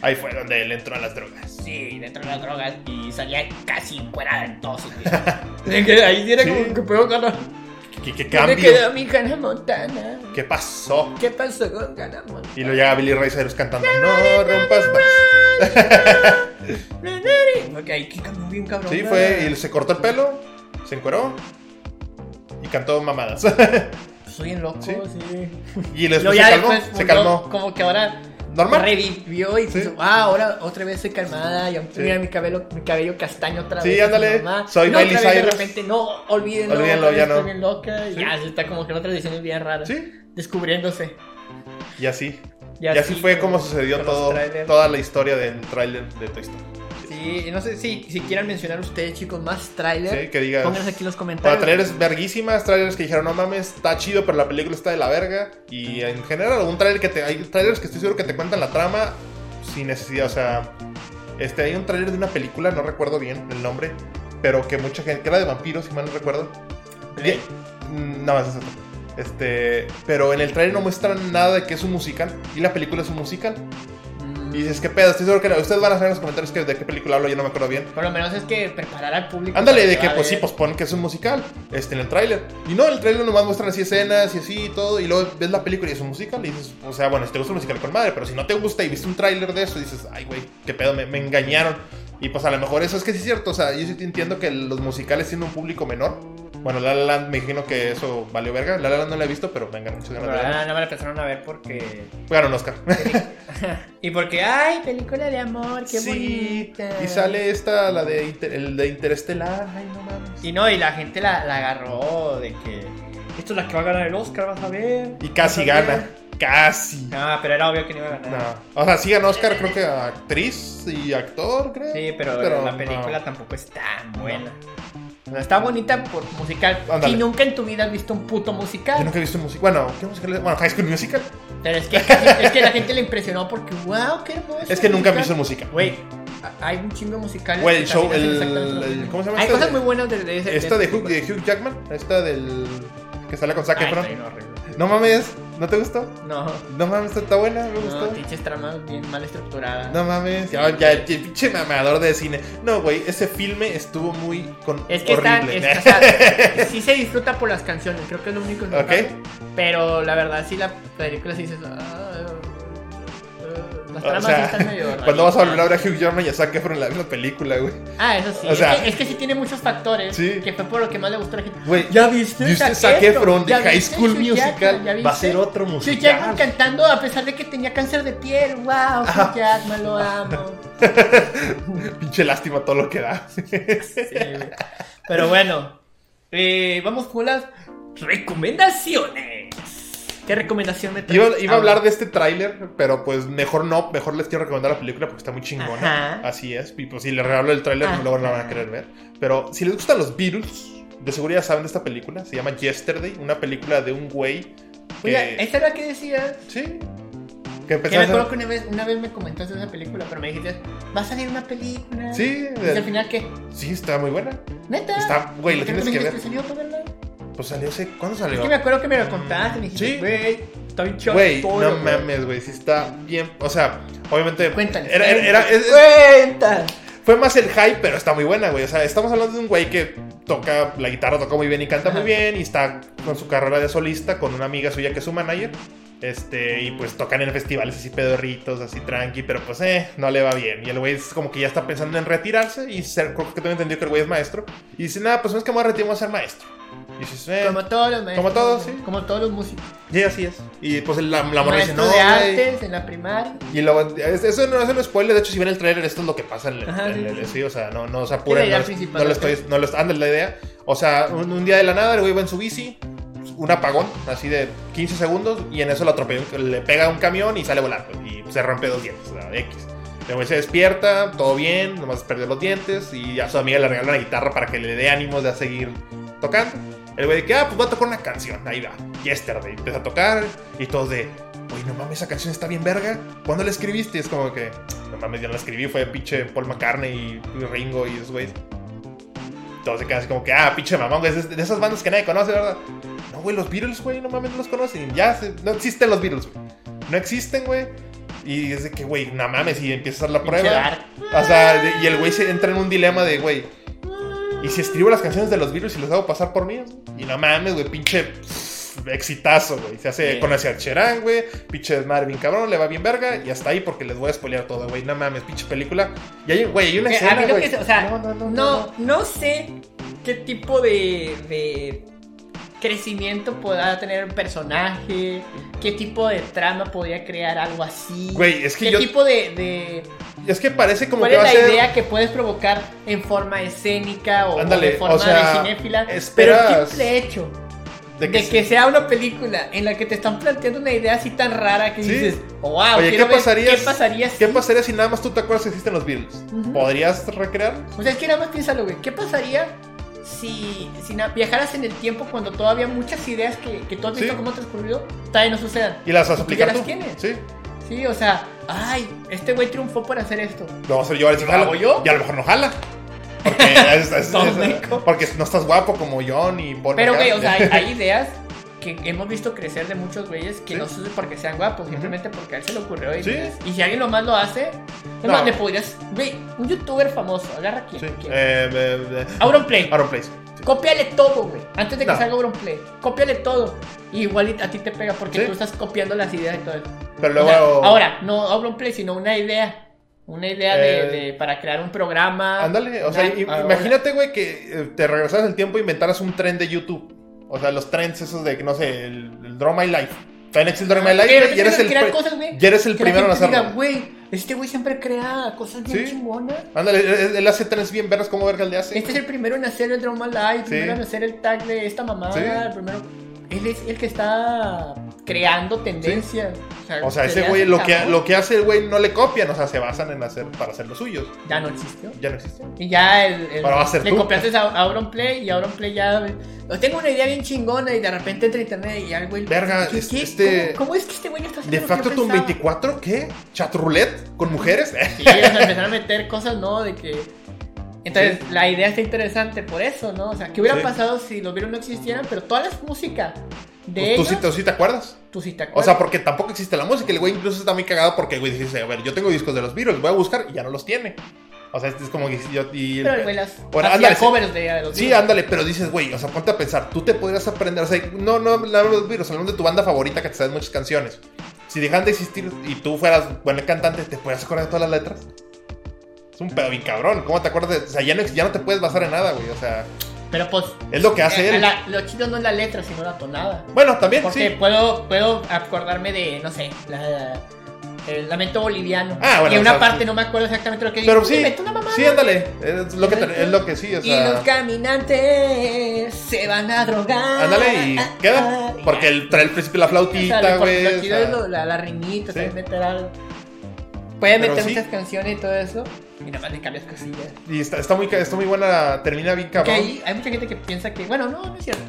Speaker 1: Ahí fue donde él entró a las drogas.
Speaker 3: Sí, dentro de las drogas y salía casi encuerada en todo su vida.
Speaker 2: De que ahí era como
Speaker 1: Sí.
Speaker 2: que puedo ganar.
Speaker 1: ¿Qué, qué
Speaker 2: ¿Dónde
Speaker 1: cambio?
Speaker 2: quedó mi Hannah Montana?
Speaker 1: ¿Qué pasó?
Speaker 2: ¿Qué pasó con Hannah Montana?
Speaker 1: Y lo llega Billy Ray Cyrus cantando No rompas más.
Speaker 2: Ok, que cambió bien cabrón. Ah,
Speaker 1: Sí,
Speaker 2: ¿verdad?
Speaker 1: fue. Y se cortó el pelo, se encueró y cantó mamadas.
Speaker 2: Soy bien loco, sí.
Speaker 1: Sí. Y después
Speaker 2: Luego
Speaker 1: se
Speaker 2: ya
Speaker 1: calmó,
Speaker 2: después
Speaker 1: se
Speaker 2: murió,
Speaker 1: calmó.
Speaker 2: Como que ahora
Speaker 1: Normal.
Speaker 2: revivió y
Speaker 1: Sí.
Speaker 2: dijo, ah, ahora otra vez soy calmada, ya
Speaker 1: Sí.
Speaker 2: mira mi cabello, mi cabello castaño otra
Speaker 1: Sí,
Speaker 2: vez.
Speaker 1: ándale,
Speaker 2: mamá.
Speaker 1: soy
Speaker 2: no, otra
Speaker 1: Miley
Speaker 2: vez De
Speaker 1: Cyrus.
Speaker 2: repente, no, olvídenlo,
Speaker 1: Olvídenlo,
Speaker 2: otra vez
Speaker 1: ya
Speaker 2: estoy
Speaker 1: no.
Speaker 2: bien loca. y
Speaker 1: Sí.
Speaker 2: Ya, se está como que en otras decisiones bien raras.
Speaker 1: Sí,
Speaker 2: Descubriéndose.
Speaker 1: y así. Y así fue como sucedió
Speaker 2: con los
Speaker 1: todo,
Speaker 2: trailers.
Speaker 1: toda la historia del tráiler de Toy Story.
Speaker 2: Sí, y no sé si, si quieran mencionar ustedes, chicos, más
Speaker 1: Sí,
Speaker 2: trailer.
Speaker 1: que digas.
Speaker 2: Pónganos aquí en los
Speaker 1: Para
Speaker 2: comentarios.
Speaker 1: trailers verguísimas, trailers que dijeron, no mames, está chido, pero la película está de la verga. Y en general, algún trailer que te. Hay trailers que estoy seguro que te cuentan la trama sin necesidad. O sea, este, hay un trailer de una película, no recuerdo bien el nombre, pero que mucha gente. que era de vampiros, si mal no recuerdo.
Speaker 2: Ok.
Speaker 1: Mm, No, es eso. Este, pero en el trailer no muestran nada de que es un musical y la película es un musical.
Speaker 2: Mm,
Speaker 1: Y dices, qué pedo, estoy seguro que la- ustedes van a saber en los comentarios que, de qué película hablo, yo no me acuerdo bien.
Speaker 2: Por lo menos es que preparar al público.
Speaker 1: Ándale,
Speaker 2: para
Speaker 1: de que
Speaker 2: va a
Speaker 1: pues sí,
Speaker 2: ver.
Speaker 1: pues ponen que es un musical este, en el tráiler. Y no, en el tráiler nomás muestran así escenas y así y todo. Y luego ves la película y es un musical. Y dices, o sea, bueno, si te gusta el musical con madre, pero si no te gusta y viste un tráiler de eso, dices, ay, güey, qué pedo, me, me engañaron. Y pues a lo mejor eso es que sí es cierto. O sea, yo sí te entiendo que los musicales tienen un público menor. Bueno, La La Land me imagino que eso valió verga. La La Land no la he visto, pero venga, muchas ganas de verla.
Speaker 2: Ah, no me la empezaron a ver porque.
Speaker 1: Ganó un Oscar.
Speaker 2: Y porque, ay, película de amor, qué
Speaker 1: sí.
Speaker 2: bonita.
Speaker 1: Y sale esta, la de, Inter- el de Interestelar. Ay, no mames.
Speaker 2: Y no, y la gente la, la agarró de que. Esto es la que va a ganar el Oscar, vas a ver.
Speaker 1: Y casi
Speaker 2: Vas a ver".
Speaker 1: gana. Casi.
Speaker 2: No, pero era obvio que no iba a ganar.
Speaker 1: No. O sea, sí ganó Oscar, creo que a actriz y actor, creo.
Speaker 2: Sí, pero, la
Speaker 1: no.
Speaker 2: película tampoco es tan buena. O sea, está bonita por musical.
Speaker 1: Ándale.
Speaker 2: Si nunca en tu vida has visto un puto musical.
Speaker 1: Yo nunca he visto música. Bueno, ¿qué musical es? Bueno, High School Musical.
Speaker 2: Pero es que, es que la gente le impresionó porque, wow, qué hermoso.
Speaker 1: Es que nunca he
Speaker 2: musical".
Speaker 1: visto música.
Speaker 2: Güey, a- hay un chingo musical.
Speaker 1: Güey, el show, el- el- ¿cómo se
Speaker 2: ¿Cómo se llama?
Speaker 1: llama
Speaker 2: Hay
Speaker 1: este?
Speaker 2: cosas muy buenas de, de ese.
Speaker 1: Esta de Hugh,
Speaker 2: que
Speaker 1: de Hugh Jackman, esta del. que sale con Zac Efron.
Speaker 2: no, horrible.
Speaker 1: No mames, ¿no te gustó?
Speaker 2: no,
Speaker 1: No mames, está- está buena, me
Speaker 2: no,
Speaker 1: gustó.
Speaker 2: pinches tramas bien mal estructuradas.
Speaker 1: No mames, ya, ya, el pinche mamador de cine. No, güey, ese filme estuvo muy con
Speaker 2: Es que están,
Speaker 1: horrible.
Speaker 2: es- o sea, sí se disfruta por las canciones, creo que es lo único que
Speaker 1: Ok.
Speaker 2: Pero la verdad, sí la película sí dices. "Ah, ah, ah". Las
Speaker 1: O
Speaker 2: tramas
Speaker 1: sea,
Speaker 2: están medio
Speaker 1: cuando vas a volver a
Speaker 2: raritas.
Speaker 1: ver a Hugh Jackman y a Zac Efron en la misma película, güey.
Speaker 2: Ah, eso sí.
Speaker 1: O sea-
Speaker 2: es, que, es que sí tiene muchos factores.
Speaker 1: Sí.
Speaker 2: Que fue por lo que más le gustó a la gente.
Speaker 1: Güey,
Speaker 2: Ya viste.
Speaker 1: ¿Y usted
Speaker 2: Zac
Speaker 1: Zac Efron de
Speaker 2: ¿Ya
Speaker 1: High
Speaker 2: viste
Speaker 1: School
Speaker 2: Hugh
Speaker 1: Musical?
Speaker 2: Jackman? ¿Ya
Speaker 1: Va a
Speaker 2: viste?
Speaker 1: ser otro
Speaker 2: Hugh Jackman
Speaker 1: musical.
Speaker 2: cantando a pesar de que tenía cáncer de piel. ¡Wow!
Speaker 1: Ajá.
Speaker 2: Hugh Jackman, lo amo.
Speaker 1: Pinche lástima todo lo que da.
Speaker 2: Sí, güey. Pero bueno, eh, vamos con las recomendaciones. ¿Qué recomendación me traes? Ah,
Speaker 1: Iba, iba a hablar de este tráiler, pero pues mejor no, mejor les quiero recomendar la película porque está muy chingona.
Speaker 2: Ajá.
Speaker 1: Así es, y pues si les regalo el tráiler
Speaker 2: Ajá.
Speaker 1: luego no la van a querer ver. Pero si les gustan los Beatles, de seguridad saben de esta película, se llama Yesterday, una película de un güey que... Pues
Speaker 2: Oye, esta era la que decías.
Speaker 1: Sí. Que
Speaker 2: Que me
Speaker 1: empezaba
Speaker 2: acuerdo que una vez, una vez me comentaste de esa película, pero me dijiste, va a salir una película.
Speaker 1: Sí,
Speaker 2: ¿Y al final qué?
Speaker 1: sí, está muy buena.
Speaker 2: ¿Neta?
Speaker 1: Está, güey, la
Speaker 2: ¿Por qué no
Speaker 1: tienes
Speaker 2: me
Speaker 1: que
Speaker 2: dijiste
Speaker 1: ver.
Speaker 2: salió tú, verdad?
Speaker 1: Pues salió hace... ¿Cuándo
Speaker 2: Es
Speaker 1: salió?
Speaker 2: que me acuerdo que me lo contaste, me dijiste,
Speaker 1: Sí.
Speaker 2: güey, está bien chido.
Speaker 1: Güey,
Speaker 2: todo,
Speaker 1: no
Speaker 2: güey".
Speaker 1: mames, güey, sí está bien... O sea, obviamente...
Speaker 2: Cuéntales.
Speaker 1: Era, era, era- es- es-
Speaker 2: Cuéntales.
Speaker 1: Fue más el hype, pero está muy buena, güey. O sea, estamos hablando de un güey que toca la guitarra, toca muy bien y canta
Speaker 2: Ajá.
Speaker 1: muy bien. Y está con su carrera de solista con una amiga suya que es su manager. Este, y pues tocan en festivales así pedorritos, así tranqui, pero pues eh, no le va bien. Y el güey es como que ya está pensando en retirarse. Y ser, creo que tengo entendido que el güey es maestro. Y dice, nada, pues no es que me voy a retirar, me voy a ser maestro. Y dices, eh.
Speaker 2: Como todos los maestros.
Speaker 1: Como todos, sí.
Speaker 2: Como todos los músicos.
Speaker 1: Y así es. Y pues la, la morra dice,
Speaker 2: Maestros
Speaker 1: no.
Speaker 2: de
Speaker 1: güey".
Speaker 2: artes en la primaria.
Speaker 1: Y luego, es- eso no es un spoiler, de hecho, si ven el trailer, esto es lo que pasa en el,
Speaker 2: Ajá,
Speaker 1: en
Speaker 2: sí,
Speaker 1: el-
Speaker 2: sí.
Speaker 1: sí, o sea, no, no se apuren,
Speaker 2: Sí, la idea
Speaker 1: no, les-
Speaker 2: principal,
Speaker 1: no lo
Speaker 2: ok.
Speaker 1: estoy, no lo estoy, andan la idea. O sea, un, un día de la nada, el güey va en su bici, un apagón, así de 15 segundos, y en eso lo atropella, un- le pega un camión y sale volando, y se rompe dos dientes, o sea, X. El güey se despierta, todo bien, nomás perdió los dientes, y a su amiga le regala una guitarra para que le dé ánimos de a seguir tocando. El güey de que, ah, pues voy a tocar una canción. Ahí va. Yesterday. Empieza a tocar y todos de, uy, no mames, esa canción está bien verga. ¿Cuándo la escribiste? Y es como que, no mames, yo no la escribí. Fue pinche Paul McCartney y Ringo y esos güeyes. Todos se quedan así como que, ah, pinche mamón, güey, es de esas bandas que nadie conoce, ¿verdad? No, güey, los Beatles, güey, no mames, no los conocen. Ya, se- no existen los Beatles, güey. No existen, güey. Y es de que, güey, no mames, y empieza a hacer la
Speaker 2: Pinche
Speaker 1: prueba.
Speaker 2: arte.
Speaker 1: O sea, de- y el güey se entra en un dilema de, güey, ¿y si escribo las canciones de los Beatles y las hago pasar por mías? Y no mames, güey, pinche pff, exitazo, güey. Se hace
Speaker 2: Sí.
Speaker 1: con ese Cherán, güey, pinche desmadre bien cabrón, le va bien verga y hasta ahí porque les voy a spoilear todo, güey. No mames, pinche película. Y hay, güey, hay una
Speaker 2: Que a
Speaker 1: escena,
Speaker 2: mí lo que
Speaker 1: güey.
Speaker 2: se- o sea,
Speaker 1: no, no,
Speaker 2: No, no sé qué tipo de, de crecimiento podrá tener un personaje, qué tipo de trama podría crear algo así.
Speaker 1: Güey, es que
Speaker 2: ¿Qué
Speaker 1: yo-
Speaker 2: tipo de... de-
Speaker 1: Es que parece como
Speaker 2: ¿Cuál
Speaker 1: que
Speaker 2: es
Speaker 1: va
Speaker 2: la
Speaker 1: a ser...
Speaker 2: idea que puedes provocar en forma escénica o, o
Speaker 1: Ándale,
Speaker 2: de forma
Speaker 1: o sea,
Speaker 2: de cinéfila? Pero el
Speaker 1: esperas
Speaker 2: simple hecho
Speaker 1: de
Speaker 2: de
Speaker 1: que
Speaker 2: que, sea una película en la que te están planteando una idea así tan rara que
Speaker 1: Sí.
Speaker 2: dices, wow,
Speaker 1: Oye,
Speaker 2: quiero
Speaker 1: ¿qué
Speaker 2: ver
Speaker 1: pasaría
Speaker 2: ¿qué
Speaker 1: si-
Speaker 2: pasaría si
Speaker 1: ¿Qué pasaría si nada más tú te acuerdas que existen los Beatles?
Speaker 2: Ujú.
Speaker 1: ¿Podrías recrear?
Speaker 2: O sea, es que nada más piénsalo, güey. ¿Qué pasaría si, si na- viajaras en el tiempo cuando todavía muchas ideas que, que tú has visto
Speaker 1: Sí.
Speaker 2: cómo transcurrido todavía no sucedan?
Speaker 1: Y las vas a
Speaker 2: Porque ya
Speaker 1: aplicar
Speaker 2: las
Speaker 1: tú.
Speaker 2: tienes.
Speaker 1: Sí.
Speaker 2: Sí, o sea, ay, este güey triunfó por hacer esto.
Speaker 1: Lo vamos a llevar si
Speaker 2: ¿Lo
Speaker 1: jala.
Speaker 2: hago yo?
Speaker 1: Y a lo mejor no jala. Porque, es- es-
Speaker 2: Todo
Speaker 1: es-
Speaker 2: meco.
Speaker 1: porque no estás guapo como yo ni Paul
Speaker 2: Pero, güey,
Speaker 1: McCartney.
Speaker 2: o sea, hay, hay ideas que hemos visto crecer de muchos güeyes que
Speaker 1: Sí.
Speaker 2: no suceden porque sean guapos, simplemente porque a él se le ocurrió. Y,
Speaker 1: Sí.
Speaker 2: y si alguien lo más lo hace, es
Speaker 1: No.
Speaker 2: más, le podrías. Güey, un youtuber famoso, agarra aquí.
Speaker 1: Sí.
Speaker 2: aquí.
Speaker 1: Eh, eh, eh,
Speaker 2: Auronplay.
Speaker 1: Auron Place. Sí.
Speaker 2: Cópiale todo, güey. Antes de que
Speaker 1: No.
Speaker 2: salga Auronplay, cópiale todo. Y igual a ti te pega porque
Speaker 1: Sí.
Speaker 2: tú estás copiando las ideas y todo eso.
Speaker 1: Pero
Speaker 2: O
Speaker 1: luego.
Speaker 2: sea, ahora, no Auronplay, sino una idea. Una idea de,
Speaker 1: Eh,
Speaker 2: de- para crear un programa.
Speaker 1: Ándale, o sea,
Speaker 2: Ah,
Speaker 1: im-
Speaker 2: ahora.
Speaker 1: imagínate, güey, que eh, te regresaras el tiempo e inventaras un tren de YouTube. O sea, los trends esos de, no sé, el, el Draw My Life. También existe el Draw My
Speaker 2: Pero
Speaker 1: Life
Speaker 2: empiezan
Speaker 1: y eres
Speaker 2: a
Speaker 1: el,
Speaker 2: crear
Speaker 1: pri-
Speaker 2: cosas, güey,
Speaker 1: y eres el
Speaker 2: que la
Speaker 1: primero en
Speaker 2: gente diga,
Speaker 1: hacerlo.
Speaker 2: güey, este güey siempre crea cosas bien
Speaker 1: Sí.
Speaker 2: chingonas.
Speaker 1: Ándale, él, él hace trenes bien vergas como verga el de hace.
Speaker 2: Este es el primero en hacer el drama live, el
Speaker 1: Sí.
Speaker 2: primero en hacer el tag de esta mamada,
Speaker 1: Sí.
Speaker 2: el primero. Él es el que está creando tendencias.
Speaker 1: O sea, ese
Speaker 2: sería
Speaker 1: güey,
Speaker 2: ese
Speaker 1: lo que,
Speaker 2: cabrón.
Speaker 1: lo que hace el güey no le copian, o sea, se basan en hacer para hacer los suyos.
Speaker 2: Ya no existió.
Speaker 1: Ya no existe.
Speaker 2: Y ya el, el-
Speaker 1: Ahora va a ser
Speaker 2: le
Speaker 1: tú.
Speaker 2: copiaste a Auronplay y Auronplay ya. Yo tengo una idea bien chingona y de repente entra internet y algo.
Speaker 1: Verga, es- este-
Speaker 2: ¿Cómo, cómo es que este güey no está haciendo
Speaker 1: ¿De
Speaker 2: lo que yo
Speaker 1: facto tu
Speaker 2: pensaba?
Speaker 1: 24? ¿Qué? ¿Chat roulette con mujeres? Eh,
Speaker 2: Sí, o sea, empezaron a meter cosas, ¿no? De que. Entonces, la idea está interesante por eso, ¿no? O sea, ¿qué hubiera
Speaker 1: Sí.
Speaker 2: pasado si los virus no existieran? Pero toda la música de
Speaker 1: Pues tú
Speaker 2: ellos.
Speaker 1: sí, te- sí te acuerdas.
Speaker 2: tú sí te
Speaker 1: O
Speaker 2: acuerdas.
Speaker 1: sea, porque tampoco existe la música. El güey incluso está muy cagado porque el güey dice, a ver, yo tengo discos de los Beatles, voy a buscar y ya no los tiene. O sea, este es como que yo... Y
Speaker 2: Pero el güey las
Speaker 1: Ahora,
Speaker 2: hacía
Speaker 1: ándale, sí.
Speaker 2: covers de, de los
Speaker 1: Sí,
Speaker 2: Beatles.
Speaker 1: ándale, pero dices, güey, o sea, ponte a pensar, tú te podrías aprender, o sea, no, no, no, los Beatles, hablando de tu banda favorita que te sabes muchas canciones. si dejan de existir y tú fueras buen cantante, ¿te podrías acordar de todas las letras? Es un pedo bien cabrón. ¿Cómo te acuerdas de.? O sea, ya no, ya no te puedes basar en nada, güey. O sea,
Speaker 2: Pero pues.
Speaker 1: es lo que hace
Speaker 2: eh,
Speaker 1: él.
Speaker 2: la- lo chido no es la letra, sino la tonada.
Speaker 1: Bueno, también,
Speaker 2: Porque
Speaker 1: sí.
Speaker 2: puedo, puedo acordarme de, no sé, la- la- el lamento boliviano.
Speaker 1: Ah, bueno,
Speaker 2: y en una
Speaker 1: o sea,
Speaker 2: parte
Speaker 1: sí.
Speaker 2: no me acuerdo exactamente lo que digo.
Speaker 1: Pero sí.
Speaker 2: "Inventó una mamada".
Speaker 1: Sí, ándale. Es lo que, te- es lo que sí, o
Speaker 2: Y los
Speaker 1: sea.
Speaker 2: caminantes se van a drogar.
Speaker 1: Ándale y
Speaker 2: Ah, ah,
Speaker 1: queda.
Speaker 2: y
Speaker 1: Porque
Speaker 2: ya.
Speaker 1: él trae el príncipe la
Speaker 2: O sea,
Speaker 1: flautita,
Speaker 2: lo-
Speaker 1: güey.
Speaker 2: Lo
Speaker 1: o
Speaker 2: chido
Speaker 1: sea,
Speaker 2: es lo- la, la rimita,
Speaker 1: Sí.
Speaker 2: puede meter algo. Puede
Speaker 1: Pero
Speaker 2: meter
Speaker 1: sí.
Speaker 2: muchas canciones y todo eso. Y nada más le cambias cosillas.
Speaker 1: Y está, está muy, ca- está muy buena. Termina bien
Speaker 2: Que
Speaker 1: cabrón.
Speaker 2: ahí hay mucha gente que piensa que, bueno, no, no es cierto.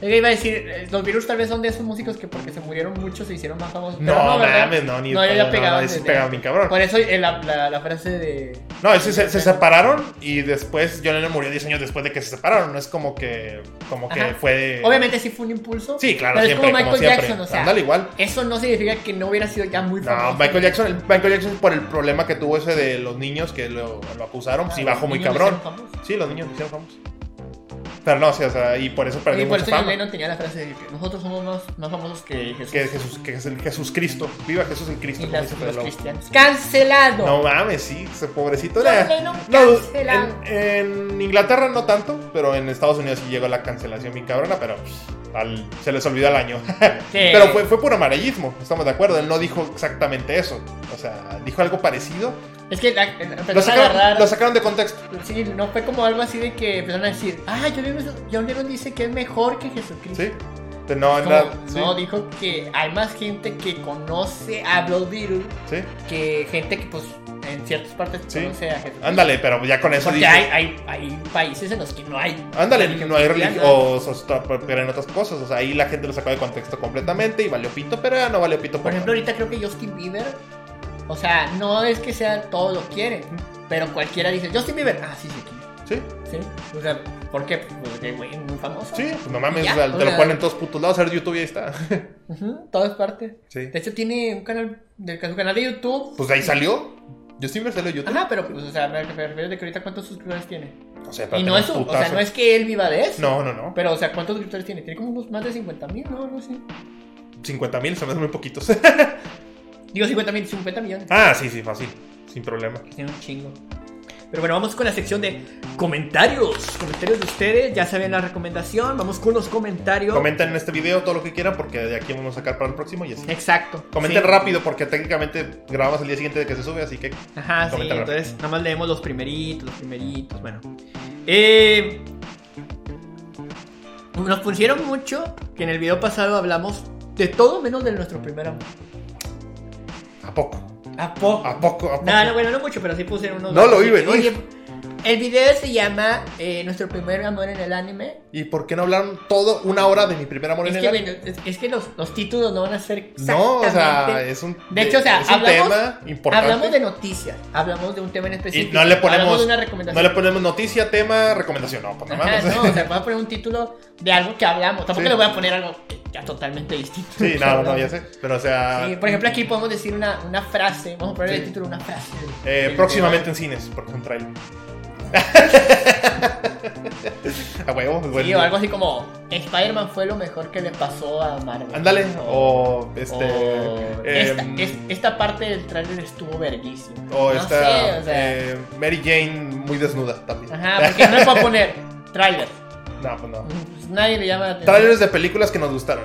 Speaker 2: Es que iba a decir, eh, los virus tal vez son de esos músicos que porque se murieron muchos se hicieron más famosos. pero
Speaker 1: No,
Speaker 2: ¿verdad?
Speaker 1: mames, no, ni
Speaker 2: No, yo
Speaker 1: no,
Speaker 2: ya
Speaker 1: no,
Speaker 2: pegaba
Speaker 1: no, sí
Speaker 2: desde-
Speaker 1: pegaba bien cabrón.
Speaker 2: Por eso eh, la, la, la frase de.
Speaker 1: No, sí, se, se separaron y después John Lennon murió 10 años después de que se separaron. No es como que, como que
Speaker 2: Ajá.
Speaker 1: fue.
Speaker 2: Obviamente sí fue un impulso.
Speaker 1: Sí, claro,
Speaker 2: pero
Speaker 1: siempre,
Speaker 2: es como
Speaker 1: como,
Speaker 2: Michael
Speaker 1: siempre.
Speaker 2: Jackson, o sea.
Speaker 1: Ándale, igual.
Speaker 2: Eso no significa que no hubiera sido ya muy famoso.
Speaker 1: No, Michael Jackson, el- Michael Jackson por el problema que tuvo ese de los niños que lo, lo acusaron, pues sí
Speaker 2: Ah,
Speaker 1: bajó
Speaker 2: los
Speaker 1: muy
Speaker 2: niños lo
Speaker 1: cabrón.
Speaker 2: hicieron famoso.
Speaker 1: Sí, los niños lo hicieron famosos. Pero no, sí, o sea, y por eso perdió
Speaker 2: Y por
Speaker 1: mucha
Speaker 2: eso John
Speaker 1: fama.
Speaker 2: Lennon tenía la frase de que nosotros somos más, más famosos que Jesús.
Speaker 1: Que Jesús, que es el Jesús Cristo. Viva Jesús el Cristo,
Speaker 2: y
Speaker 1: como
Speaker 2: las,
Speaker 1: dice
Speaker 2: los
Speaker 1: Pedro.
Speaker 2: cristianos. ¡Cancelado!
Speaker 1: No mames, sí, ese pobrecito
Speaker 2: John
Speaker 1: era.
Speaker 2: Lennon
Speaker 1: No, eh,
Speaker 2: cancelado.
Speaker 1: en, en Inglaterra no tanto, pero en Estados Unidos sí llegó la cancelación bien cabrona, pero pues, al- se les olvidó al año.
Speaker 2: Sí.
Speaker 1: eh, Pero fue, fue puro amarillismo, estamos de acuerdo. Él no dijo exactamente eso. O sea, dijo algo parecido.
Speaker 2: Es que la, empezaron
Speaker 1: Lo
Speaker 2: a agarrar.
Speaker 1: sacaron, lo sacaron de contexto.
Speaker 2: Sí, no fue como algo así de que empezaron a decir, ah, John Lennon, John Lennon dice que es mejor que Jesucristo.
Speaker 1: Sí. Te- No,
Speaker 2: Como,
Speaker 1: nada, sí,
Speaker 2: No, dijo que hay más gente que conoce a los Beatles
Speaker 1: sí.
Speaker 2: que gente que, pues, en ciertas partes
Speaker 1: Sí.
Speaker 2: conoce a Jesucristo.
Speaker 1: Ándale, pero ya con eso
Speaker 2: Porque
Speaker 1: dices-
Speaker 2: hay, hay, hay países en los que no hay.
Speaker 1: Ándale,
Speaker 2: religión
Speaker 1: no hay
Speaker 2: cristiana.
Speaker 1: religión, o, o- o- pero en otras cosas, o sea, ahí la gente lo sacó de contexto completamente y valió pito, pero ya no valió pito.
Speaker 2: Por ejemplo, ahorita creo que Justin Bieber, o sea, no es que sea todos lo quieren, pero cualquiera dice, Justin Bieber, ah, sí, sí, aquí.
Speaker 1: Sí,
Speaker 2: Sí. O sea, ¿por qué? Porque, güey, es muy famoso.
Speaker 1: sí, pues no mames,
Speaker 2: Ya,
Speaker 1: o sea,
Speaker 2: o
Speaker 1: te lo
Speaker 2: sea-
Speaker 1: ponen en todos putos lados, ahora YouTube y ahí está.
Speaker 2: Ujú, todas partes.
Speaker 1: Sí.
Speaker 2: De hecho, tiene un canal, de, su canal de YouTube.
Speaker 1: Pues de ahí salió. Justin Bieber salió de YouTube.
Speaker 2: Ajá, pero pues, o sea, me me refiero de que ahorita cuántos suscriptores tiene.
Speaker 1: O sea, pero
Speaker 2: y no
Speaker 1: tenía
Speaker 2: es,
Speaker 1: un
Speaker 2: un- o sea,
Speaker 1: putazo.
Speaker 2: no es que él viva de eso.
Speaker 1: No, no, no.
Speaker 2: Pero, o sea, ¿cuántos suscriptores tiene? Tiene como unos más de 50 mil, ¿no? No sé.
Speaker 1: 50 mil se me hacen muy poquitos.
Speaker 2: Digo 50 mil, 50 millones.
Speaker 1: ah, sí, sí, fácil. Sin problema.
Speaker 2: Tiene un chingo. Pero bueno, vamos con la sección de comentarios. Comentarios de ustedes, ya saben la recomendación. Vamos con los comentarios.
Speaker 1: Comenten en este video todo lo que quieran porque de aquí vamos a sacar para el próximo y así.
Speaker 2: Exacto.
Speaker 1: Comenten
Speaker 2: Sí.
Speaker 1: rápido porque técnicamente grabamos el día siguiente de que se sube, así que
Speaker 2: Ajá, sí,
Speaker 1: Comenten rápido.
Speaker 2: entonces nada más leemos los primeritos, los primeritos, bueno. Eh, nos pusieron mucho que en el video pasado hablamos de todo menos de nuestro primer amor.
Speaker 1: a poco,
Speaker 2: ¿A poco?
Speaker 1: a poco, a poco.
Speaker 2: No, no, bueno, no mucho, pero sí pusieron unos.
Speaker 1: No lo vi venir.
Speaker 2: Oye, el video se llama eh, Nuestro primer amor en el anime.
Speaker 1: ¿Y por qué no hablaron todo una hora de mi primer amor
Speaker 2: Es
Speaker 1: en
Speaker 2: que,
Speaker 1: el
Speaker 2: bueno, es, es que los, los títulos no van a ser exactamente.
Speaker 1: No, o sea, es un,
Speaker 2: De hecho, o sea,
Speaker 1: es un
Speaker 2: hablamos-
Speaker 1: tema importante.
Speaker 2: hablamos de noticias, hablamos de un tema en
Speaker 1: y
Speaker 2: específico.
Speaker 1: no le
Speaker 2: hablamos
Speaker 1: ponemos
Speaker 2: de una
Speaker 1: no
Speaker 2: recomendación.
Speaker 1: le ponemos noticia, tema, recomendación, no, pues no
Speaker 2: Ajá,
Speaker 1: mames.
Speaker 2: no, o sea, voy a poner un título de algo que hablamos. Tampoco
Speaker 1: Sí.
Speaker 2: le voy a poner algo que ya totalmente distinto.
Speaker 1: Sí,
Speaker 2: Que
Speaker 1: no, no,
Speaker 2: hablamos.
Speaker 1: ya sé, pero o sea,
Speaker 2: Sí, por ejemplo, aquí podemos decir una, una frase. Vamos a poner el
Speaker 1: Sí.
Speaker 2: título una frase.
Speaker 1: eh,
Speaker 2: del
Speaker 1: próximamente en cines, porque es un trailer. a huevo, es
Speaker 2: tema.
Speaker 1: bueno.
Speaker 2: Sí, o algo así como: Spider-Man fue lo mejor que le pasó a Marvel.
Speaker 1: Ándale,
Speaker 2: O-
Speaker 1: o este
Speaker 2: o esta,
Speaker 1: em,
Speaker 2: es- esta parte del tráiler estuvo verguísima.
Speaker 1: o
Speaker 2: No
Speaker 1: esta
Speaker 2: sé, o sea,
Speaker 1: eh, Mary Jane muy desnuda también.
Speaker 2: Ajá, porque no le puedo poner tráiler.
Speaker 1: No, pues no.
Speaker 2: Pues nadie le llama la atención.
Speaker 1: Trailers de películas que nos gustaron.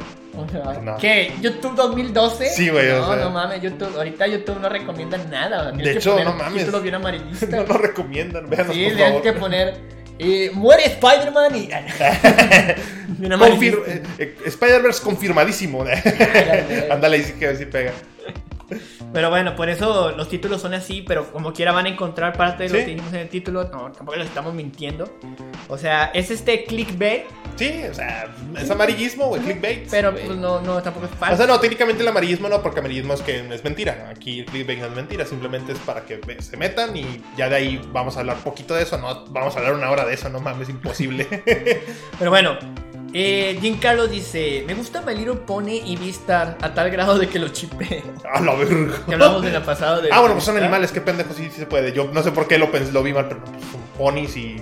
Speaker 1: No.
Speaker 2: ¿Qué? ¿YouTube 2012?
Speaker 1: Sí, güey, o
Speaker 2: No,
Speaker 1: sea.
Speaker 2: no mames, YouTube, ahorita YouTube no recomienda nada. o sea, tienes
Speaker 1: De
Speaker 2: que
Speaker 1: hecho,
Speaker 2: poner
Speaker 1: no
Speaker 2: un
Speaker 1: mames.
Speaker 2: Título bien amarillista.
Speaker 1: No nos recomiendan, véanos
Speaker 2: sí,
Speaker 1: por
Speaker 2: tienes
Speaker 1: favor.
Speaker 2: que poner. eh, muere Spider-Man y. Bien amarillista.
Speaker 1: Confir- eh, eh, Spider-Verse confirmadísimo. Ándale, ahí sí que sí pega.
Speaker 2: Pero bueno, por eso los títulos son así, pero como quiera van a encontrar parte de lo
Speaker 1: Sí.
Speaker 2: que dijimos en el título. No, tampoco les estamos mintiendo. O sea, es este clickbait,
Speaker 1: Sí, o sea, es amarillismo, güey, clickbait.
Speaker 2: pero
Speaker 1: güey.
Speaker 2: pues, no, no, tampoco es falso.
Speaker 1: O sea, no, técnicamente el amarillismo no, porque amarillismo es que es mentira. Aquí el clickbait no es mentira, simplemente es para que ve- se metan y ya de ahí vamos a hablar poquito de eso, no vamos a hablar una hora de eso, no mames, imposible.
Speaker 2: Pero bueno, eh, Jim Carlos dice: Me gusta My Little Pony y Vistar a tal grado de que lo chipeo.
Speaker 1: a la verga.
Speaker 2: Que hablamos en la pasada de.
Speaker 1: Ah, bueno, pues son
Speaker 2: Beastar.
Speaker 1: animales, qué pendejo, sí, sí se puede. Yo no sé por qué lo, pens- lo vi mal, pero pues, son ponis y,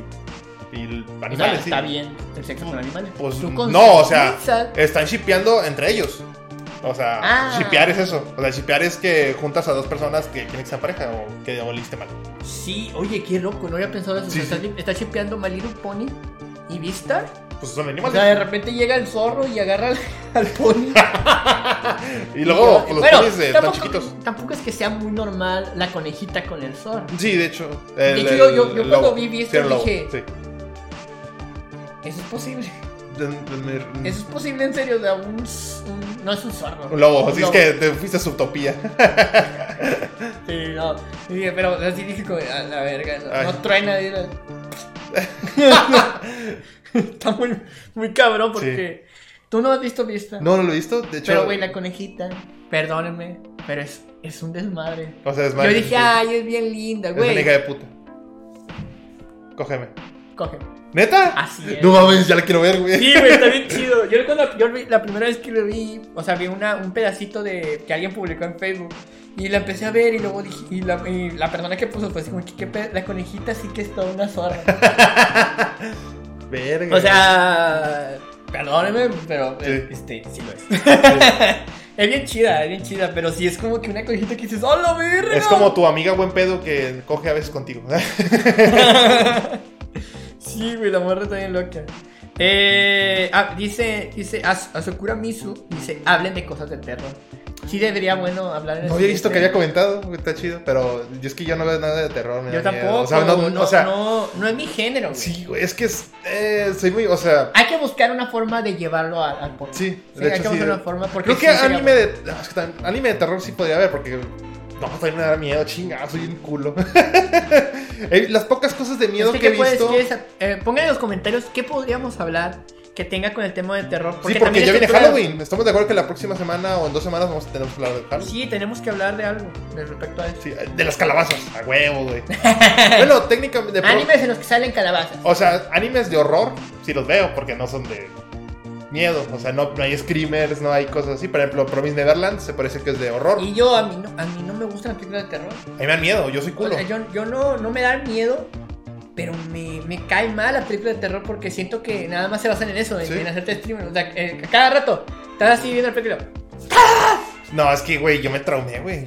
Speaker 1: y
Speaker 2: O sea,
Speaker 1: animales, sí.
Speaker 2: está bien el sexo con animales.
Speaker 1: Pues,
Speaker 2: Tú
Speaker 1: no, o sea,
Speaker 2: consensuas.
Speaker 1: Están shipeando entre ellos. O sea,
Speaker 2: Ah.
Speaker 1: shipear es eso. O sea, shipear es que juntas a dos personas que quieren que sean pareja o que oliste mal.
Speaker 2: Sí, oye, qué loco, no había pensado eso.
Speaker 1: Sí,
Speaker 2: O sea, está- Está chipeando My Little Pony y Vista.
Speaker 1: Pues son
Speaker 2: O
Speaker 1: animales.
Speaker 2: sea, de repente llega el zorro y agarra al, al pony.
Speaker 1: y luego pues, los
Speaker 2: Bueno,
Speaker 1: ponis de tan
Speaker 2: tampoco-
Speaker 1: chiquitos.
Speaker 2: Tampoco es que sea muy normal la conejita con el zorro.
Speaker 1: Sí, de hecho.
Speaker 2: hecho, yo- yo- yo cuando vi esto
Speaker 1: tiene el lobo,
Speaker 2: dije-
Speaker 1: sí.
Speaker 2: Eso es posible.
Speaker 1: De- de- de-
Speaker 2: Eso es posible en serio. De un, s- un- no es un zorro.
Speaker 1: Mm. Un lobo, así
Speaker 2: lobo.
Speaker 1: es que te fuiste a su utopía.
Speaker 2: Sí, no. Y dije, pero así dije como, a la verga,
Speaker 1: Ay.
Speaker 2: no, no trae nadie. Está muy, muy cabrón porque tú no has visto Vista.
Speaker 1: No, no lo he visto. De hecho,
Speaker 2: Pero, güey, la conejita, perdónenme, pero es, es un desmadre.
Speaker 1: o sea, es
Speaker 2: Yo
Speaker 1: mal-
Speaker 2: dije, ay, es bien linda,
Speaker 1: es una hija
Speaker 2: güey.
Speaker 1: de puta. Cógeme.
Speaker 2: Coge.
Speaker 1: ¿Neta?
Speaker 2: Así es.
Speaker 1: No mames, ya la quiero ver, güey.
Speaker 2: Sí, güey, está bien chido. Yo cuando yo vi- la primera vez que lo vi, o sea, vi una, un pedacito de que alguien publicó en Facebook. Y la empecé a ver y luego dije, y la, y la persona que puso fue así como, "¿Qué- qué pe- la conejita sí que es toda una zorra.
Speaker 1: Verga.
Speaker 2: O sea, perdóneme, pero
Speaker 1: Sí.
Speaker 2: eh, este, sí lo es. es bien chida, es bien chida, pero sí es como que una conejita que dices, ¡hola, verga!
Speaker 1: Es como tu amiga buen pedo que coge a veces contigo.
Speaker 2: Sí, güey, la morra está bien loca. Eh, ah, dice, dice, As- Asokura Misu, dice, hablen de cosas de terror. Sí debería, bueno, hablar en el
Speaker 1: No había visto que había
Speaker 2: siguiente.
Speaker 1: comentado, güey, está chido, pero yo es que yo no veo nada de terror. me
Speaker 2: Yo
Speaker 1: da
Speaker 2: tampoco,
Speaker 1: miedo. O sea, no,
Speaker 2: no,
Speaker 1: o sea,
Speaker 2: no, no es mi género, güey.
Speaker 1: sí, güey, es que es, eh, soy muy, o sea,
Speaker 2: Hay que buscar una forma de llevarlo al, al porno.
Speaker 1: sí,
Speaker 2: Sí,
Speaker 1: de
Speaker 2: hay que
Speaker 1: hecho sí.
Speaker 2: buscar una forma porque
Speaker 1: Creo que
Speaker 2: sí sería
Speaker 1: anime de, ah, es que también- anime de terror sí podría haber, porque no, también me da miedo, chinga, soy un culo. Eh, Las pocas cosas de miedo
Speaker 2: Es que,
Speaker 1: que,
Speaker 2: Este, ¿qué
Speaker 1: he
Speaker 2: puedes-
Speaker 1: visto.
Speaker 2: quieres- eh, pongan en los comentarios qué podríamos hablar que tenga con el tema de terror.
Speaker 1: sí, porque
Speaker 2: también
Speaker 1: ya
Speaker 2: es
Speaker 1: viene
Speaker 2: cultura-
Speaker 1: Halloween. Estamos de acuerdo que la próxima semana o en dos semanas vamos a tener que hablar de Halloween.
Speaker 2: Sí, tenemos que hablar de algo de respecto a eso.
Speaker 1: Sí, de las calabazas, a huevo, güey. bueno, técnicamente. de pro-
Speaker 2: Animes en los que salen calabazas.
Speaker 1: O sea, animes de horror, sí los veo, porque no son de miedo. O sea, no, no hay screamers, no hay cosas así. Por ejemplo, Promise Neverland se parece que es de horror.
Speaker 2: Y yo, a mí no, a mí no me gustan las películas de terror.
Speaker 1: A mí me dan miedo, yo soy
Speaker 2: O
Speaker 1: culo.
Speaker 2: sea, yo yo no, no me dan miedo, pero me, me cae mal las películas de terror porque siento que nada más se basan en eso, en,
Speaker 1: Sí.
Speaker 2: en hacerte streamer. O sea, eh, cada rato estás así viendo la película.
Speaker 1: No, es que, güey, yo me traumé, güey.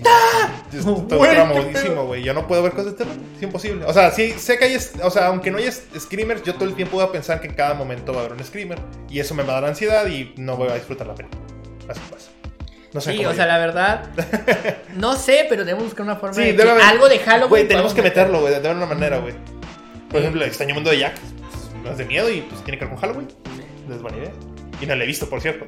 Speaker 1: Yo Estoy
Speaker 2: ¡Ah! Güey, qué
Speaker 1: traumadísimo, güey. Yo no puedo ver cosas de terror. Es imposible. O sea, sí, sé que hay. es- O sea, aunque no haya s- screamers, yo todo el tiempo voy a pensar que en cada momento va a haber un screamer. Y eso me va a dar ansiedad y no voy a disfrutar la película. Así pasa. No sé
Speaker 2: Sí,
Speaker 1: cómo
Speaker 2: o sea,
Speaker 1: digo.
Speaker 2: la verdad, no sé, pero debemos buscar una forma
Speaker 1: Sí,
Speaker 2: de
Speaker 1: debe
Speaker 2: que
Speaker 1: haber-
Speaker 2: algo de Halloween.
Speaker 1: Güey, tenemos
Speaker 2: podamos
Speaker 1: que
Speaker 2: meter.
Speaker 1: meterlo, güey, de alguna manera, güey. Por ejemplo, el extraño mundo de Jack. pues, No es de miedo y pues tiene que ver con Halloween. No es buena idea. Y no la he visto, por cierto.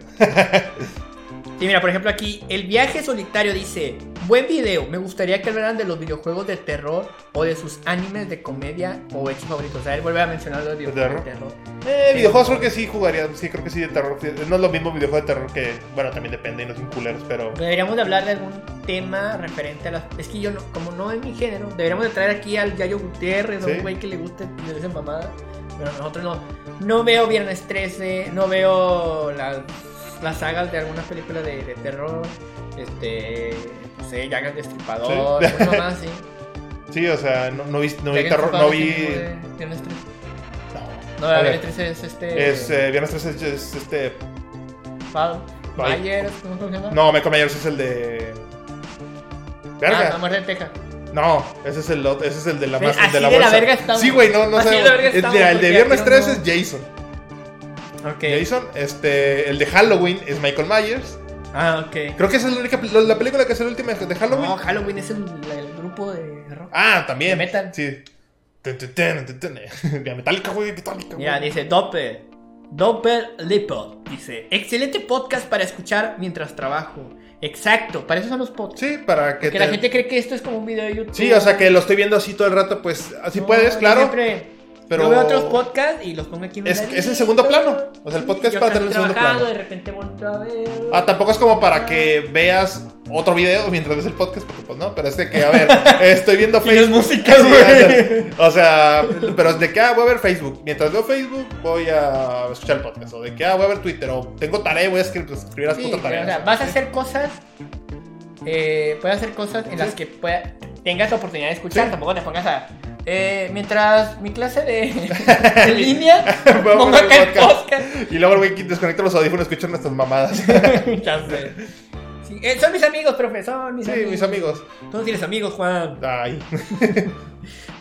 Speaker 2: Y mira, por ejemplo aquí, el viaje solitario dice, buen video, me gustaría que hablaran de los videojuegos de terror o de sus animes de comedia o hechos favoritos. O sea, él vuelve a mencionar los videojuegos de terror.
Speaker 1: Eh, videojuegos creo que sí jugaría. Sí, creo que sí de terror. No es lo mismo videojuego de terror que. Bueno, también depende y no son culeros, pero.
Speaker 2: Deberíamos de hablar de algún tema referente a las... Es que yo, no, como no es mi género, deberíamos de traer aquí al Yayo Gutiérrez o
Speaker 1: Sí.
Speaker 2: un güey que le guste le dicen mamada. Pero nosotros no... No veo Viernes 13, no veo las, las sagas de algunas películas de, de terror. Este... No sé, Jack el Destripador,
Speaker 1: Sí.
Speaker 2: cosas más, sí.
Speaker 1: Sí, o sea, no, no vi, no vi
Speaker 2: Dragon's
Speaker 1: terror,
Speaker 2: Dogma
Speaker 1: no
Speaker 2: es
Speaker 1: vi.
Speaker 2: el tipo de- Viernes 13.
Speaker 1: No,
Speaker 2: No,
Speaker 1: A
Speaker 2: la
Speaker 1: ver,
Speaker 2: Viernes 13 es este.
Speaker 1: Es eh, Viernes 13 es, es este.
Speaker 2: Pablo.
Speaker 1: Bye.
Speaker 2: Myers, ¿cómo se llama?
Speaker 1: No, Michael Myers es el de.
Speaker 2: Ah, la
Speaker 1: Verga.
Speaker 2: muerte de Texas.
Speaker 1: No, ese es el lot- ese es el de la
Speaker 2: Sí,
Speaker 1: más
Speaker 2: así
Speaker 1: de la
Speaker 2: de la
Speaker 1: bolsa.
Speaker 2: verga estamos.
Speaker 1: Sí, güey, no no
Speaker 2: Así de
Speaker 1: sé.
Speaker 2: la verga
Speaker 1: El,
Speaker 2: estamos,
Speaker 1: mira, el de
Speaker 2: porque
Speaker 1: Viernes
Speaker 2: aquí no-
Speaker 1: 13 es Jason.
Speaker 2: Ok.
Speaker 1: Jason, este, el de Halloween es Michael Myers.
Speaker 2: Ah, ok.
Speaker 1: Creo que esa es la única la, la película que es la última de Halloween.
Speaker 2: No, Halloween es el, el grupo de rock.
Speaker 1: Ah, también.
Speaker 2: De metal.
Speaker 1: Sí. Tun, tun, tun, tun, tun. De Metallica, güey, Metallica.
Speaker 2: Mira,
Speaker 1: güey.
Speaker 2: dice Doppel. Doppel Lipo. Dice: Excelente podcast para escuchar mientras trabajo. Exacto, para eso son los podcasts.
Speaker 1: Sí, para que
Speaker 2: Porque la gente cree que esto es como un video de YouTube.
Speaker 1: Sí, o sea que lo estoy viendo así todo el rato, pues así
Speaker 2: No,
Speaker 1: puedes,
Speaker 2: yo
Speaker 1: claro.
Speaker 2: siempre-
Speaker 1: pero
Speaker 2: Yo veo otros podcasts y los pongo aquí en
Speaker 1: Es-
Speaker 2: un
Speaker 1: es en segundo
Speaker 2: ladito.
Speaker 1: plano. O sea, el
Speaker 2: Sí,
Speaker 1: podcast
Speaker 2: yo
Speaker 1: para
Speaker 2: estoy
Speaker 1: tener el segundo
Speaker 2: trabajando,
Speaker 1: plano.
Speaker 2: De repente volteo a ver.
Speaker 1: Ah, tampoco es como para que veas otro video mientras ves el podcast, porque pues no, pero es de que, a ver, estoy viendo
Speaker 2: Y las
Speaker 1: Facebook.
Speaker 2: músicas,
Speaker 1: Sí,
Speaker 2: güey.
Speaker 1: o sea, o sea, pero es de que, ah, voy a ver Facebook. Mientras veo Facebook, voy a escuchar el podcast. O de que, ah, voy a ver Twitter. O tengo tarea y voy a escribir, escribir las
Speaker 2: Sí,
Speaker 1: putas
Speaker 2: pero,
Speaker 1: tareas.
Speaker 2: o sea, vas a hacer cosas. Eh, puedes hacer cosas en las que pueda- tengas la oportunidad de escuchar.
Speaker 1: Sí.
Speaker 2: Tampoco te pongas a. Eh, mientras mi clase de en línea,
Speaker 1: Voy a
Speaker 2: pongo
Speaker 1: poner
Speaker 2: acá el
Speaker 1: podcast.
Speaker 2: podcast.
Speaker 1: Y luego el güey desconecta los audífonos, escucha nuestras mamadas.
Speaker 2: Ya sé. Sí, eh, son mis amigos, profe, son mis
Speaker 1: Sí,
Speaker 2: amigos.
Speaker 1: mis amigos.
Speaker 2: Tú no tienes amigos, Juan.
Speaker 1: Ay.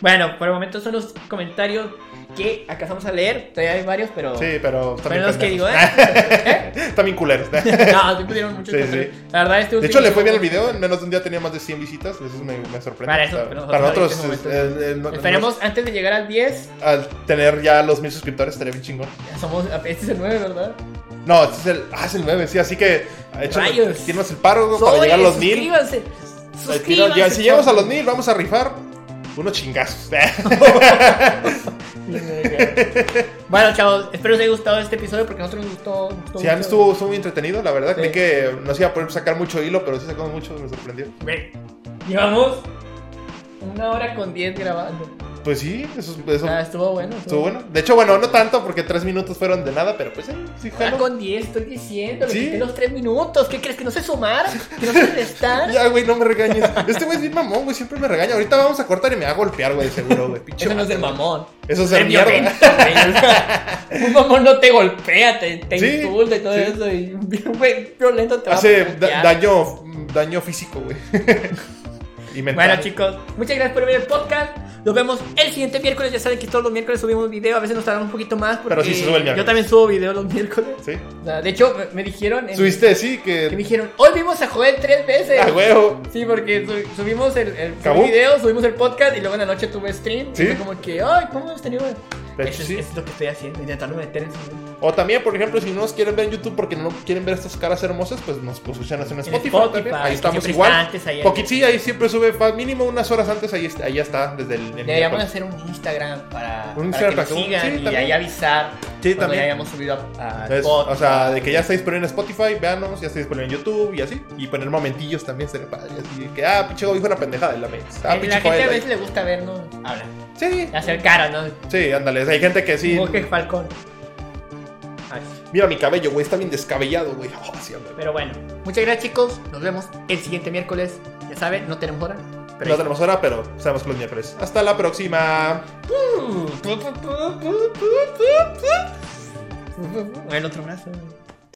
Speaker 2: Bueno, por el momento son los comentarios que alcanzamos a leer. Todavía hay varios, pero.
Speaker 1: Sí, pero también.
Speaker 2: Pero los que digo,
Speaker 1: pendejos.
Speaker 2: ¿eh?
Speaker 1: También culeros. De
Speaker 2: No, sí pusieron muchos
Speaker 1: Sí,
Speaker 2: comentarios.
Speaker 1: sí.
Speaker 2: La verdad, este
Speaker 1: hecho,
Speaker 2: último-
Speaker 1: le fue bien el video. En menos de un día tenía más de 100 visitas. Eso me, me sorprende.
Speaker 2: Para eso,
Speaker 1: O sea,
Speaker 2: pero
Speaker 1: para
Speaker 2: nosotros
Speaker 1: nosotros,
Speaker 2: en este
Speaker 1: es- es- es- no-
Speaker 2: Esperemos antes de llegar al 10.
Speaker 1: nos- al tener ya los 1000 suscriptores, estaría bien chingón.
Speaker 2: ya Somos, este es el 9, ¿verdad?
Speaker 1: No, este es el, ah, es el 9, sí. Así que, échale,
Speaker 2: Rayos.
Speaker 1: tienes el paro güey, para llegar a los 1000.
Speaker 2: Suscríbanse.
Speaker 1: Al tiro,
Speaker 2: Suscríbanse.
Speaker 1: ya, si llegamos a los 1000, vamos a rifar unos chingazos.
Speaker 2: Bueno, chavos, espero os haya gustado este episodio porque a nosotros nos gustó. nos gustó
Speaker 1: Sí, a mí
Speaker 2: mucho.
Speaker 1: estuvo, estuvo muy entretenido, la verdad.
Speaker 2: Sí.
Speaker 1: Creí que no se iba a poder sacar mucho hilo, pero sí sacamos mucho, me sorprendió.
Speaker 2: Ve, Llevamos una hora con 10 grabando.
Speaker 1: Pues sí, eso, eso
Speaker 2: Ah, estuvo bueno.
Speaker 1: estuvo bueno. De hecho, bueno, no tanto porque tres minutos fueron de nada, pero pues sí, sí,
Speaker 2: Una
Speaker 1: jaló.
Speaker 2: Ah, con 10, estoy diciendo. Le
Speaker 1: Sí.
Speaker 2: quité los 3 minutos. ¿Qué crees? ¿Que no sé sumar? ¿Que no sé restar?
Speaker 1: Ya, güey, no me regañes. Este güey es bien mamón, güey, siempre me regaña. Ahorita vamos a cortar y me va a golpear, güey, seguro, güey. Pinche
Speaker 2: Eso no es
Speaker 1: vato,
Speaker 2: del
Speaker 1: güey.
Speaker 2: mamón.
Speaker 1: Eso es el
Speaker 2: Ser
Speaker 1: mierda.
Speaker 2: violento, güey. Un mamón no te golpea, te, te
Speaker 1: Sí,
Speaker 2: insulta y todo
Speaker 1: sí.
Speaker 2: eso. Y un güey violento te va a
Speaker 1: Hace da-
Speaker 2: putear.
Speaker 1: daño, daño físico, güey. y mental.
Speaker 2: Bueno, chicos, muchas gracias por ver el podcast. Nos vemos el siguiente miércoles. Ya saben que todos los miércoles subimos video. A veces nos tardamos un poquito más. Porque
Speaker 1: Pero sí se sube el miércoles.
Speaker 2: Yo también subo video los miércoles.
Speaker 1: Sí.
Speaker 2: O sea, de hecho, me, me dijeron. en-
Speaker 1: Subiste, Ah, sí,
Speaker 2: que me
Speaker 1: que.
Speaker 2: dijeron, hoy vimos a Joel tres veces.
Speaker 1: A huevo.
Speaker 2: Sí, porque su- subimos el, el subí
Speaker 1: ¿Acabó?
Speaker 2: video, subimos el podcast y luego en la noche tuve stream.
Speaker 1: Sí.
Speaker 2: Y fue como que, ay, ¿cómo hemos tenido?
Speaker 1: De hecho,
Speaker 2: Eso es,
Speaker 1: sí.
Speaker 2: eso es lo que estoy haciendo, intentando meter en su.
Speaker 1: O también, por ejemplo, si no nos quieren ver en YouTube porque no quieren ver estas caras hermosas, pues nos pues, escuchan en Spotify,
Speaker 2: Spotify,
Speaker 1: también.
Speaker 2: que
Speaker 1: Ahí estamos
Speaker 2: siempre
Speaker 1: igual.
Speaker 2: está antes ahí.
Speaker 1: Poqui- sí, ahí siempre sube fa- mínimo unas horas antes, ahí está, ahí ya está, desde el... el
Speaker 2: Deberíamos
Speaker 1: miércoles.
Speaker 2: hacer un Instagram para,
Speaker 1: Un
Speaker 2: para
Speaker 1: Instagram
Speaker 2: que nos
Speaker 1: para que-
Speaker 2: sigan
Speaker 1: sí,
Speaker 2: y
Speaker 1: también.
Speaker 2: ahí avisar
Speaker 1: Sí,
Speaker 2: cuando
Speaker 1: también.
Speaker 2: ya hayamos subido a, a
Speaker 1: Entonces,
Speaker 2: podcast.
Speaker 1: o sea, de que ya está disponible en Spotify, véanos, ya está disponible en YouTube y así. Y poner momentillos también sería padre. Así de que, ah, pinche Gabo dijo una pendejada de la mesa. Ah,
Speaker 2: Eh, la
Speaker 1: pinche
Speaker 2: gente a
Speaker 1: Joel,
Speaker 2: veces le gusta vernos hablar,
Speaker 1: ahí. Sí,
Speaker 2: hacer cara, ¿no?
Speaker 1: sí, ándale. Hay gente que sí.
Speaker 2: Como que Falcón. Ay,
Speaker 1: Mira mi cabello, güey, está bien descabellado, güey. Oh, sí, ándale.
Speaker 2: pero bueno, muchas gracias chicos, nos vemos el siguiente miércoles. Ya saben, no tenemos hora. Pero
Speaker 1: no tenemos hora, pero sabemos que los miércoles. Hasta la próxima.
Speaker 2: El otro brazo.